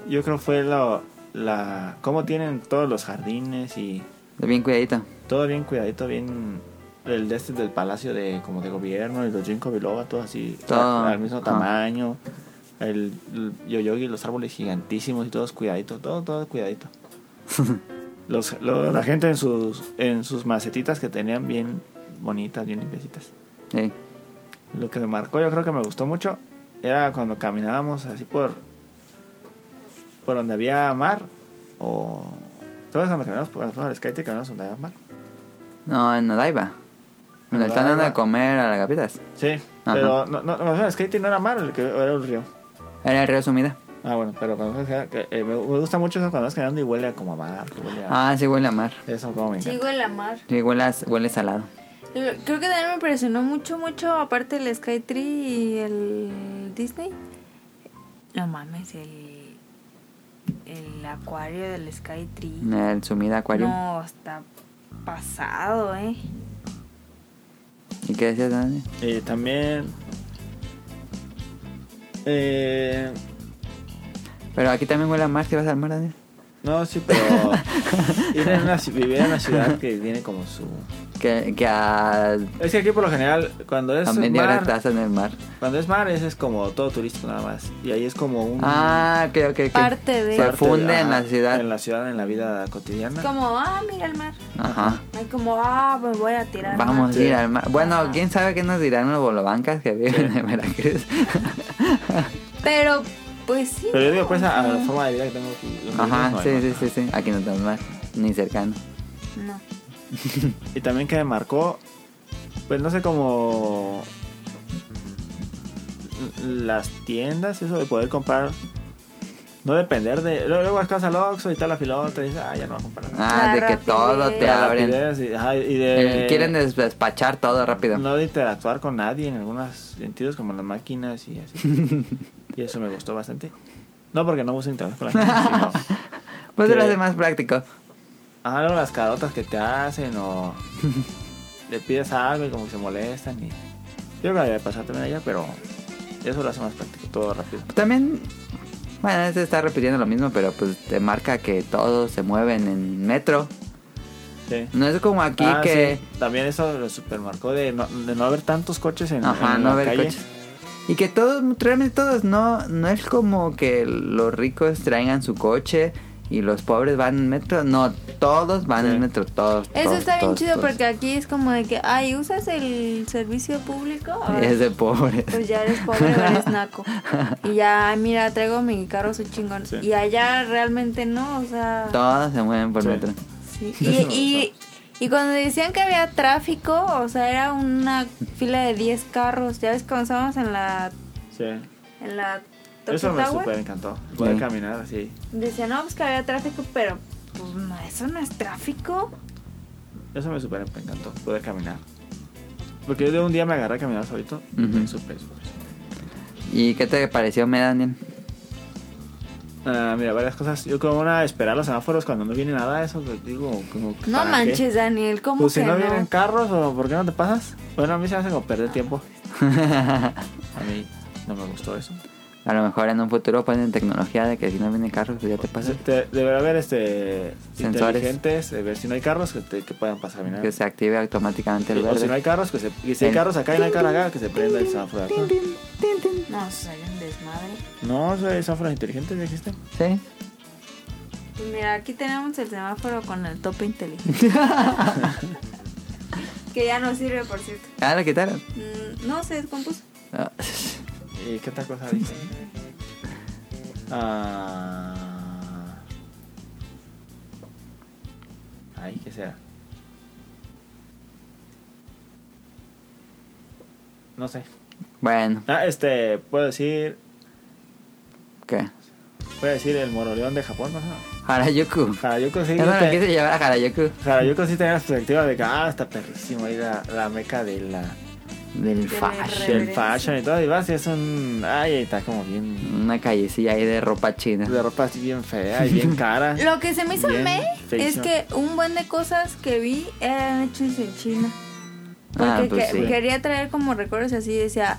yo creo fue lo, la, cómo tienen todos los jardines y Bien cuidadito. todo bien cuidadito, bien, el de este del palacio de, como de gobierno y los ginkgo biloba, todo así, Todo, al, al mismo ajá. tamaño, el, el yoyogi, los árboles gigantísimos y todos cuidaditos, todo, todo cuidadito. los, lo- la gente en sus, en sus macetitas que tenían bien bonitas, bien limpiecitas. Sí. Lo que me marcó, yo creo que me gustó mucho, era cuando caminábamos así por por donde había mar o todas cuando caminamos por ejemplo, el Skytree caminamos donde había mar. No, en Odaiba. Le están dando de comer a las gavitas. Sí, Ajá. pero no, no, no, el skating no era mar, el que era el río. Era el río sumida. Ah, bueno, pero cuando vas a- que, eh, me, me gusta mucho eso cuando vas quedando y huele a como a mar, huele a... Ah, sí huele a mar. Eso como me encanta. Sigo en la mar. Sí, huele, a- huele salado. Creo que también me impresionó mucho, mucho, aparte el Skytree y el Disney. No mames, el, el acuario del Skytree. El sumida acuario. No, está pasado, ¿eh? ¿Y qué decías, Dani? Eh, también... Eh, Pero aquí también huele a mar si vas al mar, Dani. no, sí, pero... ir en una ci- vivir en una ciudad que tiene como su... Que, que a, Es que aquí por lo general, cuando es a media hora mar, estás en el mar. cuando es mar, ese es como todo turístico nada más. Y ahí es como un... Ah, creo que, Parte de- se Parte funde en Mm. ajá, la ciudad. En la ciudad, en la vida cotidiana. Es como, ah, mira el mar. Ajá. Hay como, ah, me voy a tirar. al mar. Vamos a ir al mar. Bueno, Ajá. quién sabe qué nos dirán los bolobancas que viven en Veracruz. Pero, pues sí. Pero yo digo, ¿no? pues, a, a la Ajá. forma de vida que tengo aquí. lo que Ajá, mismo, sí, ¿no? sí, sí, sí. Aquí no tenemos mar, ni cercano. No. Y también que me marcó, pues no sé cómo. Las tiendas, eso de poder comprar. No depender de. Luego, luego vas al Oxxo y tal la filota y dices, ah, ya no voy a comprar nada. Ah, La de que rapidez. todo te La abren. rapidez y, ajá, y de. Eh, Quieren des- despachar todo rápido. No de interactuar con nadie en algunos sentidos, como en las máquinas y así. y eso me gustó bastante. No porque no gusta interactuar con la gente, sino. Pues que- lo hace más práctico. Ah, luego las carotas que te hacen o le pides algo y como que se molestan y... Yo creo que debe pasar también allá, pero eso lo hace más práctico, todo rápido. También, bueno, se está repitiendo lo mismo, pero pues te marca que todos se mueven en metro. Sí. No es como aquí Ah, que... sí, También eso lo supermarcó de no, de no haber tantos coches en, Ajá, en no la ver calle. coches. Y que todos, realmente todos, no, no es como que los ricos traigan su coche y los pobres van en metro. No, todos van Sí. en metro, todos. Eso todos, está bien todos, chido todos. porque aquí es como de que, ay, ¿usas el servicio público? Ah, Es de pobres. Pues ya eres pobre o eres naco. Y ya, "Ay, mira, traigo mi carro su chingón. Sí. Y allá realmente no, o sea. Todos se mueven por Sí. metro. sí. Eso Y, me y, y cuando decían que había tráfico, o sea, era una fila de 10 carros. Ya ves cuando estábamos en la. Sí. En la Tokyo Eso me Tower, super encantó. Poder Sí. caminar así. Decían, no, pues que había tráfico, pero. Pues no, eso no es tráfico. Eso me super encantó, poder caminar. Porque yo de un día me agarré a caminar solito. Ujú. Súper, súper, súper. ¿Y qué te pareció, me Daniel? Ah, mira, varias cosas. Yo como una esperar los semáforos cuando no viene nada, eso pues, digo, como que No ¿para qué? manches, Daniel, ¿cómo Pues que si no, no? vienen carros o por qué no te pasas. Bueno, a mí se me hace como perder tiempo. A mí no me gustó eso. A lo mejor en un futuro ponen tecnología de que si no vienen carros, pues ya te Pues, pasa. este, deberá haber este Sensores. inteligentes, de ver si no hay carros que, te- que puedan pasar caminando. Que se active automáticamente el O si no verde. hay carros, que se, y si hay El- carros acá y no hay carro acá, que se prenda el semáforo. de acá. No, salió un desmadre. No, eso de semáforos inteligentes ya existen. Sí. Pues mira, aquí tenemos el semáforo con el tope inteligente. que ya no sirve, por cierto. Ah, lo quitaron. Mm, No, se descompuso. Ah. ¿Y Eh, qué otra cosa dice? Ah... Ay, ¿qué será? No sé. Bueno, Ah, este, puedo decir, ¿qué? puedo decir el moroleón de Japón, ¿no? Harajuku. Harajuku sí. Yo no lo te- quise llevar a Harajuku. Harajuku sí tenía la perspectiva de que, ah, está perrísimo ir a la meca de la, Del Del fashion. del Reverencia. fashion y todo. Y vas y es un... Ay, está como bien... Una callecilla ahí de ropa china. De ropa así bien fea y bien cara. Lo que se me hizo Ah, Bien me es feísimo. que un buen de cosas que vi eran hechas en China. Porque Ah, pues que- sí. quería traer como recuerdos así y decía,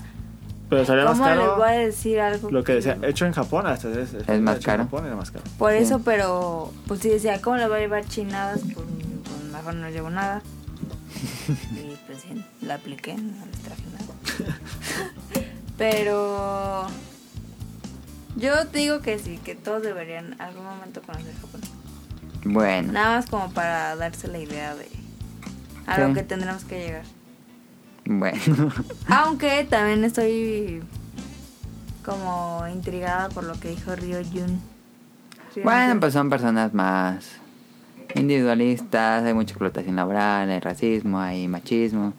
Pero salía más ¿cómo les caro. voy a decir algo? Lo que decía, hecho en Japón, hasta es, Es más hecho en caro. Japón era más caro. Por Sí. eso, pero pues si decía, ¿cómo le voy a llevar chinadas? Pues, pues, mejor no llevo nada. Y pues sí, la apliqué, no les traje nada. pero yo digo que sí, que todos deberían algún momento conocer Japón. Bueno, Nada más como para darse la idea de a lo Sí. que tendremos que llegar. bueno. Aunque también estoy como intrigada por lo que dijo Ryo Jun. Bueno, pues son personas más individualistas, hay mucha explotación laboral, hay racismo, hay machismo.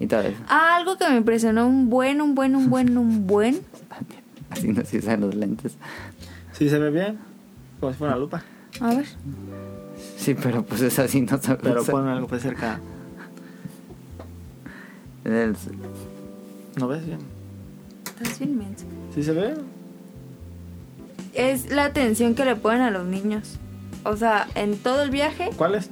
Y y todo eso. Ah, algo que me impresionó un buen, un buen, un buen, un buen. Así no se usan los lentes. Sí, se ve bien. Como si fuera una lupa. A ver. Sí, pero pues es así, no se Pero usa. pon algo pues cerca. El- ¿No ves bien? Estás bien menso. ¿Sí se ve? Es la atención que le ponen a los niños. O sea, en todo el viaje, ¿Cuál es?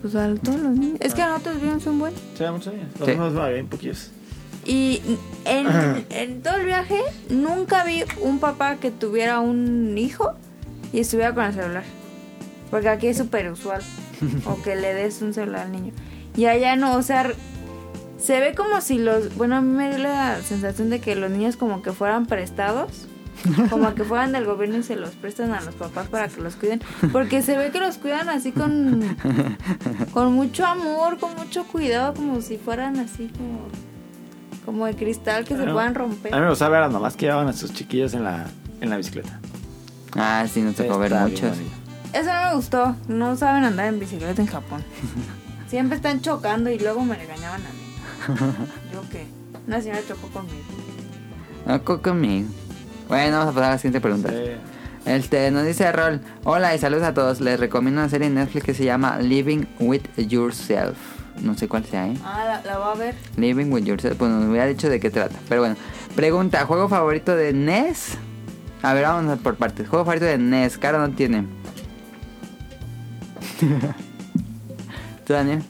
pues a todos los niños. Es que nosotros vimos un buen. ¿Se ve muchos niños? Los Sí. unos va bien poquillos. Y en, en todo el viaje nunca vi un papá que tuviera un hijo y estuviera con el celular. Porque aquí es súper usual. o que le des un celular al niño. Y allá no, o sea, se ve como si los... Bueno, a mí me dio la sensación de que los niños como que fueran prestados. Como que fueran del gobierno y se los prestan a los papás para que los cuiden. Porque se ve que los cuidan así con, con mucho amor, con mucho cuidado, como si fueran así como, como de cristal que se puedan romper. A mí me gustaba ver a las mamás que llevaban a sus chiquillos en la, en la bicicleta. Ah, sí, no tocó ver Está bien muchos. bonito. Eso no me gustó. No saben andar en bicicleta en Japón. Siempre están chocando y luego me regañaban a mí. Yo qué. Una señora chocó conmigo. No, co- conmigo. Bueno, vamos a pasar a la siguiente pregunta. Sí. Este, nos dice Rol, hola y saludos a todos. Les recomiendo una serie en Netflix que se llama Living with Yourself. No sé cuál sea, ¿eh? Ah, la, la va a ver. Living with Yourself. Bueno, nos hubiera dicho de qué trata. Pero bueno. Pregunta, ¿juego favorito de NES? A ver, vamos por partes. ¿Juego favorito de NES? Caro no tiene. ¿Tú, Daniel?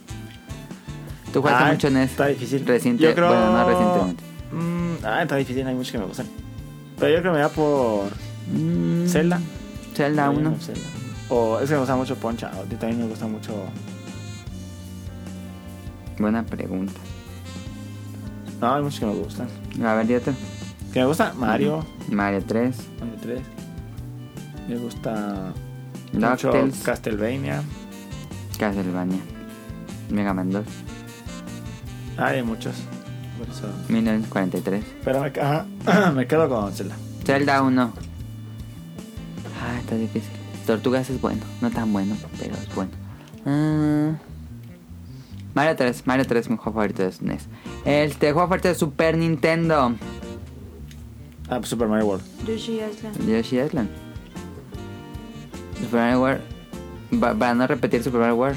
¿Tú jugaste Ah, mucho NES? Está difícil. Reciente, Yo creo- bueno, no recientemente. Mm, ah, está difícil, hay muchos que me gustan. Pero yo creo que me da por Mm, Zelda. Zelda Yo 1. creo Zelda. O es que me gusta mucho Poncha. A ti también me gusta mucho. Buena pregunta. No, hay muchos que me gustan. A ver, Dieter. Que me gusta Mario, Mario 3. Mario 3. Me gusta mucho DuckTales. Castlevania. Castlevania. Mega Man 2. Ah, hay muchos. Por eso. 1943. Pero me, ajá, me quedo con Zelda. Zelda 1. Ah, está difícil. Tortugas es bueno. No tan bueno, pero es bueno. Ah. Mario 3. Mario 3 mi juego favorito E de SNES. Este juego favorito de Super Nintendo. Ah, pues Super Mario World. Yoshi Island. Yoshi Island. Super Mario World. Ba- para no repetir Super Mario World.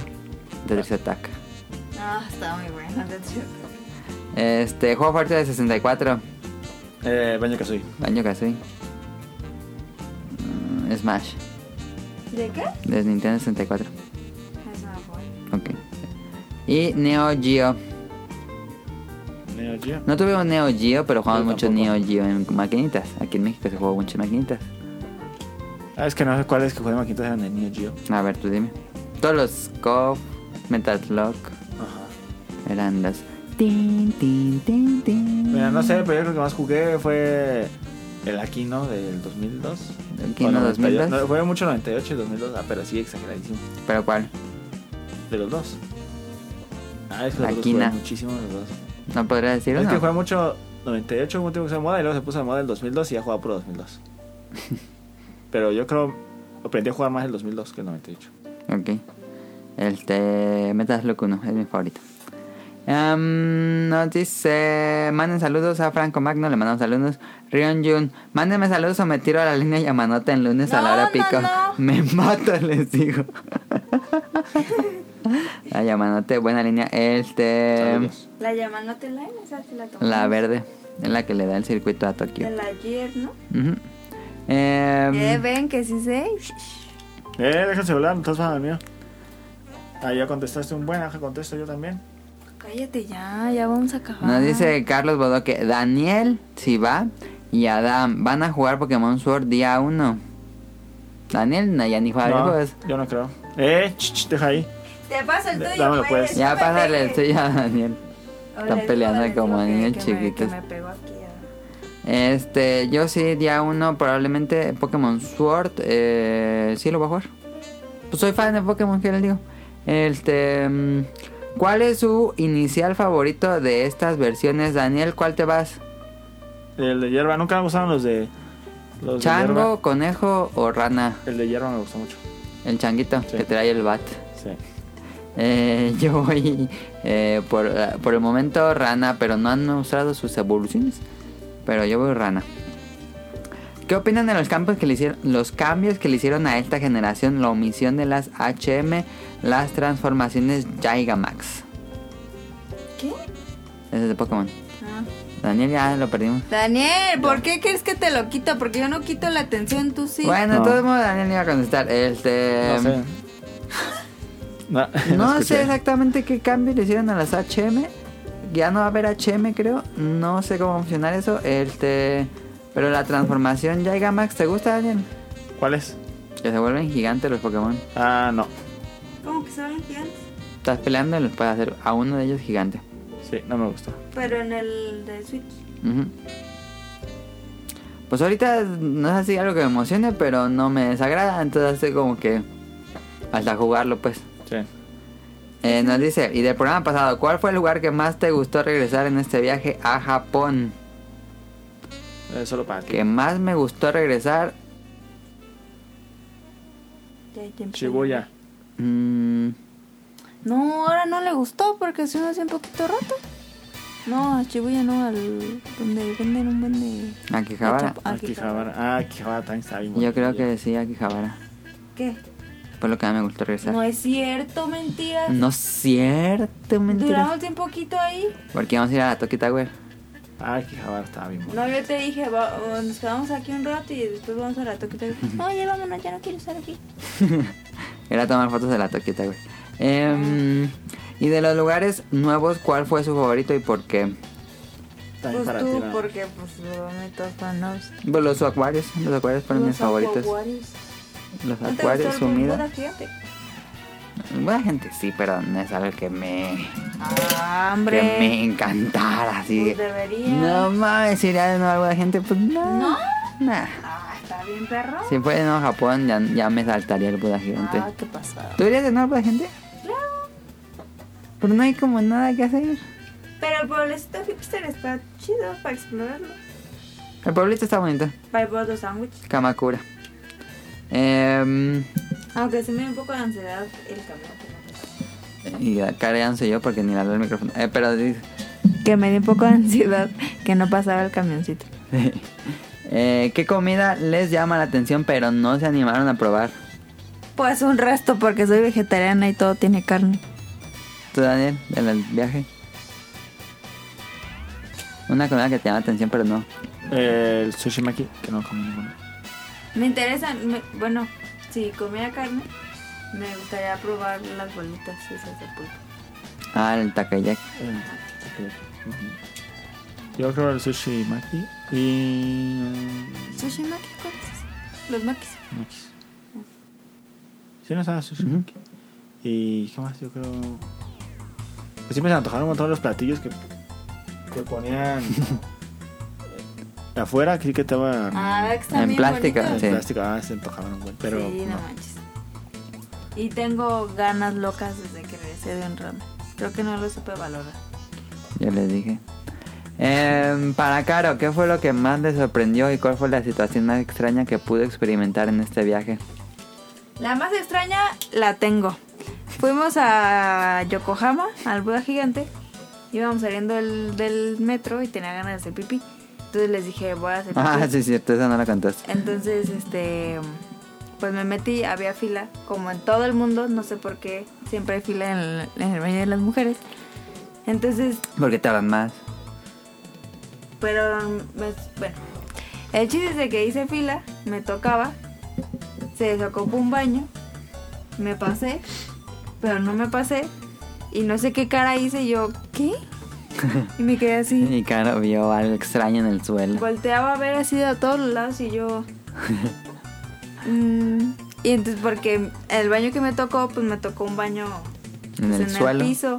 Tetris Attack. Ah, está muy buena. Este juego favorito de 64. Eh, Banjo Kazooie. Baño Kazooie. Mm, Smash. ¿De qué? De Nintendo 64. Eso no fue. Ok. Y Neo Geo. Neo Geo. No tuvimos Neo Geo, pero jugamos Yo mucho tampoco. Neo Geo en maquinitas. Aquí en México se jugó mucho en maquinitas. Ah, es que no sé cuáles que juegan maquinitas eran de Neo Geo. A ver, tú dime. Todos los COF, Metal Slug, Ajá. eran los... Tin, tin, tin, tin. Mira, no sé, pero yo creo que más jugué fue el Aquino del 2002. ¿El Aquino O 2002? No, fue mucho 98 y 2002, ah, pero sí, exageradísimo. ¿Pero cuál? De los dos. Ah, es que los dos Aquina. jugué muchísimo de los dos. ¿No podría decir Es que uno? jugué mucho 98, hubo un tiempo que se de moda, y luego se puso de moda el 2002 y ya jugaba por 2002. pero yo creo, aprendí a jugar más el 2002 que el 98. Ok. Este... Metal Slug 1 es mi favorito. Am, nos dice... Manden saludos a Franco Magno, le mandamos saludos. Rion Jun, mándenme saludos o me tiro a la línea Yamanota en lunes a la No, hora no, pico. no. Me mato, les digo. la Yamanota, buena línea. Este... Saludos. La llaman no te la esa te la tomé. La verde, es la que le da el circuito a Tokio. Del ayer, ¿no? Ujú. Em, Eh, ven que sí sé. Eh, deja el celular, entonces van al mío. Ah, ya contestaste un buen, ajá, contesto yo también. Cállate ya, ya vamos a acabar. Nos dice Carlos Bodoque, Daniel, si va, y Adam, van a jugar Pokémon Sword día 1. Daniel, no, ya ni juega No, videojuegos. yo no creo. Eh, ch, ch, deja ahí. Te paso el D- tuyo. dámelo, pues. no Ya me pásale el pegues. tuyo a Daniel. Hola, Están tú, peleando dale, como digo que- niños que me- que chiquitos. me pegó aquí, ah. Este, yo sí, día 1, probablemente Pokémon Sword, eh, sí lo voy a jugar. Pues soy fan de Pokémon, ¿qué les digo? Este, mm, ¿cuál es su inicial favorito de estas versiones, Daniel? ¿Cuál te vas? El de hierba, nunca me gustaron los de. Los de ¿Chango, Pues hierba. conejo o rana? El de hierba me gustó mucho. El changuito Sí. que trae el bat. Sí. Eh, yo voy eh, por, por el momento rana, pero no han mostrado sus evoluciones. Pero yo voy rana. ¿Qué opinan de los cambios que le hicieron, los cambios que le hicieron a esta generación? La omisión de las HM, las transformaciones Gigamax. ¿Qué? Ese es de Pokémon. Daniel ya lo perdimos. Daniel, ¿por qué quieres que te lo quito? Porque yo no quito la atención, tú sí. Bueno, de No. todos modos Daniel iba a contestar. Este No sé. No, no sé escuché. exactamente qué cambio le hicieron a las HM. Ya no va a haber HM, creo. No sé cómo va a funcionar eso. Este, pero la transformación Gigamax, ¿te gusta, Daniel? ¿Cuál es? Que se vuelven gigantes los Pokémon. Ah, no. ¿Cómo que son gigantes? Estás peleando y los puedes hacer a uno de ellos gigante. Sí, no me gustó. Pero en el de Switch. Ujú. Pues ahorita no es así algo que me emocione, pero no me desagrada. Entonces hace como que hasta jugarlo, pues. Sí. Eh, nos dice, y del programa pasado, ¿cuál fue el lugar que más te gustó regresar en este viaje a Japón? Eh, solo para ti. Que más me gustó regresar. Ya, ya empezó. Shibuya. mm, No, ahora no le gustó porque se uno hace un poquito rato. No, a Shibuya no, al donde venden un buen de... Akihabara. de chapa- Akihabara. Ah, Akihabara también está bien. Yo bonito. Ah, creo que sí, Akihabara. ¿Qué? Fue lo que más me gustó No regresar. es cierto, mentiras. No es cierto, mentira. Duramos un poquito ahí. Porque vamos a ir a la Toquita, güey. Ah, Akihabara está bien. bonito. No, yo te dije, va- o nos quedamos aquí un rato y después vamos a la toquita. No, ya vámonos, ya no quiero estar aquí. Era tomar fotos de la Toquita, güey. Em, y de los lugares nuevos, ¿cuál fue su favorito y por qué? También pues para tú, ti, ¿no? porque pues lo meto hasta nos. Pues los acuarios. Los acuarios fueron mis favoritos. Los ¿No te acuarios, gustó el Buda sumidas. gigante? Buena gente sí, pero no es algo que me... Ah, Que hombre. me encantara, así. Pues debería. No mames, iría de nuevo a la gente, pues no. ¿No? Nah. Ah, está bien, perro. Si fuera de nuevo a Japón, ya, ya me saltaría el Buda gigante. Ah, qué pasada. ¿Tú irías de nuevo a la gente? Claro. Pero no hay como nada que hacer. Pero el pueblecito hipster está chido para explorarlo. El pueblito está bonito. Para el Bodo Sandwich. Kamakura. Em, Aunque se me da un poco de ansiedad el camión. y cara ya no soy yo porque ni le hablé el micrófono. Eh, pero dice- Que me dio un poco de ansiedad que no pasaba el camioncito. eh, ¿Qué comida les llama la atención pero no se animaron a probar? Pues un resto, porque soy vegetariana y todo tiene carne. ¿Tú, Daniel, en el viaje? Una comida que te llama la atención pero no. Eh, el sushi maki, que no comí ninguno. Me interesan, me- bueno, si comiera carne, me gustaría probar las bolitas esas de pulpo. Ah, el takoyaki. Eh, ujú. Yo creo el sushi maki y... mm, ¿Sushi maki? ¿Cuáles es? Los makis. makis. Sí, no estaba sushi Ujú. maki. Y qué más, yo creo... Pues sí me se antojaron un montón los platillos que, que ponían eh, afuera, que sí que estaban... Ah, que están En bien plástica, bonitos. en sí. plástico, ah, se antojaban un buen, pero sí, no no. manches. Y tengo ganas locas desde que regresé de un ramen. Creo que no lo supe valorar. Yo les dije. Em, para Caro, ¿qué fue lo que más le sorprendió y cuál fue la situación más extraña que pudo experimentar en este viaje? La más extraña la tengo. Fuimos a Yokohama, al Buda Gigante. Íbamos saliendo del, del metro y tenía ganas de hacer pipí. Entonces les dije, voy a hacer pipí. Ah, sí, es cierto, esa no la contaste. Entonces, este, pues me metí, había fila, como en todo el mundo, no sé por qué, siempre hay fila en el, en el baño de las mujeres. Entonces, Porque tardan más. pero, me- bueno, el chiste es de que hice fila, me tocaba, se desocupó un baño, me pasé, pero no me pasé, y no sé qué cara hice, y yo, ¿qué? Y me quedé así. Y Caro vio algo extraño en el suelo. Volteaba a ver así de a todos los lados y yo. Mm, y entonces, porque el baño que me tocó, pues me tocó un baño En pues, el suelo. piso.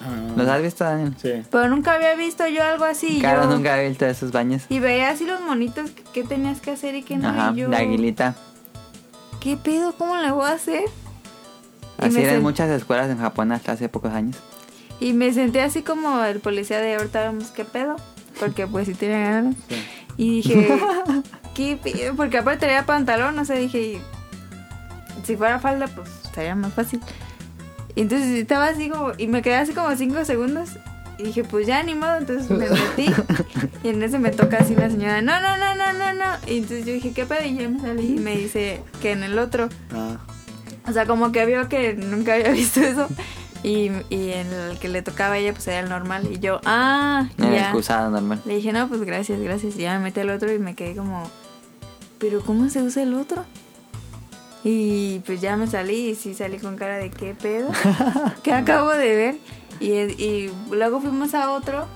Ah, ¿Los has visto, Daniel? Sí. Pero nunca había visto yo algo así. y Caro yo- nunca había visto esos baños. Y veía así los monitos que, que tenías que hacer y que no. Ajá, y yo, de aguilita. ¿Qué pedo? ¿Cómo le voy a hacer? Y Así me eran sen- muchas escuelas en Japón hasta hace pocos años. Y me senté así como el policía de ahorita vemos qué pedo. Porque pues sí tenía ganas. Y dije, ¿qué pedo? Porque aparte tenía pantalón, no sé, dije, si fuera falda, pues estaría más fácil. Y entonces estaba así como, y me quedé así como cinco segundos. Y dije, pues ya ni modo, entonces me metí. Y en eso me toca así la señora, no, no, no, no, no, no. Y entonces yo dije, ¿qué pedo? Y ya me salí y me dice que en el otro. Ah, O sea, como que vio que nunca había visto eso. Y, y en el que le tocaba a ella, pues era el normal. Y yo, ah, Era ya. excusado normal. Le dije, no, pues gracias, gracias. Y ya me metí al otro y me quedé como, ¿pero cómo se usa el otro? Y pues ya me salí y sí salí con cara de qué pedo, qué acabo de ver. Y, y luego fuimos a otro.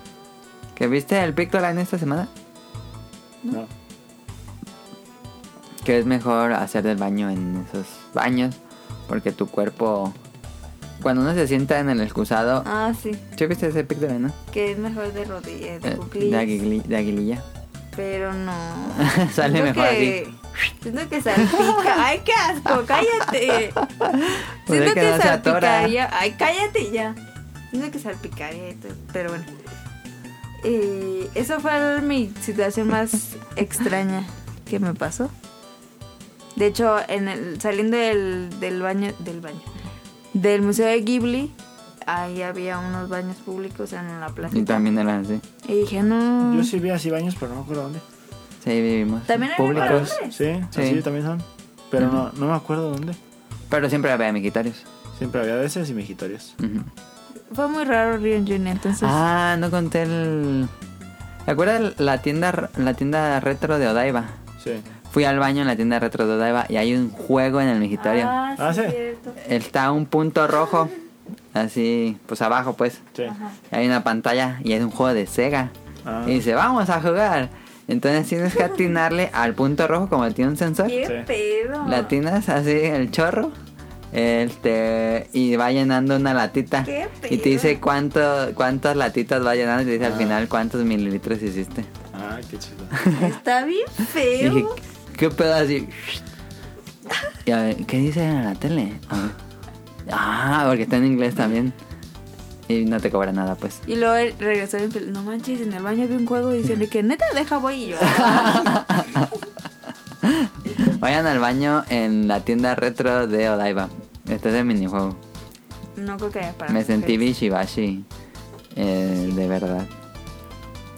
¿Que viste el Pictoline esta semana? no. Que es mejor hacer del baño en esos baños. Porque tu cuerpo. Cuando uno se sienta en el excusado. Ah, sí, ¿Sí viste ese Pictoline, no? que es mejor de rodillas, de Eh, cuclillas. aguili- de aguililla. Pero no. Sale Siento mejor que- Siento que salpica. Ay, qué asco, cállate. Pues es Siento que que, no se atora. salpicaría. Ay, cállate ya. Siento que salpicaría y todo, Pero bueno. Eh, esa fue mi situación más extraña que me pasó. De hecho, en el, saliendo del, del baño, del baño, del Museo de Ghibli, ahí había unos baños públicos en la plaza. Y también era así. Y dije, no. Yo sí vi así baños, pero no me acuerdo dónde. Sí, vivimos. También había para públicos. hombres. Sí, Sí. así también son. Pero no, no me acuerdo dónde. Pero siempre había amiguitarios. Siempre había de esos y mejitorios. Ujú. Fue muy raro Río Junior, entonces. Ah, no conté el. ¿Te acuerdas la tienda, la tienda retro de Odaiba? Sí. Fui al baño en la tienda retro de Odaiba y hay un juego en el migitorio. Ah, sí, Ah, sí. cierto. Está un punto rojo, así, pues abajo, pues. Sí. Hay una pantalla y es un juego de Sega. Ah. Y dice, vamos a jugar. Entonces tienes que atinarle al punto rojo como tiene un sensor. ¿Qué Sí. pedo? La atinas así, el chorro. Este, y va llenando una latita. Qué Y te dice pedo. Ah. cuánto, cuántas latitas va llenando y te dice al final cuántos mililitros hiciste. Ah, qué chido. Está bien Y dije, feo. ¿qué pedo así? Y a ver, ¿qué dice en la tele? A ver. Ah, porque está en inglés también. Y no te cobra nada, pues. Y luego él regresó y me dijo, no manches, en el baño vi un juego y dice Enrique, neta, deja voy y yo. "Ah". Vayan al baño en la tienda retro de Odaiba. Este es el minijuego. No creo que haya para Me sentí mujeres. Bishibashi. eh, de verdad.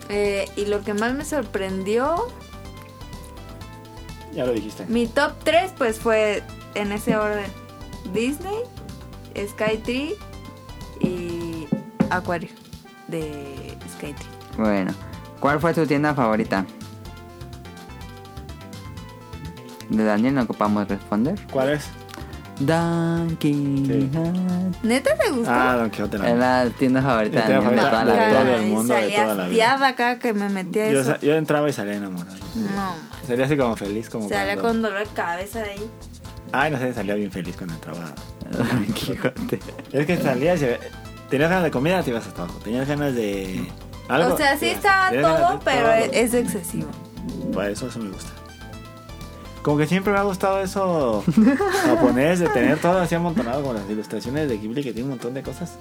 Eh, y lo que más me sorprendió, Ya lo dijiste. mi top 3 pues fue en ese orden. Disney, Skytree y Acuario de Skytree. Bueno, ¿cuál fue tu tienda favorita? De Daniel no ocupamos responder. ¿Cuál es? Donkey Sí. Hut. ¿Neta te gustó? Ah, Don Quijote. Es La... la tienda favorita Mi de tienda Daniel de favorita toda la de vida. todo el mundo, de Salía toda la vida. hastiada acá que me metía Yo, eso. sa- yo entraba y salía enamorado. No, Salía así como feliz, como salía cuando- con dolor de cabeza de ahí. Ay, no sé, salía bien feliz cuando entraba. Don Quijote. Es que salías y tenías ganas de comida, te ibas hasta abajo. Tenías ganas de algo. o sea, sí te- estaba tenías ganas todo, de pero todo. es excesivo. Bueno, eso, eso me gusta. Como que siempre me ha gustado eso japonés, de tener todo así amontonado, como las ilustraciones de Ghibli que tiene un montón de cosas.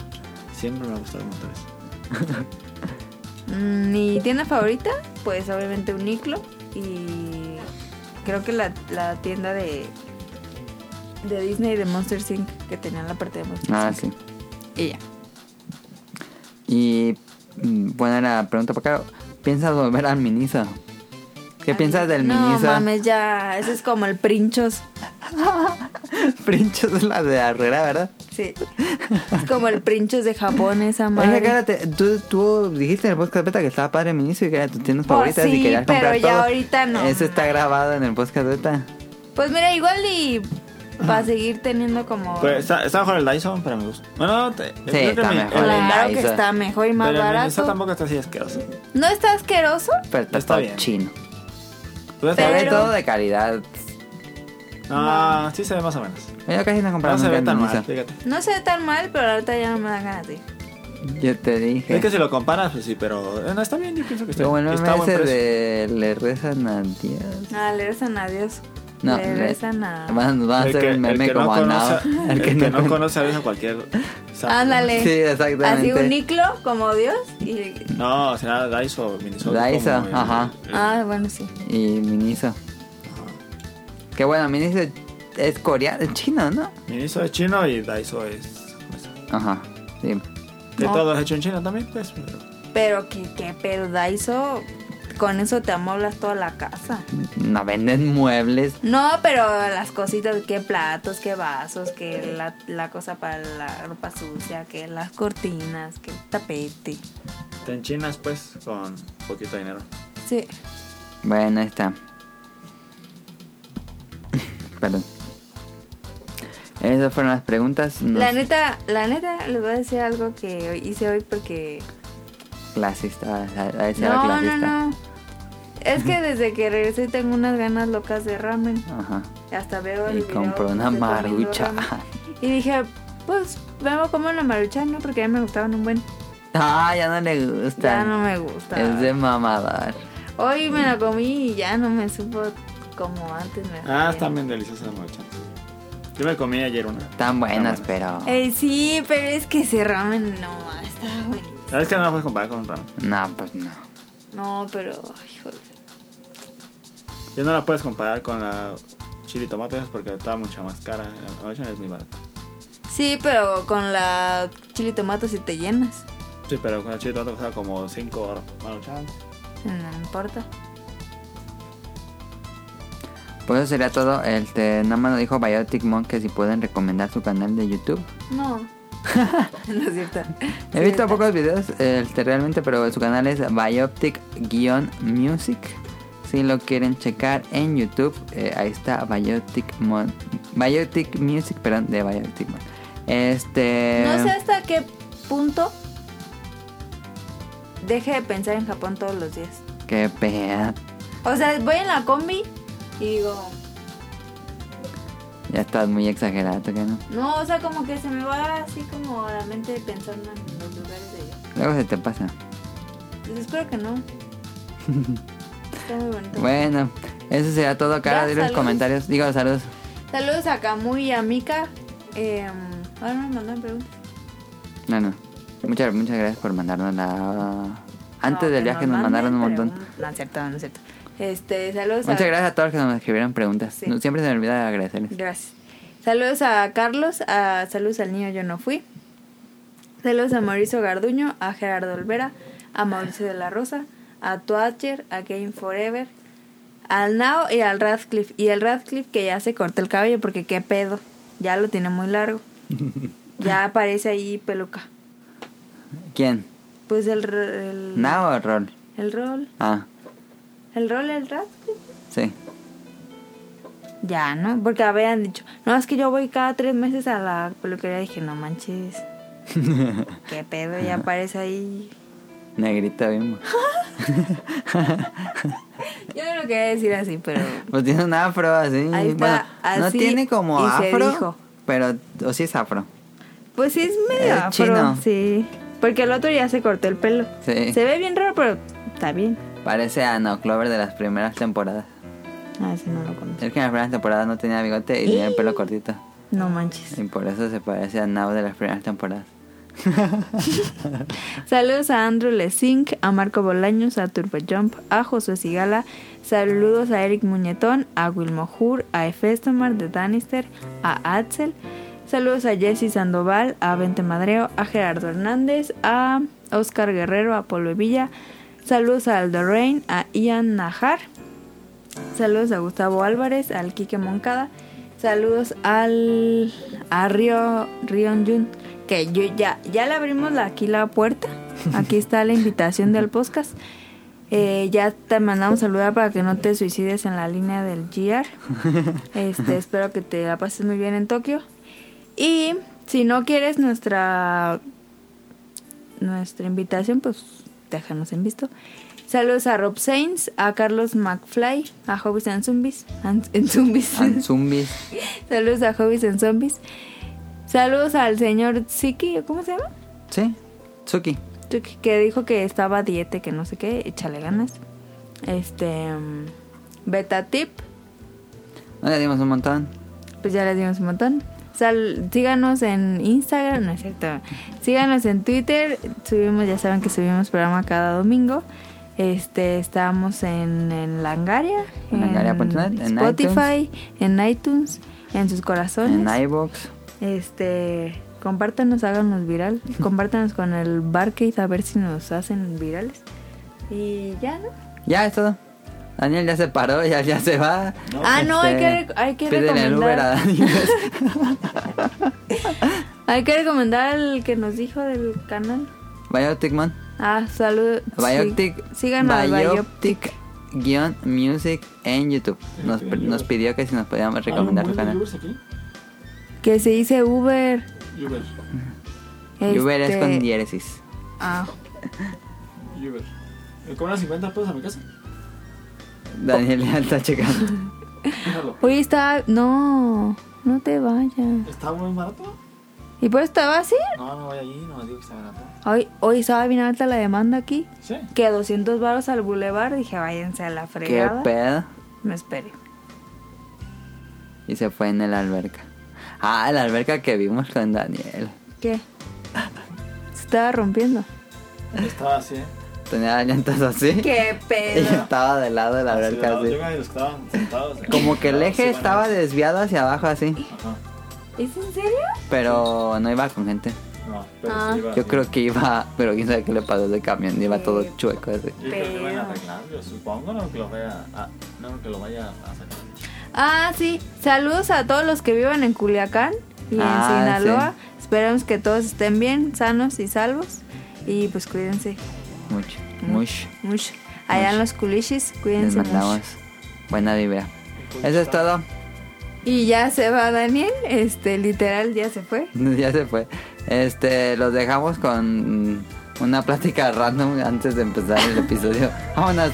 Siempre me ha gustado un montón eso. Mm, Mi tienda favorita, pues obviamente Uniqlo y creo que la, la tienda de de Disney de Monster Inc. que tenía en la parte de Monster Ah, Inc. sí. Y ya. Y mm, bueno, la pregunta para acá. ¿Piensas volver al Miniso? ¿Qué piensas del no, Miniso? No mames, ya. Ese es como el Princhos. Princhos es la de Herrera, ¿verdad? Sí. Es como el Princhos de Japón, esa Oye, madre. cállate, tú, tú dijiste en el podcast beta que estaba padre el Miniso y que era tu tienda Pues favorita sí, y querías pero comprar ya todo. ahorita no. Eso está grabado en el podcast beta. Pues mira, igual y para seguir teniendo como... Pues está, está mejor el Dyson, pero me gusta. Bueno, te, sí, está mejor el claro que Dyson. está mejor y más pero el Miniso barato. tampoco está así asqueroso. ¿No está asqueroso? Pero está, Está todo bien. chino. Pues Se está ve Pero- todo de calidad. bien. Ah, sí se ve más o menos. Yo casi no compraba No se nunca ve en tan Miniso. mal, fíjate. No se ve tan mal, pero ahorita ya no me dan ganas de ir. Yo te dije. Es que si lo comparas, pues sí, pero eh, no, está bien, yo pienso que está, Como el que meme está a buen ese precio. de le rezan a Dios. Ah, le rezan a Dios. No, le le- rezan a... Van, van a hacer el meme no como a Nao. conoce- El que no conoce a veces a cualquier. santo. Ándale. Sí, exactamente. Así un niclo como Dios y... No, será Daiso, Minnesota. Daiso, como el- ajá. Ah, bueno, sí. Y Miniso. Que bueno, Miniso es coreano, es chino, ¿no? Miniso es chino y Daiso es. pues, Ajá, sí. De No. todo es hecho en China también, pues. pero- Pero qué, qué pedo, Daiso. Con eso te amoblas toda la casa. No venden muebles. No, pero las cositas, qué platos, qué vasos, que la, la cosa para la ropa sucia, que las cortinas, que el tapete. Te enchinas, pues, con poquito dinero. Sí. Bueno, ahí está. Perdón. Esas fueron las preguntas. No La sé, neta, la neta, les voy a decir algo que hoy- hice hoy porque... Clasista. a- a- a esa era No, no, clasista. no. Es que desde que regresé tengo unas ganas locas de ramen. Ajá. Hasta veo el Y video compró una de comiendo marucha. ramen. Y dije, pues, vamos a comer una marucha, ¿no? Porque a mí me gustaban un buen. Ah, ya no le gusta. Ya no me gusta. Es de mamadar. Hoy me la comí y ya no me supo como antes me Ah, hacía. están bien deliciosas las maruchas. Yo me comí ayer una. Están buenas, Están pero. Ey, Eh, sí, pero es que ese ramen no, está buenísimo. La verdad es que no la puedes comparar con un ramen. No, pues no. No, pero, hijo de- Yo no la puedes comparar con la chili tomate pues, porque estaba mucho más cara. La maruchan es muy barata. Sí, pero con la chili tomate si te llenas. Sí, pero con la chili tomate costaba como 5 maruchan. No importa. Pues eso sería todo. Este, nada más nos dijo Biotic Monk que si pueden recomendar su canal de YouTube. No. no es cierto. He visto pocos videos este, realmente, pero su canal es Biotic-Music. Si lo quieren checar en YouTube, eh, ahí está Biotic, Mon Biotic Music, perdón, de Biotic Monk. Este. No sé hasta qué punto deje de pensar en Japón todos los días. Qué pena. O sea, voy en la combi y digo, Ya estás muy exagerado, ¿qué no? no, o sea, como que se me va así como la mente pensando en los lugares de allá. Luego se te pasa. Pues espero que no. Está muy bonito. Bueno, eso será todo. Cara, Ya, di los saludos. comentarios. Digo, saludos. Saludos a Camu y a Mika. Eh, ahora nos mandan preguntas. No, no. Muchas, muchas gracias por mandarnos la. Antes No, del que viaje nos mandaron un montón. preguntas. No, es cierto, no es cierto. Este, saludos Muchas a... gracias a todos los que nos escribieron preguntas. Sí. No, Siempre se me olvida agradecerles. Gracias. Saludos a Carlos, a saludos al niño yo no fui. Saludos a Mauricio Garduño, a Gerardo Olvera, a Mauricio de la Rosa, a Twatcher, a Game Forever, al Nao y al Radcliffe. Y el Radcliffe que ya se cortó el cabello porque qué pedo, ya lo tiene muy largo. Ya aparece ahí peluca. ¿Quién? Pues el... r- el ¿Nao o Rol? El rol. Ah, El rol, el Radcliffe. sí. Ya, ¿no? Porque habían dicho, no, es que yo voy cada tres meses a la peluquería. Dije, no manches. ¿Qué pedo? Ya aparece ahí. Negrita mismo. Yo no lo quería decir así, pero. Pues tiene un afro así. Ahí bueno, está, no así, tiene como y se afro. dijo. Pero, o sí es afro. Pues sí, es medio Es afro, chino. Sí. Porque el otro ya se cortó el pelo. Sí. Se ve bien raro, pero está bien. Parece a No Clover de las primeras temporadas. Ah, sí, no lo conozco. Es que en las primeras temporadas no tenía bigote y tenía el pelo cortito. No manches. Y por eso se parece a Nao de las primeras temporadas. Saludos a Andrew Lesink, a Marco Bolaños, a Turbo Jump, a Josué Sigala. Saludos a Eric Muñetón, a Wilmo Hur, a Efestomar de Danister, a Axel. Saludos a Jesse Sandoval, a Vente Madreo, a Gerardo Hernández, a Oscar Guerrero, a Polo Villa. Saludos a Aldo Rain, a Ian Najar. Saludos a Gustavo Álvarez, al Quique Moncada. Saludos al a Río Rion Jun, que yo ya ya le abrimos la- aquí la puerta. Aquí está la invitación del podcast. Eh, ya te mandamos saludar para que no te suicides en la línea del GR. Este, espero que te la pases muy bien en Tokio. Y si no quieres nuestra nuestra invitación, pues déjanos en visto. Saludos a Rob Sainz, a Carlos McFly, a Hobbies and Zombies. and- en Zombies. Anzumbis. Saludos a Hobbies and Zombies. Saludos al señor Siki, ¿cómo se llama? ¿Sí? Tsuki. Tuki, Que dijo que estaba a diete, que no sé qué, échale ganas. Este. mm, Beta tip, No le dimos un montón. pues ya les dimos un montón. Sal- síganos en Instagram, no es cierto. Síganos en Twitter. Subimos, ya saben que subimos programa cada domingo. Este, estamos en, en Langaria, En langaria.net, en Spotify, en iTunes, en sus corazones. En iBox. Este, Compártanos, háganos viral. Compártanos con el Barcade a ver si nos hacen virales. Y ya, ¿no? Ya es todo. Daniel ya se paró, ya, ya se va. Este, Ah, no, hay que rec- hay que pídele el Uber a recomendar. Daniel. Hay que recomendar al que nos dijo del canal. Biotic Man. Ah, salud. Biotic. Sí, sigan a Bioptic. Biotic guión music Este, en YouTube. Nos, Ok. nos pidió que si nos podíamos recomendar su canal. aquí? Que se dice Uber. Uber. Uber es este, con diéresis. Ah, Uber. ¿Me cobran 50 pesos a mi casa? Daniel ya está checando. Déjalo. hoy está. No, no te vayas. ¿Está muy barato? ¿Y por eso te vas a ir? No, no voy allí, no me digo que está barato. Hoy, hoy estaba bien alta la demanda aquí. Sí. Que 200 varos al bulevar. Dije, váyanse a la Qué fregada. pedo. Me esperé. Y se fue en la alberca. Ah, la alberca que vimos con Daniel. ¿Qué? Se estaba rompiendo. Estaba así, ¿eh? Tenía las llantas así. ¿Qué Y estaba de lado de la alberca Yo así. creo que los que estaban sentados. eh, Como que el sentados, eje sí, bueno, estaba desviado hacia abajo así. Ajá. ¿Es en serio? Pero no iba con gente. No, pero Ah. sí iba Yo así. creo que iba, pero quién sabe qué le pasó de camión, iba todo chueco así. Yo creo que lo van a Pero- arreglar, yo supongo, no que lo vaya a, no que lo vaya a sacar. Ah, sí. Saludos a todos los que vivan en Culiacán y Ah, en Sinaloa. Esperamos que todos estén bien, sanos y salvos. Y pues cuídense Mucho, mucho. mucho. Allá en los culichis, Les cuídense mandamos mucho. buena vibra. Pues Eso es todo. Y ya se va Daniel, este literal ya se fue. Ya se fue. Este, los dejamos con mm, una plática random antes de empezar el episodio. Vámonos.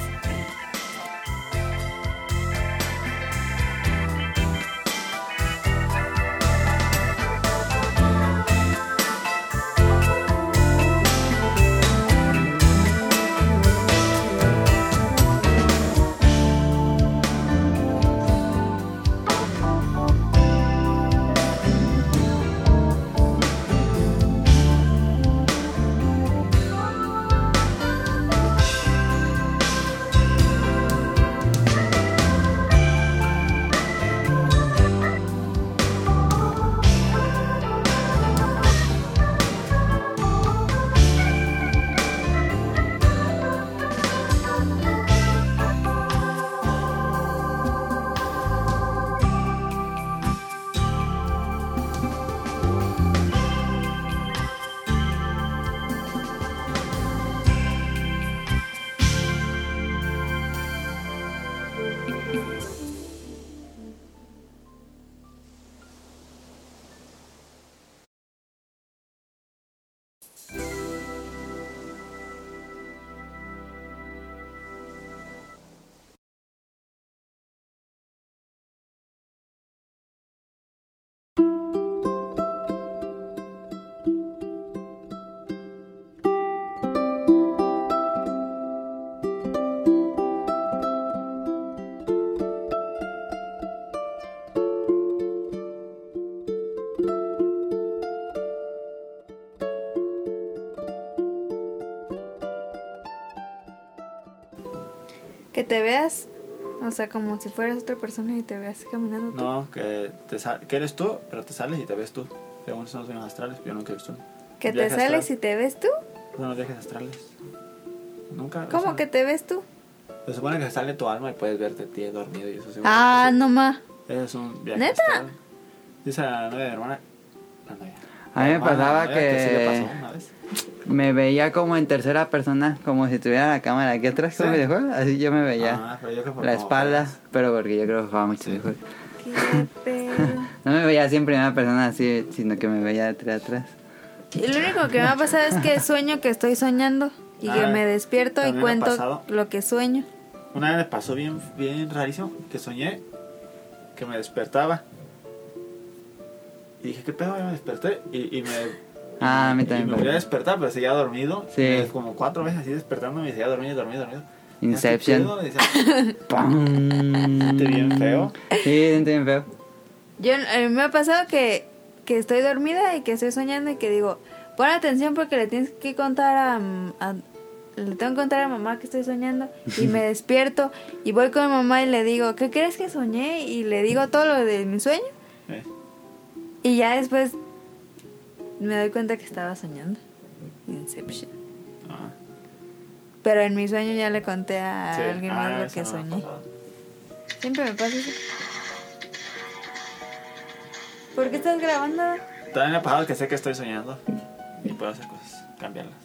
Que te veas, o sea, como si fueras otra persona y te veas caminando. tú. No, que, te sal- que eres tú, pero te sales y te ves tú. Según son los viajes astrales, pero yo nunca he visto uno. Que te Viajes sales y astrales. te ves tú. Son los viajes astrales. Nunca. o ¿Cómo sea, que te ves tú? Se supone que sale tu alma y puedes verte a ti dormido y eso según- Ah, no ma. Ese es un viaje ¿Neta? astral. Dice la novia de mi hermana. La novia. A mí me Ah, La hermana de pasaba mi novia sí le que- pasó una vez. Me veía como en tercera persona, como si tuviera la cámara aquí atrás como Sí. videojuego. Así yo me veía. Ah, pero yo creo que por la como espalda, juegas. pero porque yo creo que jugaba mucho Sí. mejor. Qué pedo. No me veía así en primera persona así, sino que me veía de atrás atrás. Y lo único que me ha pasado es que sueño que estoy soñando y que Ah, me despierto y también me ha cuento pasado. lo que sueño. Una vez me pasó bien, bien rarísimo que soñé que me despertaba. Y dije, ¿qué pedo? Ya me desperté. Y, y me. Ah, a mí y me también. volví a me- despertar, pero seguía dormido. Sí. Y me- Como cuatro veces así despertando y seguía dormido, dormido, dormido. Inception. Ya, ¿qué pedo? Decía, ¡Pam! Te bien feo. Sí, te bien feo. Yo eh, me ha pasado que, que estoy dormida y que estoy soñando y que digo, pon atención porque le tienes que contar a, m- a- le tengo que contar a mamá que estoy soñando y me despierto y voy con mamá y le digo, ¿qué crees que soñé? Y le digo todo lo de mi sueño Eh, y ya después me doy cuenta que estaba soñando. Inception. Ah, Pero en mi sueño ya le conté a sí. alguien más Ah, lo eso que no me ha soñé. pasado. Siempre me pasa eso. ¿Por qué estás grabando? También me ha pasado que sé que estoy soñando y puedo hacer cosas, cambiarlas.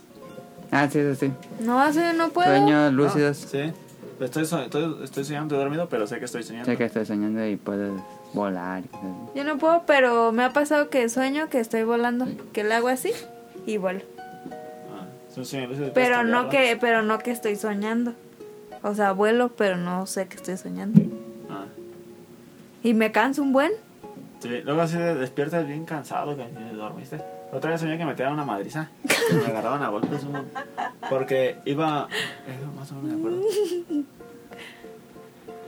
Ah, sí, sí, sí. No, eso yo no puedo. Sueños lúcidos. Ah, Sí, estoy, so- estoy, estoy soñando, estoy dormido, pero sé que estoy soñando. Sé que estoy soñando y puedo volar. y cosas así. Yo no puedo, pero me ha pasado que sueño que estoy volando, que le hago así y vuelo. Ah, es un sueño lúcido, puedes Pero no cambiarlo. que, pero no que estoy soñando. O sea, vuelo, pero no sé que estoy soñando. Ah, Y me canso un buen. sí. Luego así te despiertas bien cansado que ni dormiste. Otra vez soñé que me tiraron una madriza. que me agarraban a golpes. un- Porque iba. eh, más o menos me acuerdo.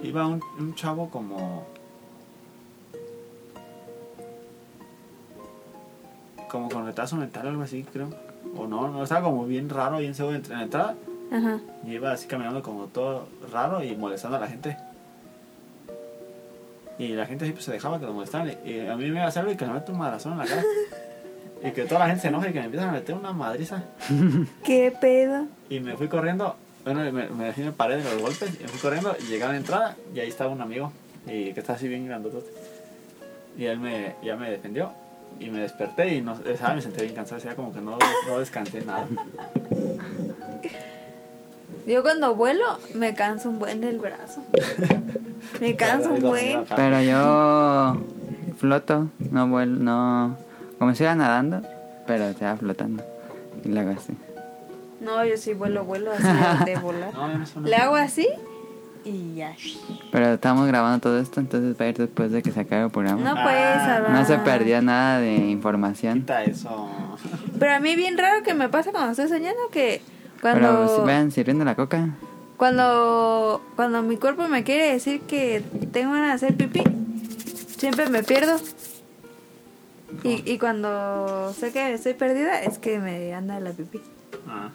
Iba un, un chavo como. Como con retraso mental, algo así, creo. O no, no, estaba como bien raro, bien seguro en en la entrada. Ajá. Y iba así caminando como todo raro y molestando a la gente. Y la gente siempre se dejaba que lo molestaran. Y- Y a mí me iba a hacerlo y que me mete un madrazón en la cara. y que toda la gente se enoja y que me empiezan a meter una madriza. ¿Qué pedo? Y me fui corriendo. Bueno, me, me, así me paré de los golpes. Y me fui corriendo. Y llegué a la entrada y ahí estaba un amigo. Y que está así bien grandotote. Y él me, ya me defendió. Y me desperté y no, o sea, me senté bien cansado. O sea, como que no, no descansé nada. Yo cuando vuelo me canso un buen del brazo. Me canso un buen. Ah. Pero yo floto, no vuelo, no. Como si iba nadando, pero estaba flotando. Y luego así. No, yo sí vuelo, vuelo así de volar. No, no me suena. Le hago así y ya. Pero estamos grabando todo esto, entonces va a ir después de que se acabe el No pues, programa. puedes Ah, hablar. No se perdió nada de información. Quita eso. Pero a mí bien raro que me pasa cuando estoy soñando que cuando Pero si vean sirviendo la coca. cuando cuando mi cuerpo me quiere decir que tengo ganas de hacer pipí, siempre me pierdo. Y, y cuando sé que estoy perdida es que me anda la pipí. Ah.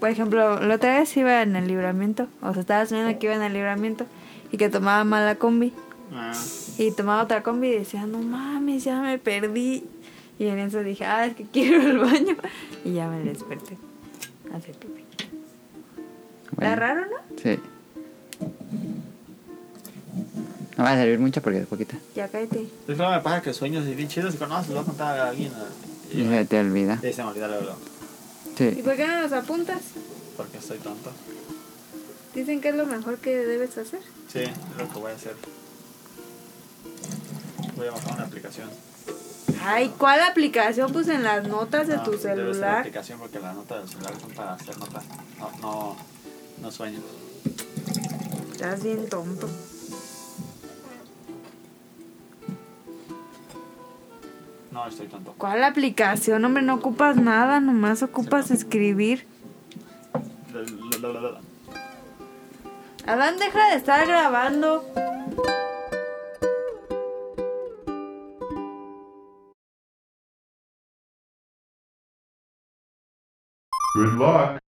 Por ejemplo, la otra vez iba en el libramiento, o sea, estaba soñando que iba en el libramiento y que tomaba mala combi. Ah. Y tomaba otra combi y decía, no mames, ya me perdí. Y en eso dije, ah, es que quiero ir al baño. Y ya me desperté. a Hacer pipí. Bueno, ¿Está raro, no? Sí. No va a servir mucho porque es poquita. Ya cállate. Es que luego me pasa que sueños así bien chidos y cuando no, se lo voy a contar a alguien. ¿no? Y se te olvida. Y se me olvida luego, luego, ¿Y Sí. por qué no los apuntas? porque soy tonto. Dicen que es lo mejor que debes hacer. Sí, es lo que voy a hacer. Voy a bajar una aplicación. Ay, ¿cuál aplicación? Pues en las notas de No, pues, tu Ah, debe ser la celular. aplicación porque las notas del celular son para hacer notas. No, no, no sueños. Estás bien tonto. No, estoy tonto. ¿Cuál aplicación? Hombre, no ocupas nada, nomás ocupas escribir. La, la, la, la, la. Adán, deja de estar grabando. Good luck.